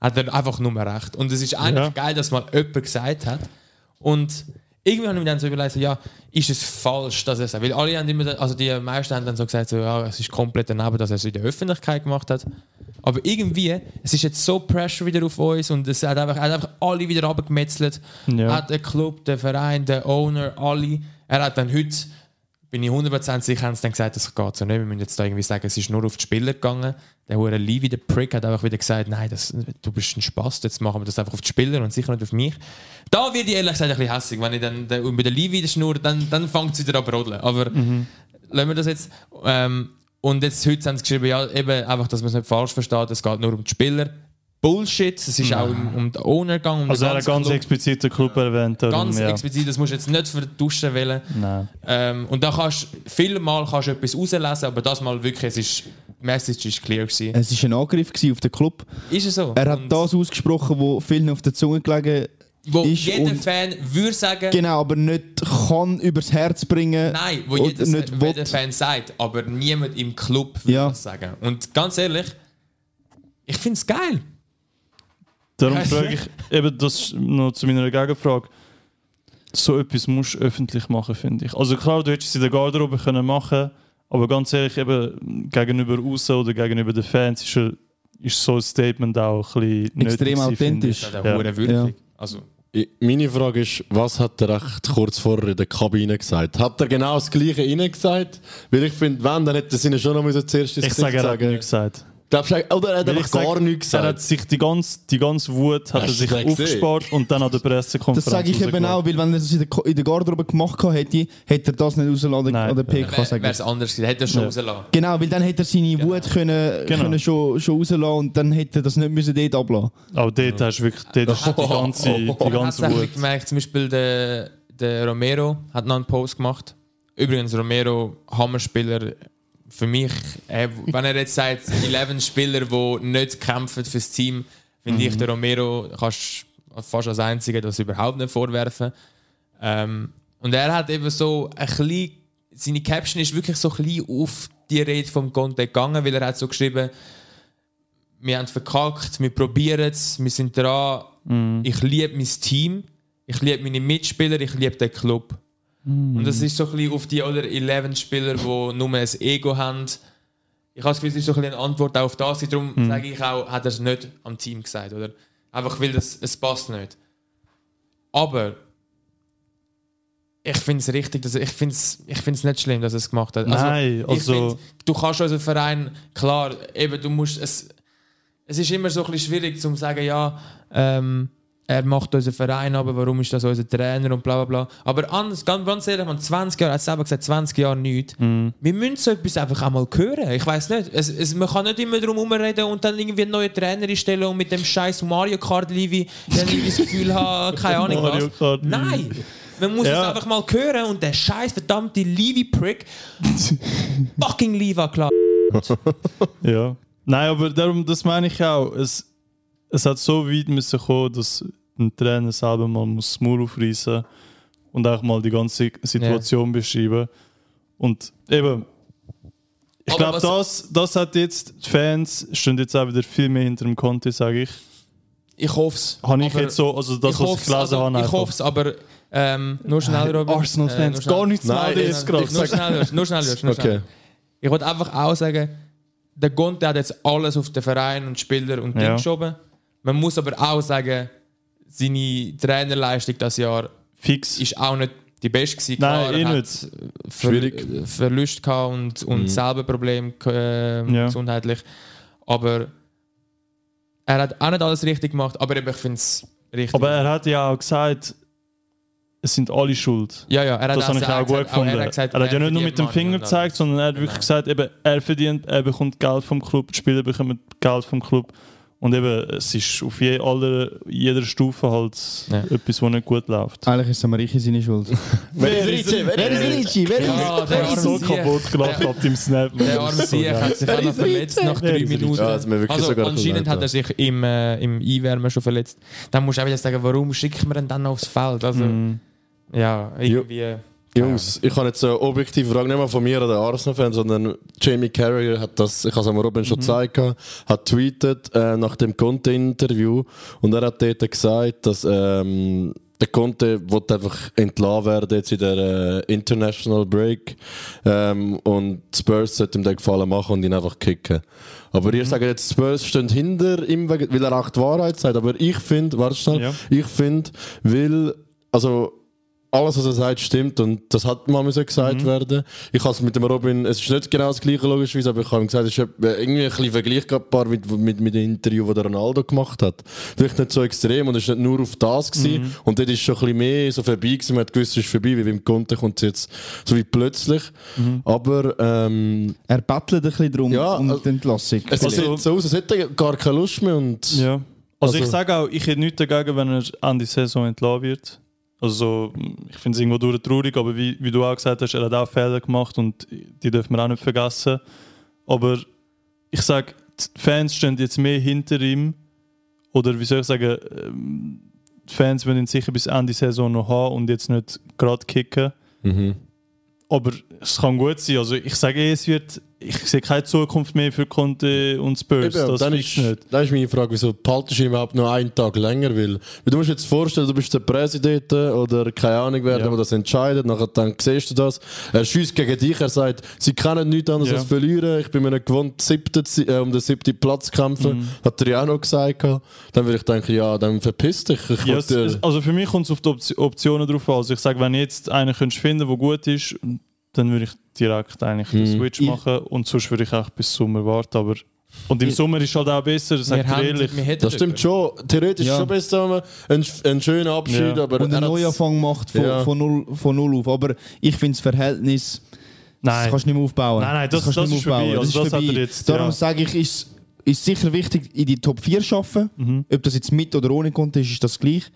S5: hat er einfach nur recht. Und es ist eigentlich
S2: Ja.
S5: geil, dass mal jemand gesagt hat. Und irgendwie habe ich mir dann so überlegt, so, ja, ist es falsch, dass er es sagt? Weil alle haben immer, also die meisten haben dann so gesagt, so, ja, es ist komplett daneben, dass er es in der Öffentlichkeit gemacht hat. Aber irgendwie, es ist jetzt so Pressure wieder auf uns und es hat einfach, er hat einfach alle wieder abgemetzelt.
S2: Ja.
S5: Hat der Club, der Verein, der Owner, alle. Er hat dann heute, bin ich 100% sicher, haben sie dann gesagt, das geht so nicht. Wir müssen jetzt da irgendwie sagen, es ist nur auf die Spieler gegangen. Der hure Levi, der Prick, hat einfach wieder gesagt, nein, das, du bist ein Spaß, jetzt machen wir das einfach auf die Spieler und sicher nicht auf mich. Da wird ich ehrlich gesagt ein bisschen hässlich, wenn ich dann der, über den Levi wieder schnurre, dann, dann fängt es wieder an zu brodeln. Aber
S2: Mhm.
S5: lassen wir das jetzt. Ähm, und jetzt heute haben sie geschrieben, ja, eben einfach, dass man es nicht falsch versteht, es geht nur um die Spieler. Bullshit, es ist auch um, um den Owner gegangen. Um
S2: Also
S5: den
S2: er hat
S5: ganzen
S2: ganz
S5: Club.
S2: explizit den Club erwähnt. Darum,
S5: Ganz
S2: ja.
S5: explizit, das musst du jetzt nicht vertuschen wollen.
S2: Nein.
S5: Ähm, und da kannst vielmal kannst du etwas rauslesen, aber das mal wirklich, es ist, die Message ist clear gewesen.
S4: Es war ein Angriff gewesen auf den Club.
S5: Ist es so?
S4: Er hat
S5: Und
S4: das ausgesprochen, wo vielen auf der Zunge gelegen
S5: wo
S4: ist
S5: jeder
S4: und-
S5: Fan würde sagen,
S4: Genau, aber nicht kann übers Herz bringen.
S5: nein, wo
S4: und
S5: jeder,
S4: nicht will.
S5: jeder Fan sagt, aber niemand im Club würde
S4: Ja.
S5: das sagen. Und ganz ehrlich, ich finde es geil.
S2: Darum
S5: Ja.
S2: frage ich eben das noch zu meiner Gegenfrage. So etwas musst du öffentlich machen, finde ich. Also klar, du hättest es in der Garderobe können machen aber ganz ehrlich, eben gegenüber außen oder gegenüber den Fans ist, er- ist so ein Statement auch ein bisschen nötig
S4: Extrem
S2: gewesen, finde ich.
S4: authentisch.
S5: Das ist auch
S2: Ja.
S5: hure würdig. Also,
S3: Ich- Meine Frage ist, was hat er echt kurz vorher in der Kabine gesagt? Hat er genau das Gleiche innen gesagt? Weil ich finde, wenn, dann hätte er es ihnen schon noch müssen zuerst ins
S2: Ich sage, er hat nichts gesagt.
S3: Glaubst du, oder er hat
S2: Weil
S3: einfach
S2: ich sag,
S3: gar nichts
S2: Er hat
S3: gesagt?
S2: sich die ganze, die ganze Wut hat er
S3: Hast du
S2: sich
S3: den gesehen?
S2: aufgespart und dann an der Pressekonferenz
S4: Das sage ich eben
S2: rausgelassen.
S4: auch, weil wenn er das in der, Ko- in der Garderobe gemacht gehabt hätte, hätte er das nicht rausgeladen
S2: Nein.
S4: an der PK
S5: wäre
S4: sagen.
S5: es anders gewesen, hätte er schon rausgelassen.
S4: Genau, weil dann hätte er seine Wut können,
S2: Genau.
S4: können schon, schon rauslassen und dann hätte er das nicht müssen dort ablassen
S2: Aber dort hast du wirklich dort hast du die ganze, die
S5: Hast
S2: ganze
S5: du
S2: Wut.
S5: eigentlich gemerkt, zum Beispiel der, der Romero hat noch einen Post gemacht. Übrigens, Romero, Hammerspieler, für mich, äh, wenn er jetzt sagt, 11 Spieler, die nicht kämpfen fürs Team, finde
S2: Mhm.
S5: ich, der Romero kannst du fast als Einziger das überhaupt nicht vorwerfen. Ähm, und er hat eben so ein bisschen, seine Caption ist wirklich so ein bisschen auf die Rede vom Conte gegangen, weil er hat so geschrieben, wir haben verkackt, wir probieren es, wir sind dran.
S2: Mhm.
S5: Ich liebe mein Team, ich liebe meine Mitspieler, ich liebe den Club.
S2: Mhm.
S5: Und das ist so ein bisschen auf die oder 11 Spieler, die nur ein Ego haben. Ich habe das Gefühl, es ist so ein bisschen eine Antwort auch auf das. Darum
S2: Mhm.
S5: sage ich auch, hat er es nicht am Team gesagt. Oder? Einfach weil das, es passt nicht. Aber ich finde es richtig, dass, ich finde es ich find's nicht schlimm, dass er es gemacht hat.
S2: Nein,
S5: Ich
S2: also-
S5: find, du kannst unseren Verein, klar, eben, du musst es, es ist immer so ein bisschen schwierig zu sagen, ja, ähm, er macht unseren Verein aber warum ist das unser Trainer und bla bla bla. Aber anders, ganz, ganz ehrlich, man, 20 Jahre, er hat selber gesagt, 20 Jahre nichts.
S2: Mhm.
S5: Wir müssen so etwas einfach einmal hören. Ich weiß nicht, es, es, man kann nicht immer drum herumreden und dann irgendwie einen neuen Trainer einstellen und mit dem scheiß Mario Kart Levi dann irgendwie das Gefühl haben, keine Ahnung
S2: Mario
S5: was.
S2: Kart Levi.
S5: Nein! Man muss
S2: Ja.
S5: es einfach mal hören und der scheiß verdammte Levi-Prick fucking Levi klar.
S2: Ja. Nein, aber darum, das meine ich auch. Es, es hat so weit müssen kommen, dass ein Trainer selber mal muss das Maul aufreißen und auch mal die ganze Situation beschreiben. Und eben, ich
S5: Aber
S2: glaube,
S5: was-
S2: das, das hat jetzt die Fans stehen jetzt auch wieder viel mehr hinter dem Conte, sage ich.
S5: Ich hoffe es.
S2: Habe ich jetzt so, also das, was ich gelesen habe,
S5: Ich hoffe es, aber ähm, nur schnell, Robin. Äh,
S2: Arsenal-Fans,
S5: nur schnell.
S2: gar nichts
S3: Nein,
S2: melden
S3: ich-
S2: jetzt
S5: Nur
S2: gerade.
S5: schnell, nur schnell, nur schnell.
S3: Okay.
S5: Ich wollte einfach auch sagen, der Conte hat jetzt alles auf den Verein und Spieler und Ding
S2: Ja.
S5: geschoben. Man muss aber auch sagen, seine Trainerleistung das Jahr
S2: Fix.
S5: ist auch nicht die beste gewesen.
S2: Nein, eh
S5: er hat
S2: nicht.
S5: Ver
S3: Schwierig.
S5: Verluste gehabt und, und selber Probleme äh,
S2: Ja.
S5: gesundheitlich. Aber er hat auch nicht alles richtig gemacht, aber eben, ich finde es richtig.
S2: Aber er hat ja auch gesagt, es sind alle schuld.
S5: ja, ja, er hat
S2: Das habe ich
S5: gesagt-
S2: auch gut
S5: gesagt-
S2: gefunden.
S5: er hat, gesagt,
S2: ja nicht nur
S5: verdient
S2: mit dem
S5: Money
S2: Finger
S5: und alles.
S2: gezeigt, sondern er hat wirklich gesagt, eben, er verdient, er bekommt Geld vom Club, die Spieler bekommen Geld vom Club. Und eben, es ist auf je, aller, jeder Stufe halt
S5: Ja.
S2: etwas, was nicht gut läuft.
S4: Eigentlich ist es Marichi seine Schuld.
S3: Wer ist Ricci? Wer ist
S4: Marichi, wer
S5: Ja, der
S2: Ich
S5: arme
S2: habe so
S5: Sieg.
S2: kaputt gelacht
S5: Der-
S2: ab dem Snap.
S5: Der arme
S2: So
S5: Sieg
S2: geil.
S5: hat sich auch noch verletzt nach
S2: Wer
S5: drei
S2: ist
S5: Minuten.
S3: Ja, das hat mir wirklich
S5: Also
S3: sogar
S5: anscheinend hat er
S3: leid,
S5: sich im, äh, im Einwärmen schon verletzt. Dann musst du auch wieder sagen, warum schickt man ihn dann aufs Feld? Also, ja, irgendwie.
S3: Jungs, ich kann jetzt eine objektive Frage nicht mal von mir an den Arsenal-Fan, sondern Jamie Carragher hat das, ich habe es am Robin schon gezeigt, gehabt, hat tweetet äh, nach dem Conte-Interview und er hat dort gesagt, dass ähm, der Conte wollte einfach entlassen werden jetzt in der äh, International Break ähm, und Spurs sollte ihm den Gefallen machen und ihn einfach kicken. Aber ihr sagt jetzt, Spurs stehen hinter ihm, wegen- weil er auch die Wahrheit sagt, aber ich finde, warte schnell,
S2: Ja.
S3: ich finde, weil, also alles, was er sagt, stimmt und das hat mal müssen gesagt
S2: Mhm.
S3: werden. Ich habe es mit dem Robin, es ist nicht genau das gleiche logischerweise, aber ich habe ihm gesagt, es ist äh, irgendwie ein bisschen Vergleich gehabt, paar mit, mit, mit dem Interview, das der Ronaldo gemacht hat. Vielleicht nicht so extrem und es war nicht nur auf das gewesen.
S2: Mhm.
S3: und dort ist schon ein bisschen mehr so vorbei gewesen, man hat gewusst, es ist vorbei, wie beim Conte kommt es jetzt so wie plötzlich.
S2: Mhm.
S3: Aber ähm,
S4: Er bettelt ein bisschen drum
S3: Ja,
S4: um
S3: also-
S4: die Entlassung.
S3: es
S2: Also-
S3: sieht so aus, als hätte er gar keine Lust mehr und
S2: Ja. Also, ich
S3: Also-
S2: sage auch, ich hätte nichts dagegen, wenn er an die Saison entlassen wird. Also ich finde es irgendwo durch traurig, aber wie, wie du auch gesagt hast, er hat auch Fehler gemacht und die dürfen wir auch nicht vergessen. Aber ich sage, die Fans stehen jetzt mehr hinter ihm. Oder wie soll ich sagen, ähm, die Fans wollen ihn sicher bis Ende der Saison noch haben und jetzt nicht gerade kicken.
S3: Mhm.
S2: Aber es kann gut sein. Also ich sage eh, es wird, ich sehe keine Zukunft mehr für Conte und Spurs.
S3: Eben,
S2: das
S3: dann,
S2: fix
S3: ist,
S2: nicht.
S3: dann ist meine Frage, wieso behaltest du ihn überhaupt noch einen Tag länger? Weil, weil du musst dir jetzt vorstellen, du bist der Präsident äh, oder keine Ahnung wer,
S2: Ja.
S3: der das entscheidet. Nachher dann siehst du das. Er schießt gegen dich, er sagt, sie kennen nichts anderes
S2: Ja.
S3: als verlieren. Ich bin mir nicht gewohnt, siebten, zu- äh, um den siebten Platz zu kämpfen.
S2: Mhm.
S3: Hat er ja auch noch gesagt. gehabt. Dann würde ich denken, ja, dann verpiss dich. Ich
S2: Ja,
S3: will
S2: es,
S3: dir-
S2: es, also für mich kommt es auf die Opti- Optionen drauf an. Also ich sage, wenn du jetzt einen könntest finden der gut ist, dann würde ich direkt eigentlich den Switch machen und sonst würde ich auch bis Sommer warten. Aber und im Sommer ist halt auch besser, das sagt
S5: Wir
S2: ihr
S5: haben,
S2: ehrlich.
S5: wir hätten
S3: das stimmt schon. Theoretisch
S4: Ja.
S3: schon besser, wenn man einen, einen schönen Abschied
S2: Ja.
S3: aber
S4: und einen
S3: er hat's-
S4: Neuanfang macht von,
S3: Ja.
S4: von, null, von null auf. Aber ich finde das Verhältnis, das
S2: Nein,
S4: kannst du nicht mehr aufbauen.
S2: Nein, nein, das-
S4: kannst du
S2: das
S4: nicht mehr
S2: ist vorbei.
S4: aufbauen.
S2: Also das hat er
S4: vorbei.
S2: jetzt,
S4: Darum
S2: ja.
S4: sage ich, ist ist sicher wichtig, in die Top 4 zu arbeiten.
S2: Mhm.
S4: Ob das jetzt mit oder ohne Konto ist, ist das gleich.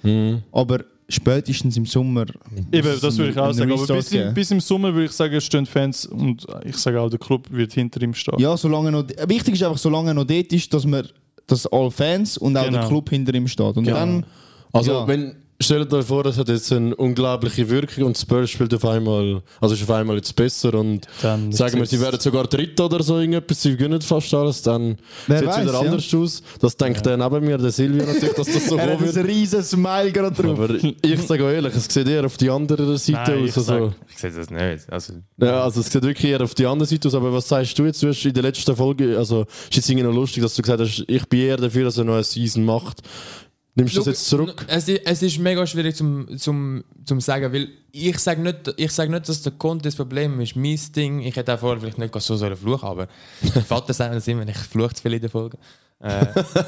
S4: Aber spätestens im Sommer.
S2: eben, das würde ich auch
S4: einen
S2: sagen. Aber
S4: Restart
S2: bis, im-
S4: geben.
S2: bis im Sommer würde ich sagen, stehen die Fans und ich sage auch, der Club wird hinter ihm stehen.
S4: Ja, solange noch. Wichtig ist einfach, solange er noch dort ist, dass man dass alle Fans und auch
S2: Genau.
S4: der Club hinter ihm steht. Und dann.
S3: Also,
S4: Ja.
S3: wenn, stellt euch vor, das hat jetzt eine unglaubliche Wirkung und Spurs spielt auf einmal, also ist auf einmal jetzt besser und
S2: Dann-
S3: sagen wir, sie werden sogar Dritter oder so irgendetwas, sie gewinnen fast alles, dann
S4: Wer
S3: sieht es
S4: weiß,
S3: wieder
S4: ja.
S3: anders aus. Das denkt der neben mir, der Silvio natürlich, dass das so kommen wird.
S4: riesiges Smile gerade drauf.
S3: Aber ich sage auch ehrlich, es sieht eher auf die andere Seite
S2: Nein, ich
S3: aus. Also,
S2: sag-
S5: Ich sehe das nicht. Also,
S3: ja, also es sieht wirklich eher auf die andere Seite aus. Aber was sagst du jetzt? Du hast in der letzten Folge, also ist jetzt irgendwie noch lustig, dass du gesagt hast, ich bin eher dafür, dass er noch eine Season macht. Nimmst du das jetzt zurück?
S5: Es, i- es ist mega schwierig zum, zum, zum sagen, weil ich sage nicht, ich sag nicht, dass der Kunde das Problem ist. Mein Ding, ich hätte auch vorher vielleicht nicht so sollen fluchen, aber mein Vater sagt mir das immer, ich fluche zu viel in der Folge. Äh,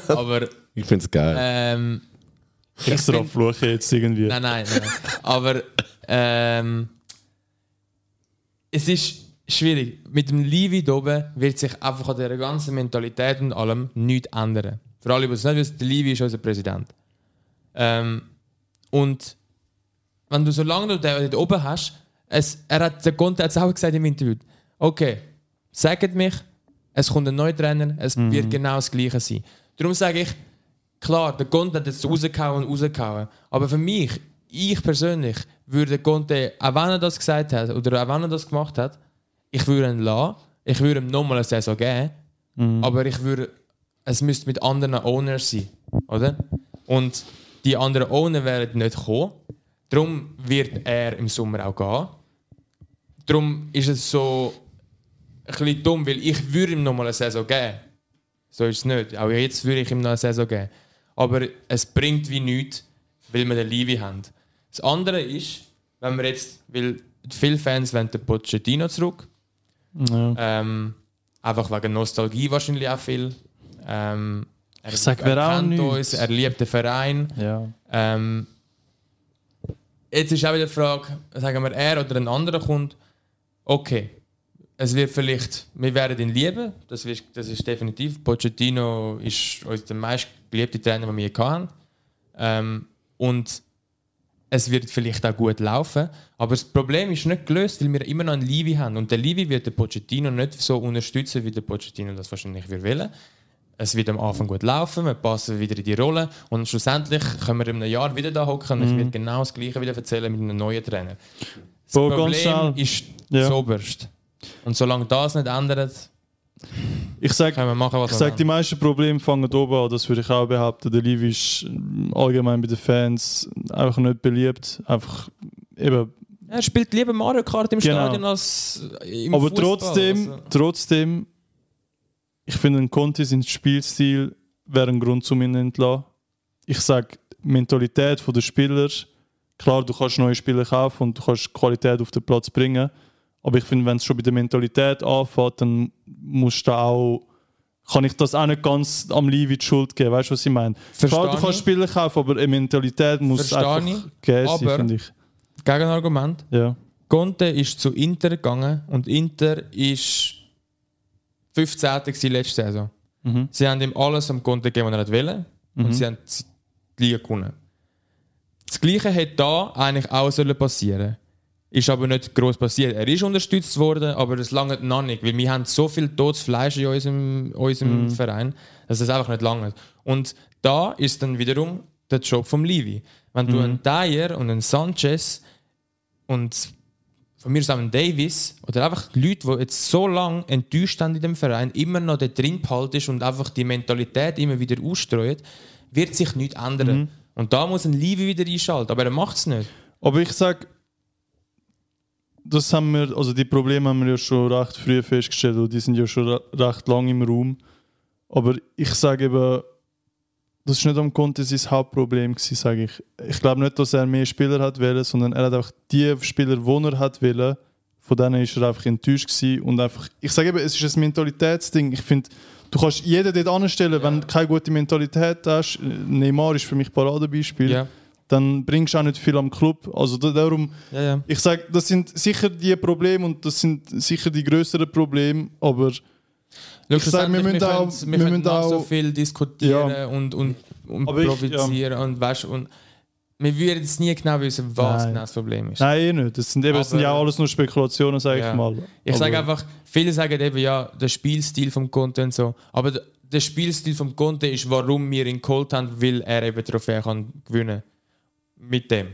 S5: aber
S3: Ich finde es geil.
S5: ähm,
S2: Extra
S5: bin-
S2: fluche jetzt irgendwie.
S5: Nein, nein, nein. Aber ähm, es ist schwierig. Mit dem Levi da oben wird sich einfach an dieser ganzen Mentalität und allem nichts ändern. Für alle, die es nicht wissen, der Levi ist unser Präsident. Ähm, und wenn du so lange du den dort oben hast, es, er hat, der Conte hat es auch gesagt im Interview, okay, sagt mich, es kommt ein neuer Trainer, es wird genau das Gleiche sein. Darum sage ich, Klar, der Conte hat jetzt rausgehauen und rausgehauen. Aber für mich, ich persönlich, würde Conte, auch wenn er das gesagt hat oder auch wenn er das gemacht hat, ich würde ihn lassen, ich würde ihm nochmal eine Saison geben, aber ich würde, es müsste mit anderen Owners sein, oder? Und die anderen Owner werden nicht kommen, darum wird er im Sommer auch gehen. Darum ist es so ein bisschen dumm, weil ich würde ihm nochmal eine Saison geben. So ist es nicht. Auch jetzt würde ich ihm noch eine Saison geben. Aber es bringt wie nichts, weil wir den Levi haben. Das andere ist, wenn wir jetzt, weil viele Fans wollen den Pochettino zurück.
S2: Ja.
S5: Ähm, einfach wegen Nostalgie wahrscheinlich auch viel. Ähm, er,
S2: Ich sag,
S5: er
S2: wer auch
S5: kennt
S2: nichts.
S5: uns, er liebt den Verein.
S2: ja.
S5: Ähm, jetzt ist auch wieder die Frage, sagen wir, er oder ein anderer kommt. Okay, es wird vielleicht, wir werden ihn lieben, das ist, das ist definitiv. Pochettino ist uns der meistgeliebte Trainer, den wir je hatten. Ähm, und es wird vielleicht auch gut laufen, aber das Problem ist nicht gelöst, weil wir immer noch einen Livi haben. Und der Livi wird den Pochettino nicht so unterstützen, wie der Pochettino das wahrscheinlich würde wollen es wird am Anfang gut laufen, wir passen wieder in die Rolle und schlussendlich können wir in einem Jahr wieder da hocken
S2: Mhm.
S5: und ich werde genau das Gleiche wieder erzählen mit einem neuen Trainer. Das
S2: Bo, ganz
S5: Problem
S2: schnell.
S5: ist
S2: Ja.
S5: das Oberste. Und solange das nicht ändert,
S2: Ich sage,
S5: können wir machen, was
S2: Ich
S5: wir
S2: sage, die
S5: wollen.
S2: meisten Probleme fangen oben an, das würde ich auch behaupten. Der Liv ist ähm, allgemein bei den Fans einfach nicht beliebt. Einfach eben.
S5: Er spielt lieber Mario Kart im
S2: Genau.
S5: Stadion als im
S2: Aber
S5: Fußball.
S2: trotzdem,
S5: Also,
S2: trotzdem, ich finde, ein Conti sein Spielstil wäre ein Grund zum ihn entlassen. Ich sage, Mentalität der Spieler, klar, du kannst neue Spieler kaufen und du kannst Qualität auf den Platz bringen. Aber ich finde, wenn es schon bei der Mentalität anfängt, dann musst du auch. Kann ich das auch nicht ganz am Levi die Schuld geben? Weißt du, was ich meine?
S5: Verstehe
S2: Klar, du kannst
S5: ich.
S2: Spieler kaufen, aber eine Mentalität muss
S5: Verstehe
S2: einfach
S5: ich,
S2: gegeben sein,
S5: aber-
S2: finde ich.
S5: Gegenargument.
S2: Ja.
S5: Conte ist zu Inter gegangen und Inter ist 15. gewesen letzte Saison.
S2: Mhm.
S5: Sie haben ihm alles am Conte gegeben, was er hat wollte. Und sie haben die Liga gewonnen. Das Gleiche hätte da eigentlich auch sollen passieren Ist aber nicht groß passiert. Er ist unterstützt worden, aber das lange noch nicht, weil wir haben so viel totes Fleisch in unserem, unserem Verein, dass das einfach nicht lange. Und da ist dann wiederum der Job vom Levi. Wenn du einen Dyer und einen Sanchez und von mir aus auch ein Davis oder einfach Leute, die jetzt so lange enttäuscht haben in dem Verein, immer noch da drin behalten und einfach die Mentalität immer wieder ausstreuen, wird sich nichts ändern.
S2: Mhm.
S5: Und da muss ein Liebe wieder einschalten, aber er macht es nicht.
S2: Aber ich sage, das haben wir, also die Probleme haben wir ja schon recht früh festgestellt und die sind ja schon re- recht lang im Raum. Aber ich sage eben, das ist nicht am Conte sein Hauptproblem gewesen, sage ich. Ich glaube nicht, dass er mehr Spieler hat wollen, sondern er hat einfach die Spieler, die er hat wollen, von denen ist er einfach enttäuscht gewesen und einfach, ich sage eben, es ist ein Mentalitätsding. Ich finde, du kannst jeden dort anstellen, wenn du keine gute Mentalität hast. Neymar ist für mich Paradebeispiel.
S5: Ja.
S2: Dann bringst du auch nicht viel am Club. Also da- darum,
S5: Ja, ja.
S2: ich sage, das sind sicher die Probleme und das sind sicher die größeren Probleme, aber
S5: Ich
S2: sag, wir müssen auch-
S5: wir
S2: wir
S5: können
S2: müssen
S5: noch so
S2: auch-
S5: viel diskutieren und, und, und
S2: Aber ich-
S5: provozieren und weißt und wir würden jetzt nie genau wissen, was
S2: Nein.
S5: genau das Problem ist.
S2: nein, eh nicht. Das sind, eben, das sind ja
S5: Aber-
S2: alles nur Spekulationen, sage
S5: Ja.
S2: ich mal.
S5: Ich sage
S2: Aber-
S5: einfach, viele sagen eben ja, der Spielstil vom Conte und so. Aber d- der Spielstil vom Conte ist, warum wir ihn geholt haben, weil er eben Trophäe kann gewinnen Mit dem,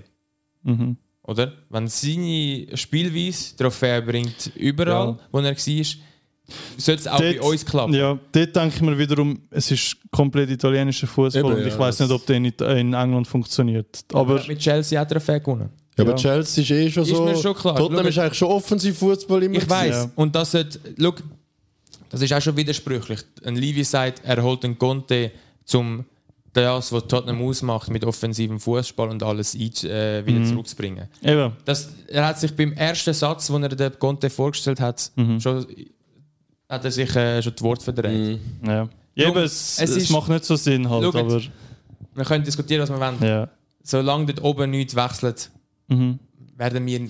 S2: Mhm.
S5: oder? Wenn seine Spielweise Trophäe bringt, überall,
S2: Ja.
S5: wo er war, sollte es auch bei
S2: Dort-
S5: uns klappen.
S2: Ja, dort denke ich mir wiederum, es ist komplett italienischer Fußball
S3: Eben,
S2: und ich
S3: ja,
S2: weiß
S3: das-
S2: nicht, ob der in, Ita- in England funktioniert. Aber
S5: Er hat Mit Chelsea auch Trophäe gewonnen.
S3: Ja, aber
S2: Ja.
S3: Chelsea ist eh schon
S5: Ist
S3: so.
S5: mir schon klar.
S3: Tottenham
S5: Schau,
S3: ist eigentlich schon offensiv Fußball immer.
S5: Ich weiß.
S2: Ja.
S5: Und das sollte, schau, das ist auch schon widersprüchlich. Ein Levi sagt, er holt einen Conte zum das, was Tottenham ausmacht, mit offensivem Fußball und alles ein, äh, wieder
S2: Mhm.
S5: zurückzubringen.
S2: eben,
S5: Das, er hat sich beim ersten Satz, den er den Conte vorgestellt hat,
S2: Mhm.
S5: schon, hat er sich äh, schon das Wort verdreht.
S2: ja.
S5: Drum,
S2: eben es,
S5: es
S2: es,
S5: ist-
S2: macht nicht so Sinn halt,
S5: Schaut.
S2: aber
S5: Wir können diskutieren, was wir wollen.
S2: ja.
S5: Solange dort oben nichts wechselt,
S2: Mhm.
S5: werden wir,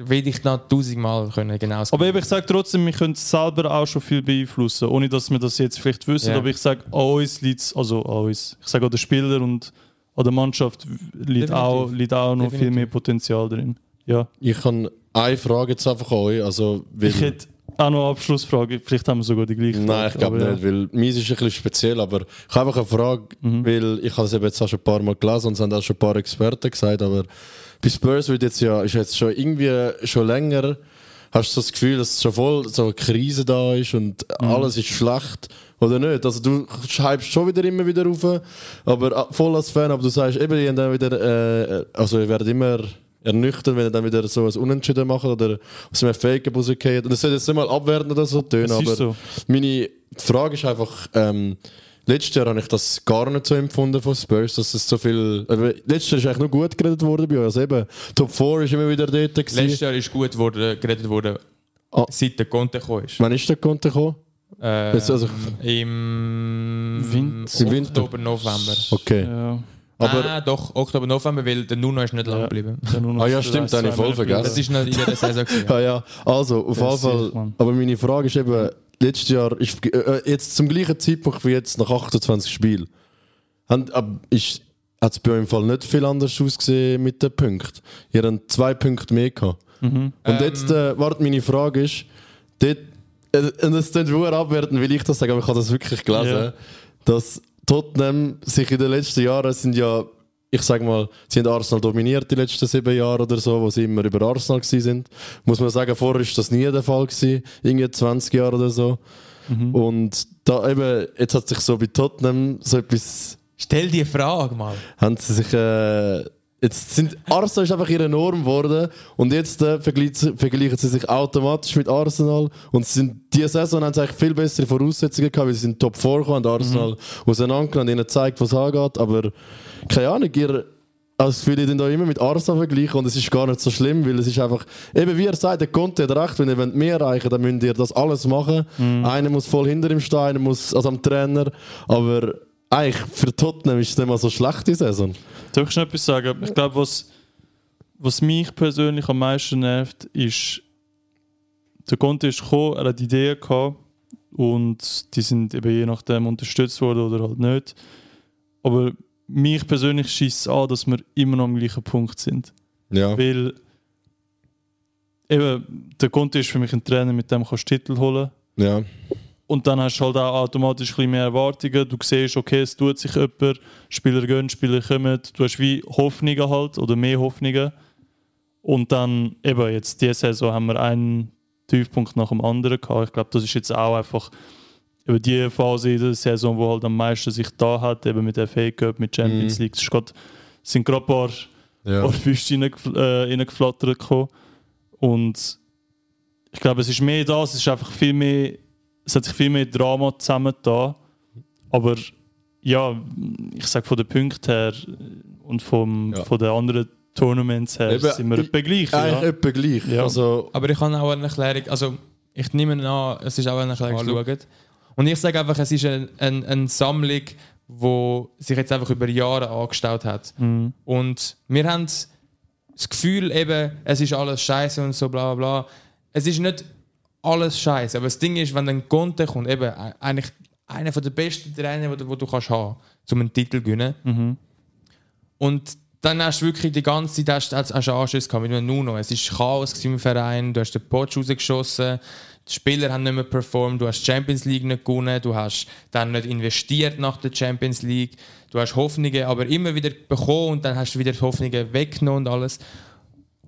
S5: werde ich noch tausendmal können, genau das
S2: Aber eben, ich sage trotzdem, wir können es selber auch schon viel beeinflussen, ohne dass wir das jetzt vielleicht wissen.
S5: Ja.
S2: Aber ich sage, an uns liegt es, also an uns, ich sage an den Spieler und an der Mannschaft liegt
S5: Definitiv.
S2: auch, liegt auch noch viel
S5: Definitiv.
S2: mehr Potenzial drin. Ja.
S3: Ich habe eine Frage jetzt einfach an euch. Also, weil
S2: Ich hätte Auch noch eine Abschlussfrage. Vielleicht haben wir sogar die gleiche.
S3: Nein,
S2: Frage,
S3: ich glaube
S2: aber
S3: nicht, weil meins ist ein bisschen speziell, aber ich habe einfach eine Frage,
S2: Mhm.
S3: weil ich habe es eben jetzt auch schon ein paar Mal gelesen und es haben auch schon ein paar Experten gesagt, aber bei Spurs wird jetzt ja, ist jetzt schon irgendwie schon länger, hast du so das Gefühl, dass schon voll so eine Krise da ist und
S2: Mhm.
S3: alles ist schlecht oder nicht? Also du schreibst schon wieder immer wieder rauf, aber a- voll als Fan, aber du sagst eben, die haben dann wieder, äh, also ihr werdet immer ernüchtert, wenn ihr dann wieder so ein Unentschieden macht oder aus einem Fake rausgeht. Und das soll jetzt nicht mal abwerten oder so tönen,
S2: Es ist
S3: aber
S2: so.
S3: meine Frage ist einfach, ähm, letztes Jahr habe ich das gar nicht so empfunden von Spurs, dass es so viel. Äh, letztes Jahr ist eigentlich nur gut geredet worden bei euch. Also eben, Top 4 war immer wieder dort.
S5: Letztes
S3: Gewesen.
S5: Jahr ist gut worden, geredet worden,
S3: Ah.
S5: seit der Conte gekommen ist.
S3: Wann ist der Konter gekommen?
S5: Äh,
S3: Jetzt, also-
S5: Im
S2: Winter.
S3: Im Winter.
S5: Oktober, November.
S3: Okay.
S2: Ja,
S3: Aber
S5: Nein, doch, Oktober, November, weil der Nuno ist nicht lang geblieben.
S2: dann nur noch
S3: Ah ja, Also-
S2: ein-
S3: stimmt,
S2: zwei
S3: habe ich voll
S2: Mal
S3: vergessen.
S5: Das ist noch in jeder Saison. gewesen.
S3: Ja, ja. Also, auf jeden
S2: sehe
S3: Fall.
S2: ich, Mann.
S3: aber meine Frage ist eben, letztes Jahr, ist, äh, jetzt zum gleichen Zeitpunkt wie jetzt nach 28 Spielen, hat es bei euch im Fall nicht viel anders ausgesehen mit den Punkten. Ihr habt zwei Punkte mehr gehabt. Und jetzt, äh, warte, meine Frage ist, dort, äh, und das klingt wohl abwerten, weil ich das sage, aber ich habe das wirklich gelesen,
S2: Ja.
S3: dass Tottenham sich in den letzten Jahren sind ja, ich sage mal, sie haben Arsenal dominiert die letzten sieben Jahre oder so, wo sie immer über Arsenal gewesen sind. Muss man sagen, vorher ist das nie der Fall gewesen, irgendwie 20 Jahre oder so. Und da eben, jetzt hat sich so bei Tottenham so etwas
S5: Stell die Frage mal.
S3: haben sie sich. Äh, jetzt sind, Arsenal ist einfach ihre Norm geworden und jetzt äh, vergleichen, vergleichen sie sich automatisch mit Arsenal. Und sie sind, diese Saison haben sie eigentlich viel bessere Voraussetzungen gehabt, weil sie sind Top 4 gekommen, haben Arsenal auseinandergenommen und ihnen gezeigt, was angeht. Aber keine Ahnung, ihr. Also fühle ich den da immer mit Arsenal vergleichen und es ist gar nicht so schlimm, weil es ist einfach, eben wie er sagt, der Conte hat recht, wenn ihr wollt mehr erreichen dann müsst ihr das alles machen. Einer muss voll hinter ihm stehen, einer muss, also am Trainer, aber eigentlich Ah, für Tottenham ist es nicht mal so schlecht die Saison.
S2: Darf ich noch etwas sagen? Ich glaube, was, was mich persönlich am meisten nervt, ist, der Conte ist gekommen, er hat Ideen gehabt und die sind eben je nachdem unterstützt worden oder halt nicht. Aber mich persönlich schießt es an, dass wir immer noch am gleichen Punkt sind.
S3: Ja.
S2: Weil eben, der Conte ist für mich ein Trainer, mit dem kannst du Titel holen.
S3: Ja.
S2: Und dann hast du halt auch automatisch ein bisschen mehr Erwartungen. Du siehst, okay, es tut sich jemand, Spieler gehen, Spieler kommen. Du hast wie Hoffnungen halt oder mehr Hoffnungen. Und dann eben jetzt diese Saison haben wir einen Tiefpunkt nach dem anderen gehabt. Ich glaube, das ist jetzt auch einfach über die Phase in der Saison, wo halt am meisten sich da hat, eben mit FA Cup, mit Champions League. Es ist grad, es sind gerade ein paar
S3: Ja.
S2: paar Füße reingefl- äh, reingeflattert gekommen. Und ich glaube, es ist mehr das, es ist einfach viel mehr, es hat sich viel mehr Drama zusammengetan. Aber ja, ich sage von den Punkten her und vom,
S3: Ja.
S2: von den anderen Tournaments her
S3: Eben,
S2: sind wir
S3: ich-
S2: etwa gleich. Ja.
S3: Eigentlich etwa gleich.
S2: Ja.
S3: Also,
S5: Aber ich habe auch eine Erklärung. Also, ich nehme an, es ist auch eine Erklärung geschaut. Und ich sage einfach, es ist ein, ein, eine Sammlung, die sich jetzt einfach über Jahre angestaut hat. Und wir haben das Gefühl, eben, es ist alles scheiße und so bla bla bla. Es ist nicht alles scheiße. Aber das Ding ist, wenn dann Conte kommt, eben e- eigentlich einer der besten Trainer, die du, die du kannst haben kannst, um einen Titel zu gewinnen. Und dann hast du wirklich die ganze Zeit hast, hast, hast du Anschluss gehabt mit dem Nuno. Es ist Chaos gewesen im Verein, du hast den Potsch rausgeschossen, die Spieler haben nicht mehr performt, du hast die Champions League nicht gewonnen, du hast dann nicht investiert nach der Champions League, du hast Hoffnungen aber immer wieder bekommen und dann hast du wieder die Hoffnungen weggenommen und alles.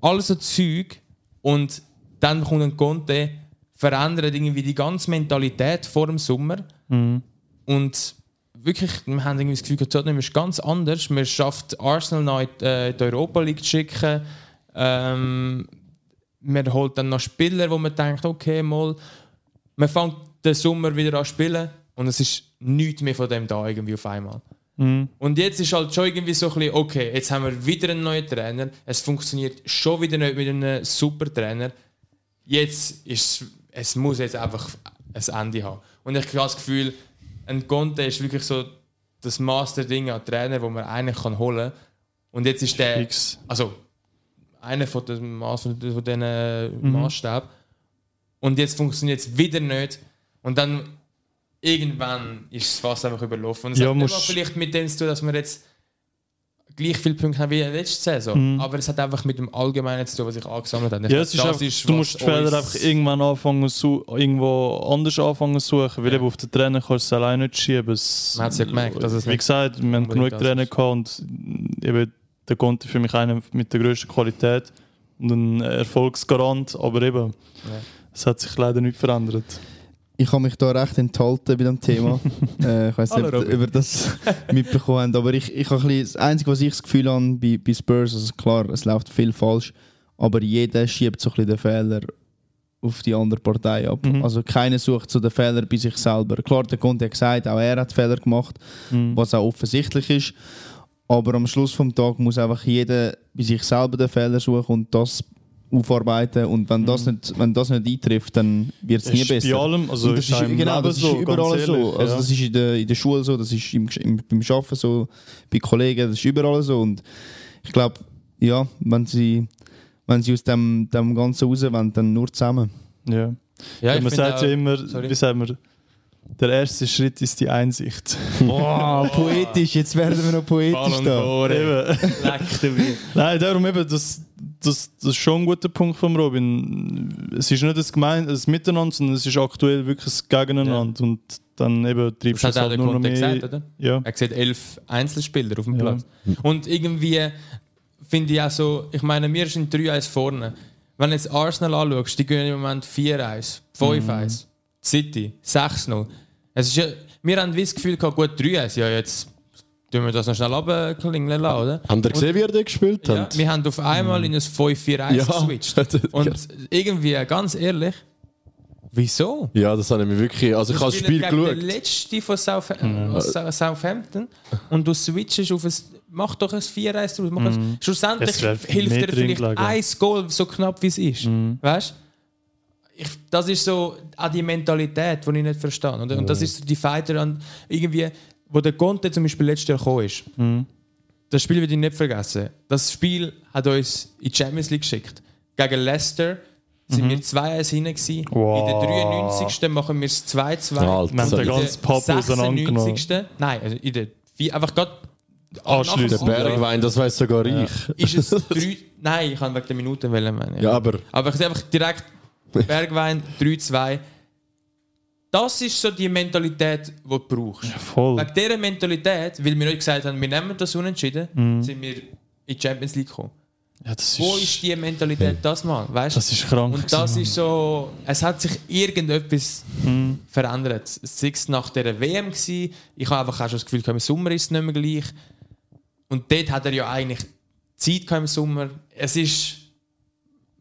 S5: Alles so Zeug und dann kommt ein Conte, verändert irgendwie die ganze Mentalität vor dem Sommer und wirklich, wir haben irgendwie das Gefühl, Tottenham ist ganz anders. Man schafft Arsenal noch in die, äh, in die Europa League zu schicken. Ähm, man holt dann noch Spieler, wo man denkt, okay, mal, man fängt den Sommer wieder an zu spielen und es ist nichts mehr von dem da irgendwie auf einmal. Und jetzt ist halt schon irgendwie so ein bisschen, okay, jetzt haben wir wieder einen neuen Trainer, es funktioniert schon wieder nicht mit einem super Trainer jetzt ist es muss jetzt einfach ein Ende haben. Und ich habe das Gefühl, ein Conte ist wirklich so das Master-Ding an Trainer, wo man eigentlich kann holen kann. Und jetzt ist der,
S2: Fix.
S5: also einer von den Maß- von diesen äh,
S2: Mhm.
S5: Maßstäben. Und jetzt funktioniert es wieder nicht. Und dann irgendwann ist es fast einfach überlaufen. Und es
S2: Ja,
S5: hat immer
S2: musst-
S5: vielleicht mit dem zu tun, dass man jetzt gleich viele Punkte haben wie in der letzten Saison. Aber es hat einfach mit dem Allgemeinen zu tun, was ich angesammelt habe. Ich
S2: Mhm. Ja,
S5: glaube,
S2: es ist
S5: Also das
S2: einfach,
S5: ist,
S2: du
S5: was
S2: musst die Fehler
S5: uns-
S2: einfach irgendwann anfangen, zu, irgendwo anders anfangen zu suchen, weil eben auf den Trainer kannst du es alleine nicht schieben. Es,
S5: Man hat's ja gemerkt, dass es
S2: wie
S5: nicht
S2: gesagt, wir haben
S5: unbedingt
S2: genug
S5: das
S2: Trainer
S5: ist.
S2: gehabt und eben der Conte für mich einer mit der grössten Qualität und ein Erfolgsgarant, aber eben, es hat sich leider nicht verändert.
S4: Ich habe mich da recht enthalten bei dem Thema. äh, ich weiß nicht,
S5: Hallo,
S4: ob ihr über das mitbekommen habt, aber ich, ich habe ein bisschen, das Einzige, was ich das Gefühl habe bei, bei Spurs, also klar, es läuft viel falsch, aber jeder schiebt so ein bisschen den Fehler auf die andere Partei ab. Also keiner sucht so den Fehler bei sich selber. Klar, der Conte hat gesagt, auch er hat Fehler gemacht, was auch offensichtlich ist. Aber am Schluss vom Tag muss einfach jeder bei sich selber den Fehler suchen und das aufarbeiten. Und wenn, das, nicht, wenn das nicht eintrifft, dann wird es nie
S2: Ist Bei
S4: besser.
S2: allem, also
S4: Und das ist,
S2: einem
S4: genau,
S2: Leben
S4: das ist
S2: so,
S4: überall
S2: ganz
S4: so.
S2: ehrlich,
S4: Also
S2: ja.
S4: das ist in der, in der Schule so, das ist im, Gesch- im, beim Arbeiten so, bei Kollegen, das ist überall so. Und ich glaube, ja, wenn sie, wenn sie aus dem, dem Ganzen raus wollen, dann nur zusammen.
S2: ja.
S5: Ja, ich
S2: man
S5: finde
S2: sagt ja
S5: auch-
S2: immer,
S5: sorry.
S2: wie sagen wir, der erste Schritt ist die Einsicht.
S4: Boah, poetisch, jetzt werden wir noch poetisch
S2: oh.
S4: da.
S2: Eben.
S5: Leck du mir.
S2: Nein, darum eben, das, das, das ist schon ein guter Punkt von Robin. Es ist nicht ein, Gemein ein Miteinander, sondern es ist aktuell wirklich ein Gegeneinander. Und dann eben treibst
S5: Das
S2: du es
S5: hat auch
S2: halt
S5: der
S2: nur noch
S5: Conte
S2: mehr.
S5: gesagt, oder?
S2: Ja.
S5: Er sieht elf Einzelspieler auf dem
S2: Ja.
S5: Platz. Und irgendwie finde ich auch so, ich meine, wir sind 3-1 vorne. Wenn du jetzt Arsenal anschaust, die gehen im Moment 4-1, 5-1, City, 6-0. Es ist ja, wir haben wie das Gefühl gehabt, gut 3-1, ja jetzt tun wir das noch schnell runterklingeln lassen, oder?
S3: Habt ihr gesehen, wie ihr da gespielt
S5: Ja,
S3: habt?
S5: wir haben auf einmal in ein 5-4-1
S3: Ja.
S5: geswitcht. Und irgendwie, ganz ehrlich, wieso?
S3: Ja, das habe ich mir wirklich. Also, ich habe das Spiel
S5: Der
S3: geschaut.
S5: letzte von South
S2: Mhm.
S5: aus Sa- Southampton und du switchest auf ein. Mach doch ein 4-1 draus. mach ein- Schlussendlich
S2: Mhm. Es wär viel
S5: hilft
S2: mehr
S5: dir vielleicht
S2: drin gelegen. Mhm.
S5: ein Goal, so knapp wie es ist. Weißt ich, das ist so auch die Mentalität, die ich nicht verstehe. Oder? Und das ist so die Fighter, an, irgendwie, wo der Conte zum Beispiel letztes Jahr gekommen ist.
S2: Mhm.
S5: Das Spiel werde ich nicht vergessen. Das Spiel hat uns in die Champions League geschickt. Gegen Leicester sind wir 2-1 hinein. gewesen. In
S2: Mhm.
S5: der
S2: Wow.
S5: 93. machen wir es 2-2.
S3: Alter.
S2: Wir haben den
S3: In der
S2: ganzen Pub auseinandergenommen.
S5: 96. Nein, also in der, wie, einfach gerade
S2: Anschliessend.
S3: Der
S5: nach dem anderen
S3: Bergwein, das weiß sogar ich.
S5: Ist es drei, nein, ich kann wegen der Minute wählen. Meine. ich.
S3: Ja, aber.
S5: Aber ich sehe einfach direkt Bergwein 3-2. Das ist so die Mentalität, die du brauchst.
S2: Voll.
S5: Wegen dieser Mentalität, weil wir euch gesagt haben, wir nehmen das unentschieden, sind wir in die Champions League gekommen.
S2: Ja, Mhm. das
S5: Wo
S2: ist,
S5: ist die Mentalität das mal? Weißt?
S2: das ist krank.
S5: Und das
S2: gewesen,
S5: ist so, es hat sich irgendetwas verändert. Sei es nach der WM gewesen, ich habe einfach auch schon das Gefühl, gehabt, im Sommer ist es nicht mehr gleich. Und dort hat er ja eigentlich Zeit gehabt im Sommer. Es ist,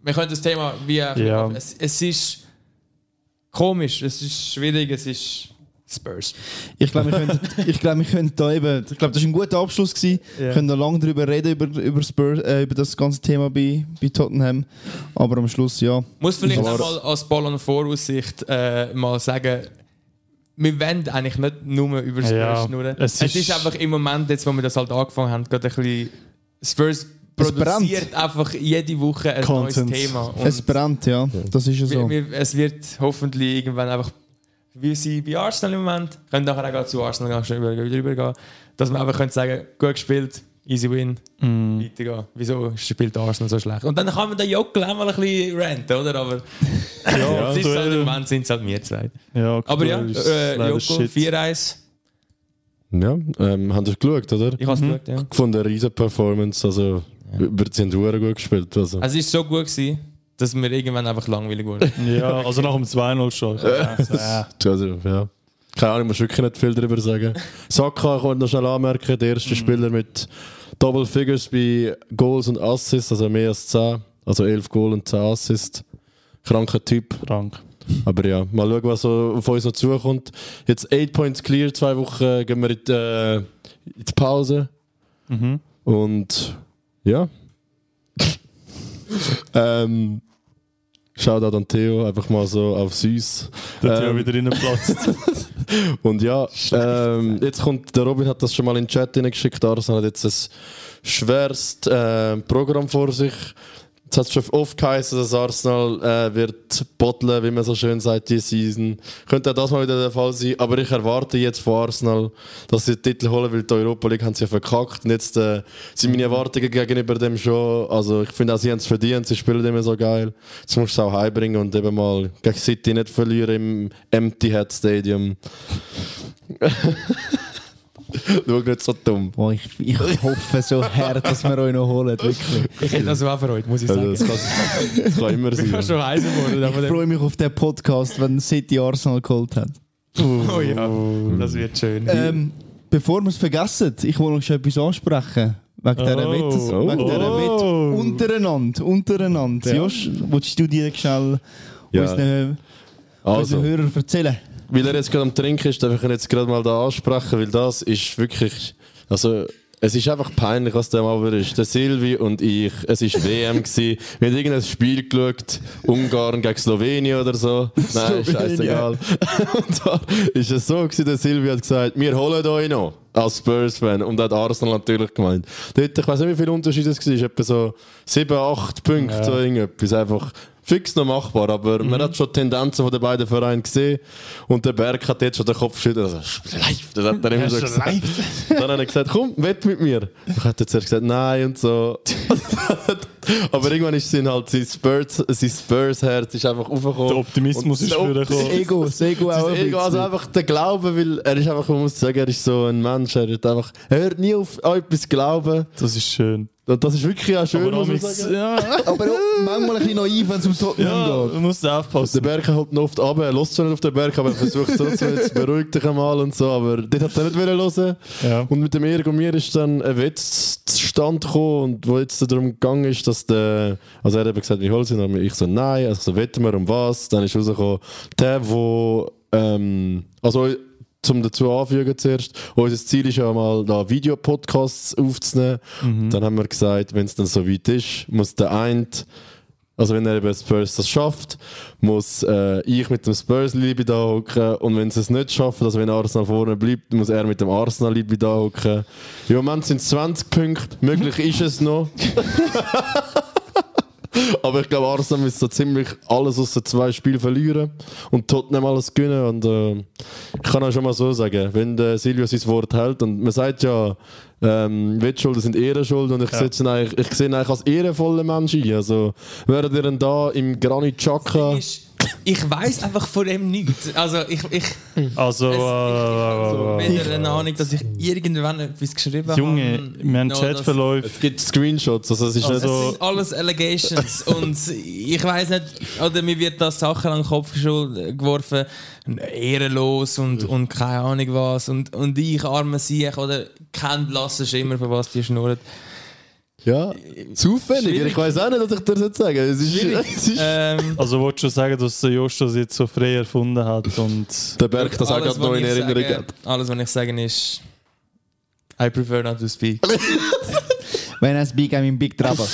S5: wir können das Thema wie,
S2: Ja.
S5: es, es ist komisch, es ist schwierig, es ist Spurs.
S4: Ich glaube, wir können, ich glaube, wir können da eben, ich glaube, das war ein guter Abschluss gewesen. Wir können da lange darüber reden über, über Spurs, äh, über das ganze Thema bei, bei Tottenham, aber am Schluss ja.
S5: Muss vielleicht
S4: Aber-
S5: auch mal als Ball- und Voraussicht äh, mal sagen, wir wollen eigentlich nicht nur über Spurs
S2: Ja,
S5: schnurren.
S2: es
S5: Es ist,
S2: ist-
S5: einfach im Moment, jetzt wo wir das halt angefangen haben, gerade ein bisschen Spurs
S4: Es brennt.
S5: produziert einfach jede Woche ein
S2: Content.
S5: neues Thema. Und
S4: Es brennt, ja. Das ist ja so.
S5: wir, wir, es wird hoffentlich irgendwann einfach, wie sie bei Arsenal im Moment, können nachher auch gerade zu Arsenal ganz schnell über- wieder übergehen, dass man einfach können sagen, gut gespielt, easy win, weitergehen. Wieso spielt Arsenal so schlecht? Und dann kann man den Jockel auch mal ein bisschen ranten, oder? Aber ja, es ist halt, im
S2: aktuell.
S5: Moment sind es halt wir zwei.
S2: ja,
S5: Aber
S2: aktuell
S5: ja,
S2: ist es
S5: äh,
S2: leider
S5: Joko,
S2: shit.
S5: 4-1,
S3: Ja, ähm, habt ihr geschaut, oder?
S5: ich habe es geschaut, ja.
S3: Von der riesen Performance, also. über Sie haben verdammt gut gespielt. Also.
S5: Also es war so gut, gewesen, dass mir irgendwann einfach langweilig wurde.
S2: Ja, also nach dem 2-0 schon. Ich dachte, ja.
S3: Also, ja. Keine Ahnung, ich muss wirklich nicht viel darüber sagen. Saka, ich wollte noch schnell anmerken, der erste Spieler mit Double Figures bei Goals und Assists, also mehr als 10. Also 11 Goal und 10 Assists. Kranker Typ.
S2: Krank.
S3: Aber ja, mal schauen, was so auf uns noch zukommt. Jetzt 8 Points clear, zwei Wochen gehen wir in die, äh, in die Pause. Und ja. ähm, Shoutout an Theo, einfach mal so auf süß.
S2: Der hat ja
S3: Ähm.
S2: wieder reingeplatzt.
S3: Und ja, ähm, jetzt kommt, der Robin hat das schon mal in den Chat hineingeschickt, Arsenal hat jetzt ein schweres äh, Programm vor sich. Es hat schon oft geheißen, dass Arsenal äh, wird botteln, wie man so schön sagt, diese Season. Könnte auch das mal wieder der Fall sein, aber ich erwarte jetzt von Arsenal, dass sie den Titel holen, weil die Europa League haben sie ja verkackt. Und jetzt äh, sind meine Erwartungen gegenüber dem schon, also ich finde auch, sie haben es verdient, sie spielen immer so geil. Jetzt musst du es auch heimbringen und eben mal gegen City nicht verlieren im Empty Head Stadium. Schau nicht so dumm.
S4: Boah, ich, ich hoffe so hart, dass wir euch noch holen, wirklich.
S5: Ich hätte das auch freut, muss ich
S3: Also,
S5: sagen.
S3: das, kann, das kann immer
S5: ich bin
S3: sein.
S5: schon heiß geworden.
S4: Ich
S5: aber dann-
S4: freue mich auf den Podcast, wenn City Arsenal geholt hat.
S5: Oh ja, das wird schön.
S4: Ähm, bevor wir es vergessen, ich wollte noch schon etwas ansprechen. Wegen dieser
S2: Oh.
S4: Wette. Wegen dieser
S2: Oh.
S4: Wette. Untereinander, untereinander. Josh, willst du dir schnell
S3: Ja.
S4: unseren, äh, unseren
S3: Also,
S4: Hörern erzählen?
S3: weil er jetzt gerade am Trinken ist, darf ich ihn jetzt gerade mal da ansprechen, weil das ist wirklich. Also, es ist einfach peinlich, was dem aber ist. Der Silvi und ich, es war WM, gewesen. wir haben irgendein Spiel geschaut, Ungarn gegen Slowenien oder so. Nein, scheißegal. und da ist es so, gewesen, der Silvi hat gesagt, wir holen euch noch als Spurs-Fan. Und hat Arsenal natürlich gemeint. Dort, ich weiß nicht, wie viel Unterschied es war, etwa so 7, 8 Punkte, so irgendetwas. Einfach fix noch machbar, aber man hat schon die Tendenzen von den beiden Vereinen gesehen. Und der Berg hat jetzt schon den Kopf geschüttelt. Also, live, das hat er immer so gesagt. Dann hat er gesagt, komm, wett mit mir. Ich hat er zuerst gesagt, nein und so. aber irgendwann ist sein halt sein Spurs, sein Spurs-Herz ist einfach aufgekommen.
S2: Der Optimismus
S3: Und
S2: ist
S3: der
S2: wieder
S3: Optimismus-
S2: gekommen.
S4: Ego, das Ego auch
S3: sein
S4: ein
S3: Ego, also
S4: bisschen.
S3: einfach der Glaube, weil er ist einfach, man muss sagen, er ist so ein Mensch, er hat einfach, er hört nie auf an etwas glauben.
S2: Das ist schön.
S3: Und das ist wirklich auch schön,
S2: Aber
S3: muss man
S2: amigs-
S3: sagen.
S2: ja,
S4: Aber auch manchmal ein bisschen naiv, wenn es um
S2: ja,
S4: Tottenham
S2: man muss
S3: Der
S2: aufpassen.
S3: Berg holt ihn oft ab, er lässt schon nicht auf den Berg, aber er versucht so zu jetzt beruhigt dich einmal und so, aber dort hat er nicht wollen hören.
S2: Ja.
S3: Und mit dem Erik und mir ist dann ein Witz zustande gekommen, und wo jetzt darum gegangen ist, dass der, also er hat eben gesagt, wir holen sie, und ich so, nein, also so, wetten wir um was, dann ist rausgekommen, der, wo, ähm, also zum dazu anfügen zuerst, unser Ziel ist ja mal da Videopodcasts aufzunehmen, dann haben wir gesagt, wenn es dann so weit ist, muss der eine also wenn er eben Spurs das schafft, muss äh, ich mit dem Spurs-Liebe da hocken und wenn sie es nicht schaffen, also wenn Arsenal vorne bleibt, muss er mit dem Arsenal-Liebe da hocken. Im Moment sind es 20 Punkte, möglich ist es noch. Aber ich glaube, Arsenal müsste so ziemlich alles aus zwei Spielen verlieren und Tottenham alles gewinnen. Und äh, ich kann auch schon mal so sagen, wenn der Silvio sein Wort hält und man sagt ja, ähm, Wettschulden sind Ehrenschulden und ich, setze ihn eigentlich, ich sehe ihn eigentlich als ehrenvollen Mensch ein. Also wären ihr denn da im Granit Chaka...
S5: Ist- Ich weiß einfach von dem nichts. Also ich, ich,
S2: Also,
S5: es- ich, ich
S2: äh,
S5: also weder eine Ahnung, dass ich irgendwann etwas geschrieben
S2: Junge,
S5: habe.
S2: wir haben
S5: noch das-
S2: Chatverläufe.
S3: Es gibt Screenshots, also es ist
S5: Oh, Es
S3: nicht so...
S5: sind alles Allegations und ich weiß nicht, oder mir wird das Sachen an den Kopf geschul- geworfen, ehrenlos und, und keine Ahnung was und, und ich, arme Sieg, oder kennt Lasse Schimmer, von was die schnurrt.
S3: Ja, zufällig.
S5: Schwierig.
S3: Ich weiß auch nicht, was ich dir jetzt sagen soll. Es ist, es ist
S5: Ähm,
S2: Also, wolltest du sagen, dass der Josh das jetzt so frei erfunden hat und.
S3: der Berg das auch
S5: alles,
S3: gerade noch
S5: was
S3: in
S5: ich
S3: Erinnerung
S5: sage-
S3: hat.
S5: Alles, was ich sagen ist, I prefer not to speak.
S4: Wenn es big, I'm in big trouble.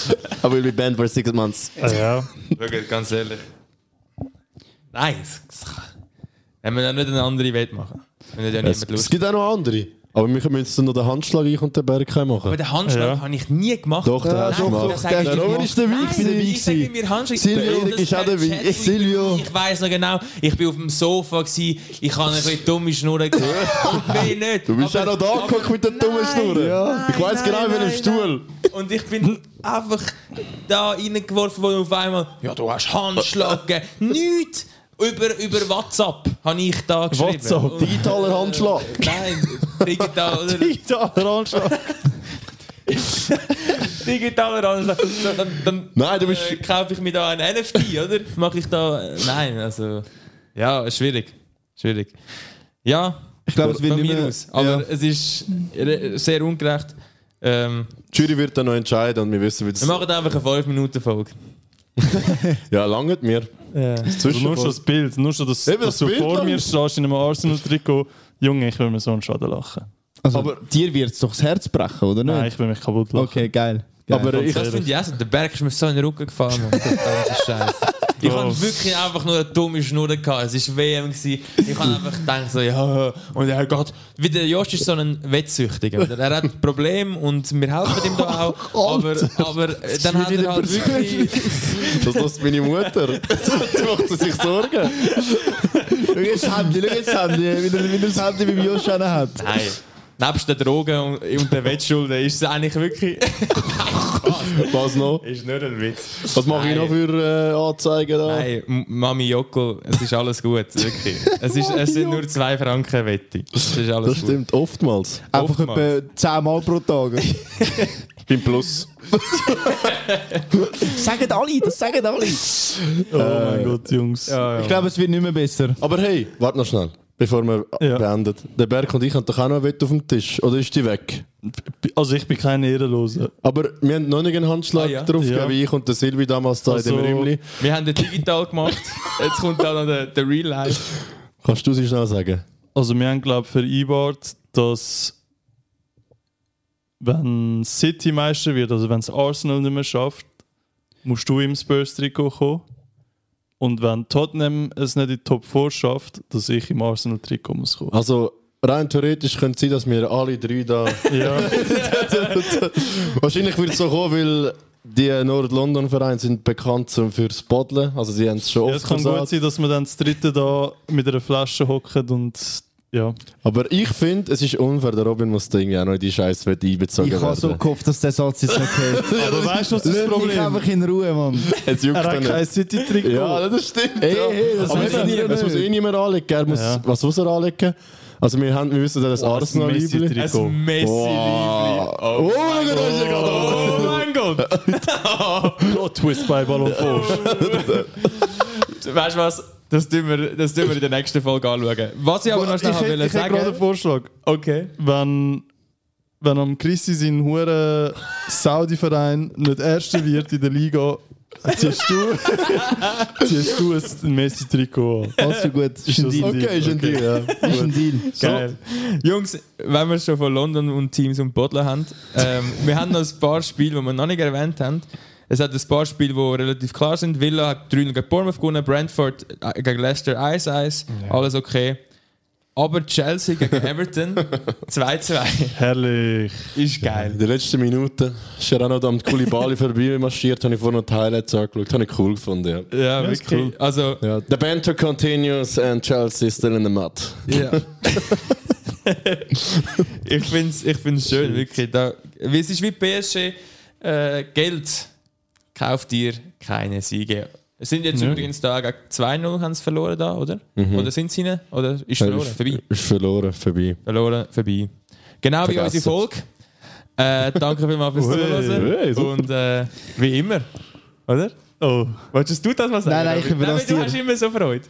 S3: I will be banned for six months.
S2: Ah, ja.
S5: Wirklich, ganz ehrlich. Nein, es- es- wenn wir dann nicht eine andere Welt machen. Wenn ja
S3: Es,
S5: niemand
S3: es
S5: Lust
S3: gibt auch noch andere. Aber wir müssen dann noch den Handschlag ich und den Berg
S5: Aber
S3: machen.
S5: den Handschlag
S2: Ja.
S5: habe ich nie gemacht.
S3: Doch, den
S5: Nein,
S3: hast du gemacht.
S5: das sage ich
S3: Der
S5: nicht.
S3: Roman ist dabei
S5: Nein,
S3: gewesen, dabei
S5: Ich sage
S3: gewesen.
S5: mir Handschlag.
S3: Silvio,
S5: Das
S3: Erik ist auch
S5: per
S3: dabei.
S5: Chat-
S3: Ich- Silvio.
S5: Ich weiß noch genau, ich bin auf dem Sofa, gewesen, ich habe ein bisschen dumme Schnurren gehabt. Und bin nicht.
S3: Du bist auch noch da geguckt mit den dummen Schnurren. ich weiß genau,
S5: nein,
S3: wie im
S5: nein,
S3: Stuhl.
S5: Und ich bin einfach da reingeworfen worden auf einmal. Ja, du hast Handschlag gegeben. Nichts! Über, über WhatsApp habe ich da geschrieben.
S2: WhatsApp,
S5: Und-
S3: Digitaler Handschlag.
S5: Nein, digital. Oder?
S2: Digitaler Anschlag.
S5: Digitaler Handschlag. So, Dann, dann
S3: Nein, du bist.
S5: äh, kaufe ich mir da ein NFT, oder? Mache ich da. äh, Nein, also. Ja, ist schwierig. Schwierig. Ja,
S4: Ich glaube, es wird
S5: von
S4: nicht
S5: mir
S4: mehr...
S5: aus. Aber
S4: ja.
S5: es ist re- sehr ungerecht. Ähm,
S3: Die Jury wird dann noch entscheiden und wir wissen, wie
S5: wir
S3: das.
S5: machen einfach eine 5-Minuten-Folge.
S3: Ja, langt mir.
S2: Also nur schon das Bild, nur schon, dass,
S3: Eben,
S2: dass
S3: das
S2: du
S3: Bild
S2: vor
S3: lang.
S2: mir stehst in einem Arsenal-Trikot. Junge, ich will mir so einen Schaden lachen.
S4: Also,
S3: aber-
S4: dir wird es doch das Herz brechen, oder nicht?
S2: Nein, ich will mich kaputt lachen.
S4: Okay, geil. geil.
S3: Aber äh, ich,
S5: Das finde ich auch so. Der Berg ist mir so in den Rücken gefahren. Mann. Das ist Scheiße. Ich habe wirklich einfach nur eine dumme Schnur gehabt. Es war WM. Gewesen. Ich habe einfach gedacht, so, ja, und er geht. Wie der Jost ist so ein Wettsüchtiger. oder? Er hat Probleme und wir helfen ihm da auch. Aber, aber dann hat er halt wirklich.
S3: Das lässt meine Mutter. Jetzt macht sie sich Sorgen.
S4: Schau jetzt das Handy, schau jetzt das Handy, wie der, wie der das Handy beim Josh hat.
S5: Nein. Nebst den Drogen und, und den Wettschulden ist es eigentlich wirklich.
S3: Was noch?
S5: ist nicht ein Witz.
S3: Was mache ich
S5: Nein.
S3: noch für äh, Anzeigen da?
S5: Nein, M- Mami Joko, es ist alles gut, wirklich. Es, ist, es sind nur zwei Franken Wette. Es ist alles
S3: Das
S5: gut.
S3: stimmt, oftmals.
S4: Einfach
S5: Oftmals.
S4: etwa 10 Mal pro Tag.
S3: Beim Plus.
S4: sagen alle, das sagen alle.
S2: Oh
S3: Äh,
S2: mein Gott, Jungs.
S5: Ja,
S4: Ich
S5: ja.
S4: glaube, es wird nicht mehr besser.
S3: Aber hey, warte noch schnell, bevor wir
S2: Ja.
S3: beendet. Der Berg und ich haben doch auch noch eine Wette auf dem Tisch. Oder ist die weg?
S2: Also ich bin kein Ehrenloser.
S3: Aber wir haben noch nicht einen Handschlag
S5: Ah, ja.
S3: drauf,
S2: Ja.
S3: wie ich und der Silvi damals da in
S2: Also-
S3: dem Räumchen.
S5: Wir haben den digital gemacht, jetzt kommt dann noch der, der Real Life.
S3: Kannst du sie schnell sagen?
S2: Also wir haben glaube ich vereinbart, dass wenn City Meister wird, also wenn es Arsenal nicht mehr schafft, musst du im Spurs-Trikot kommen. Und wenn Tottenham es nicht in die Top 4 schafft, dass ich im Arsenal-Trikot muss kommen.
S3: Also, rein theoretisch könnte es sein, dass wir alle drei da.
S2: Ja,
S3: Wahrscheinlich wird es so kommen, weil die Nord-London-Vereine sind bekannt zum- fürs Paddeln. Also, die haben es schon
S2: ja,
S3: oft
S2: es kann
S3: gesagt.
S2: gut sein, dass wir dann das dritte da mit einer Flasche hocken und ja.
S3: Aber ich finde, es ist unfair. Der Robin muss da irgendwie auch noch in die Scheiße einbezogen
S4: Ich habe
S3: werden.
S4: so gehofft, dass der Satz jetzt nicht geht.
S2: Aber weißt du, was
S4: Lass mich einfach in Ruhe, Mann.
S3: es juckt
S2: Er
S3: doch
S2: hat kein
S3: nicht.
S2: City-Trikot.
S3: Ja, das stimmt.
S4: Ey,
S3: ja.
S4: ey, das
S3: Aber
S4: weiß
S3: eben,
S4: ich ja
S3: es muss
S4: nicht.
S3: eh niemand anlegen. Er muss
S2: Ja.
S3: was muss er anlegen. Also, wir, haben, wir wissen, dass
S2: Oh, das
S3: Arsenal
S2: Messi-Trikot.
S3: lieblich.
S5: Ein messi
S3: Wow. Oh, mein Gott, da ist er
S5: Oh
S3: gerade.
S5: mein Gott!
S2: Plot-Twist bei Ballon Forsch.
S5: Weißt du was? Das tun, wir, das tun wir in der nächsten Folge anschauen. Was ich aber noch
S2: Ich hätte,
S5: schnell
S2: ich
S5: will
S2: hätte gerade einen
S5: sagen
S2: Vorschlag.
S5: Okay.
S2: wenn, wenn am Christi sein hure Saudi-Verein nicht Erster wird in der Liga, ziehst du, ziehst du ein Messi-Trikot an.
S4: Also gut, ist ein
S2: das-
S4: Deal.
S3: Okay, ist ein Deal. Ja.
S4: Ist ein Deal.
S5: Geil. Jungs, wenn wir schon von London und Teams und Bottler haben, ähm, wir haben noch ein paar Spiele, die wir noch nicht erwähnt haben. Es hat ein paar Spiele, die relativ klar sind. Villa hat 3 gegen Bournemouth gewonnen, Brentford äh, gegen Leicester 1-1, alles okay. Aber Chelsea gegen Everton 2-2
S2: Herrlich.
S5: ist geil.
S3: In der letzten Minute ist er auch noch am Kulibali vorbei marschiert, habe ich vorhin noch die Highlights angeschaut, habe ich cool gefunden. Ja.
S5: Ja,
S2: ist
S5: wirklich. Also,
S3: Ja. The banter continues and Chelsea is still in the mud.
S5: ja. ich finde es ich find's schön, wirklich. Da, wie es ist wie PSG, äh, Geld kauft dir keine Siege. Es Sind jetzt übrigens da gegen 2-0 haben sie verloren da, oder? Oder sind sie nicht? Oder ist verloren? Vorbei.
S3: Ist verloren, vorbei.
S5: Verloren, vorbei. Genau wie
S3: Vergessen.
S5: unsere Folge. Äh, danke vielmals fürs
S2: hey,
S5: Zuhören.
S2: super.
S5: Und äh, wie immer, oder?
S2: Oh,
S5: Wolltest du das mal sagen?
S4: Nein, nein, ich
S5: David?
S4: überlasse
S5: Du
S4: dir.
S5: hast immer so Freude.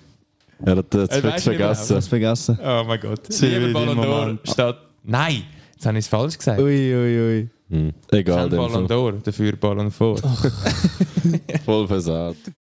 S3: Er hat
S5: Er
S3: das
S5: weiß nicht
S3: jetzt
S5: mehr,
S3: vergessen.
S4: Das vergessen.
S5: Oh mein Gott.
S2: Sie
S5: Lieber
S2: will
S5: Ballon
S2: im
S5: d'Or
S2: Moment.
S5: statt. Nein, jetzt habe ich es falsch gesagt.
S4: Ui, ui, ui.
S3: Hm. Egal,
S5: Kein
S3: in dem
S5: Ballon
S3: Fall.
S5: d'Or, dafür Ballon vor.
S3: voll versagt.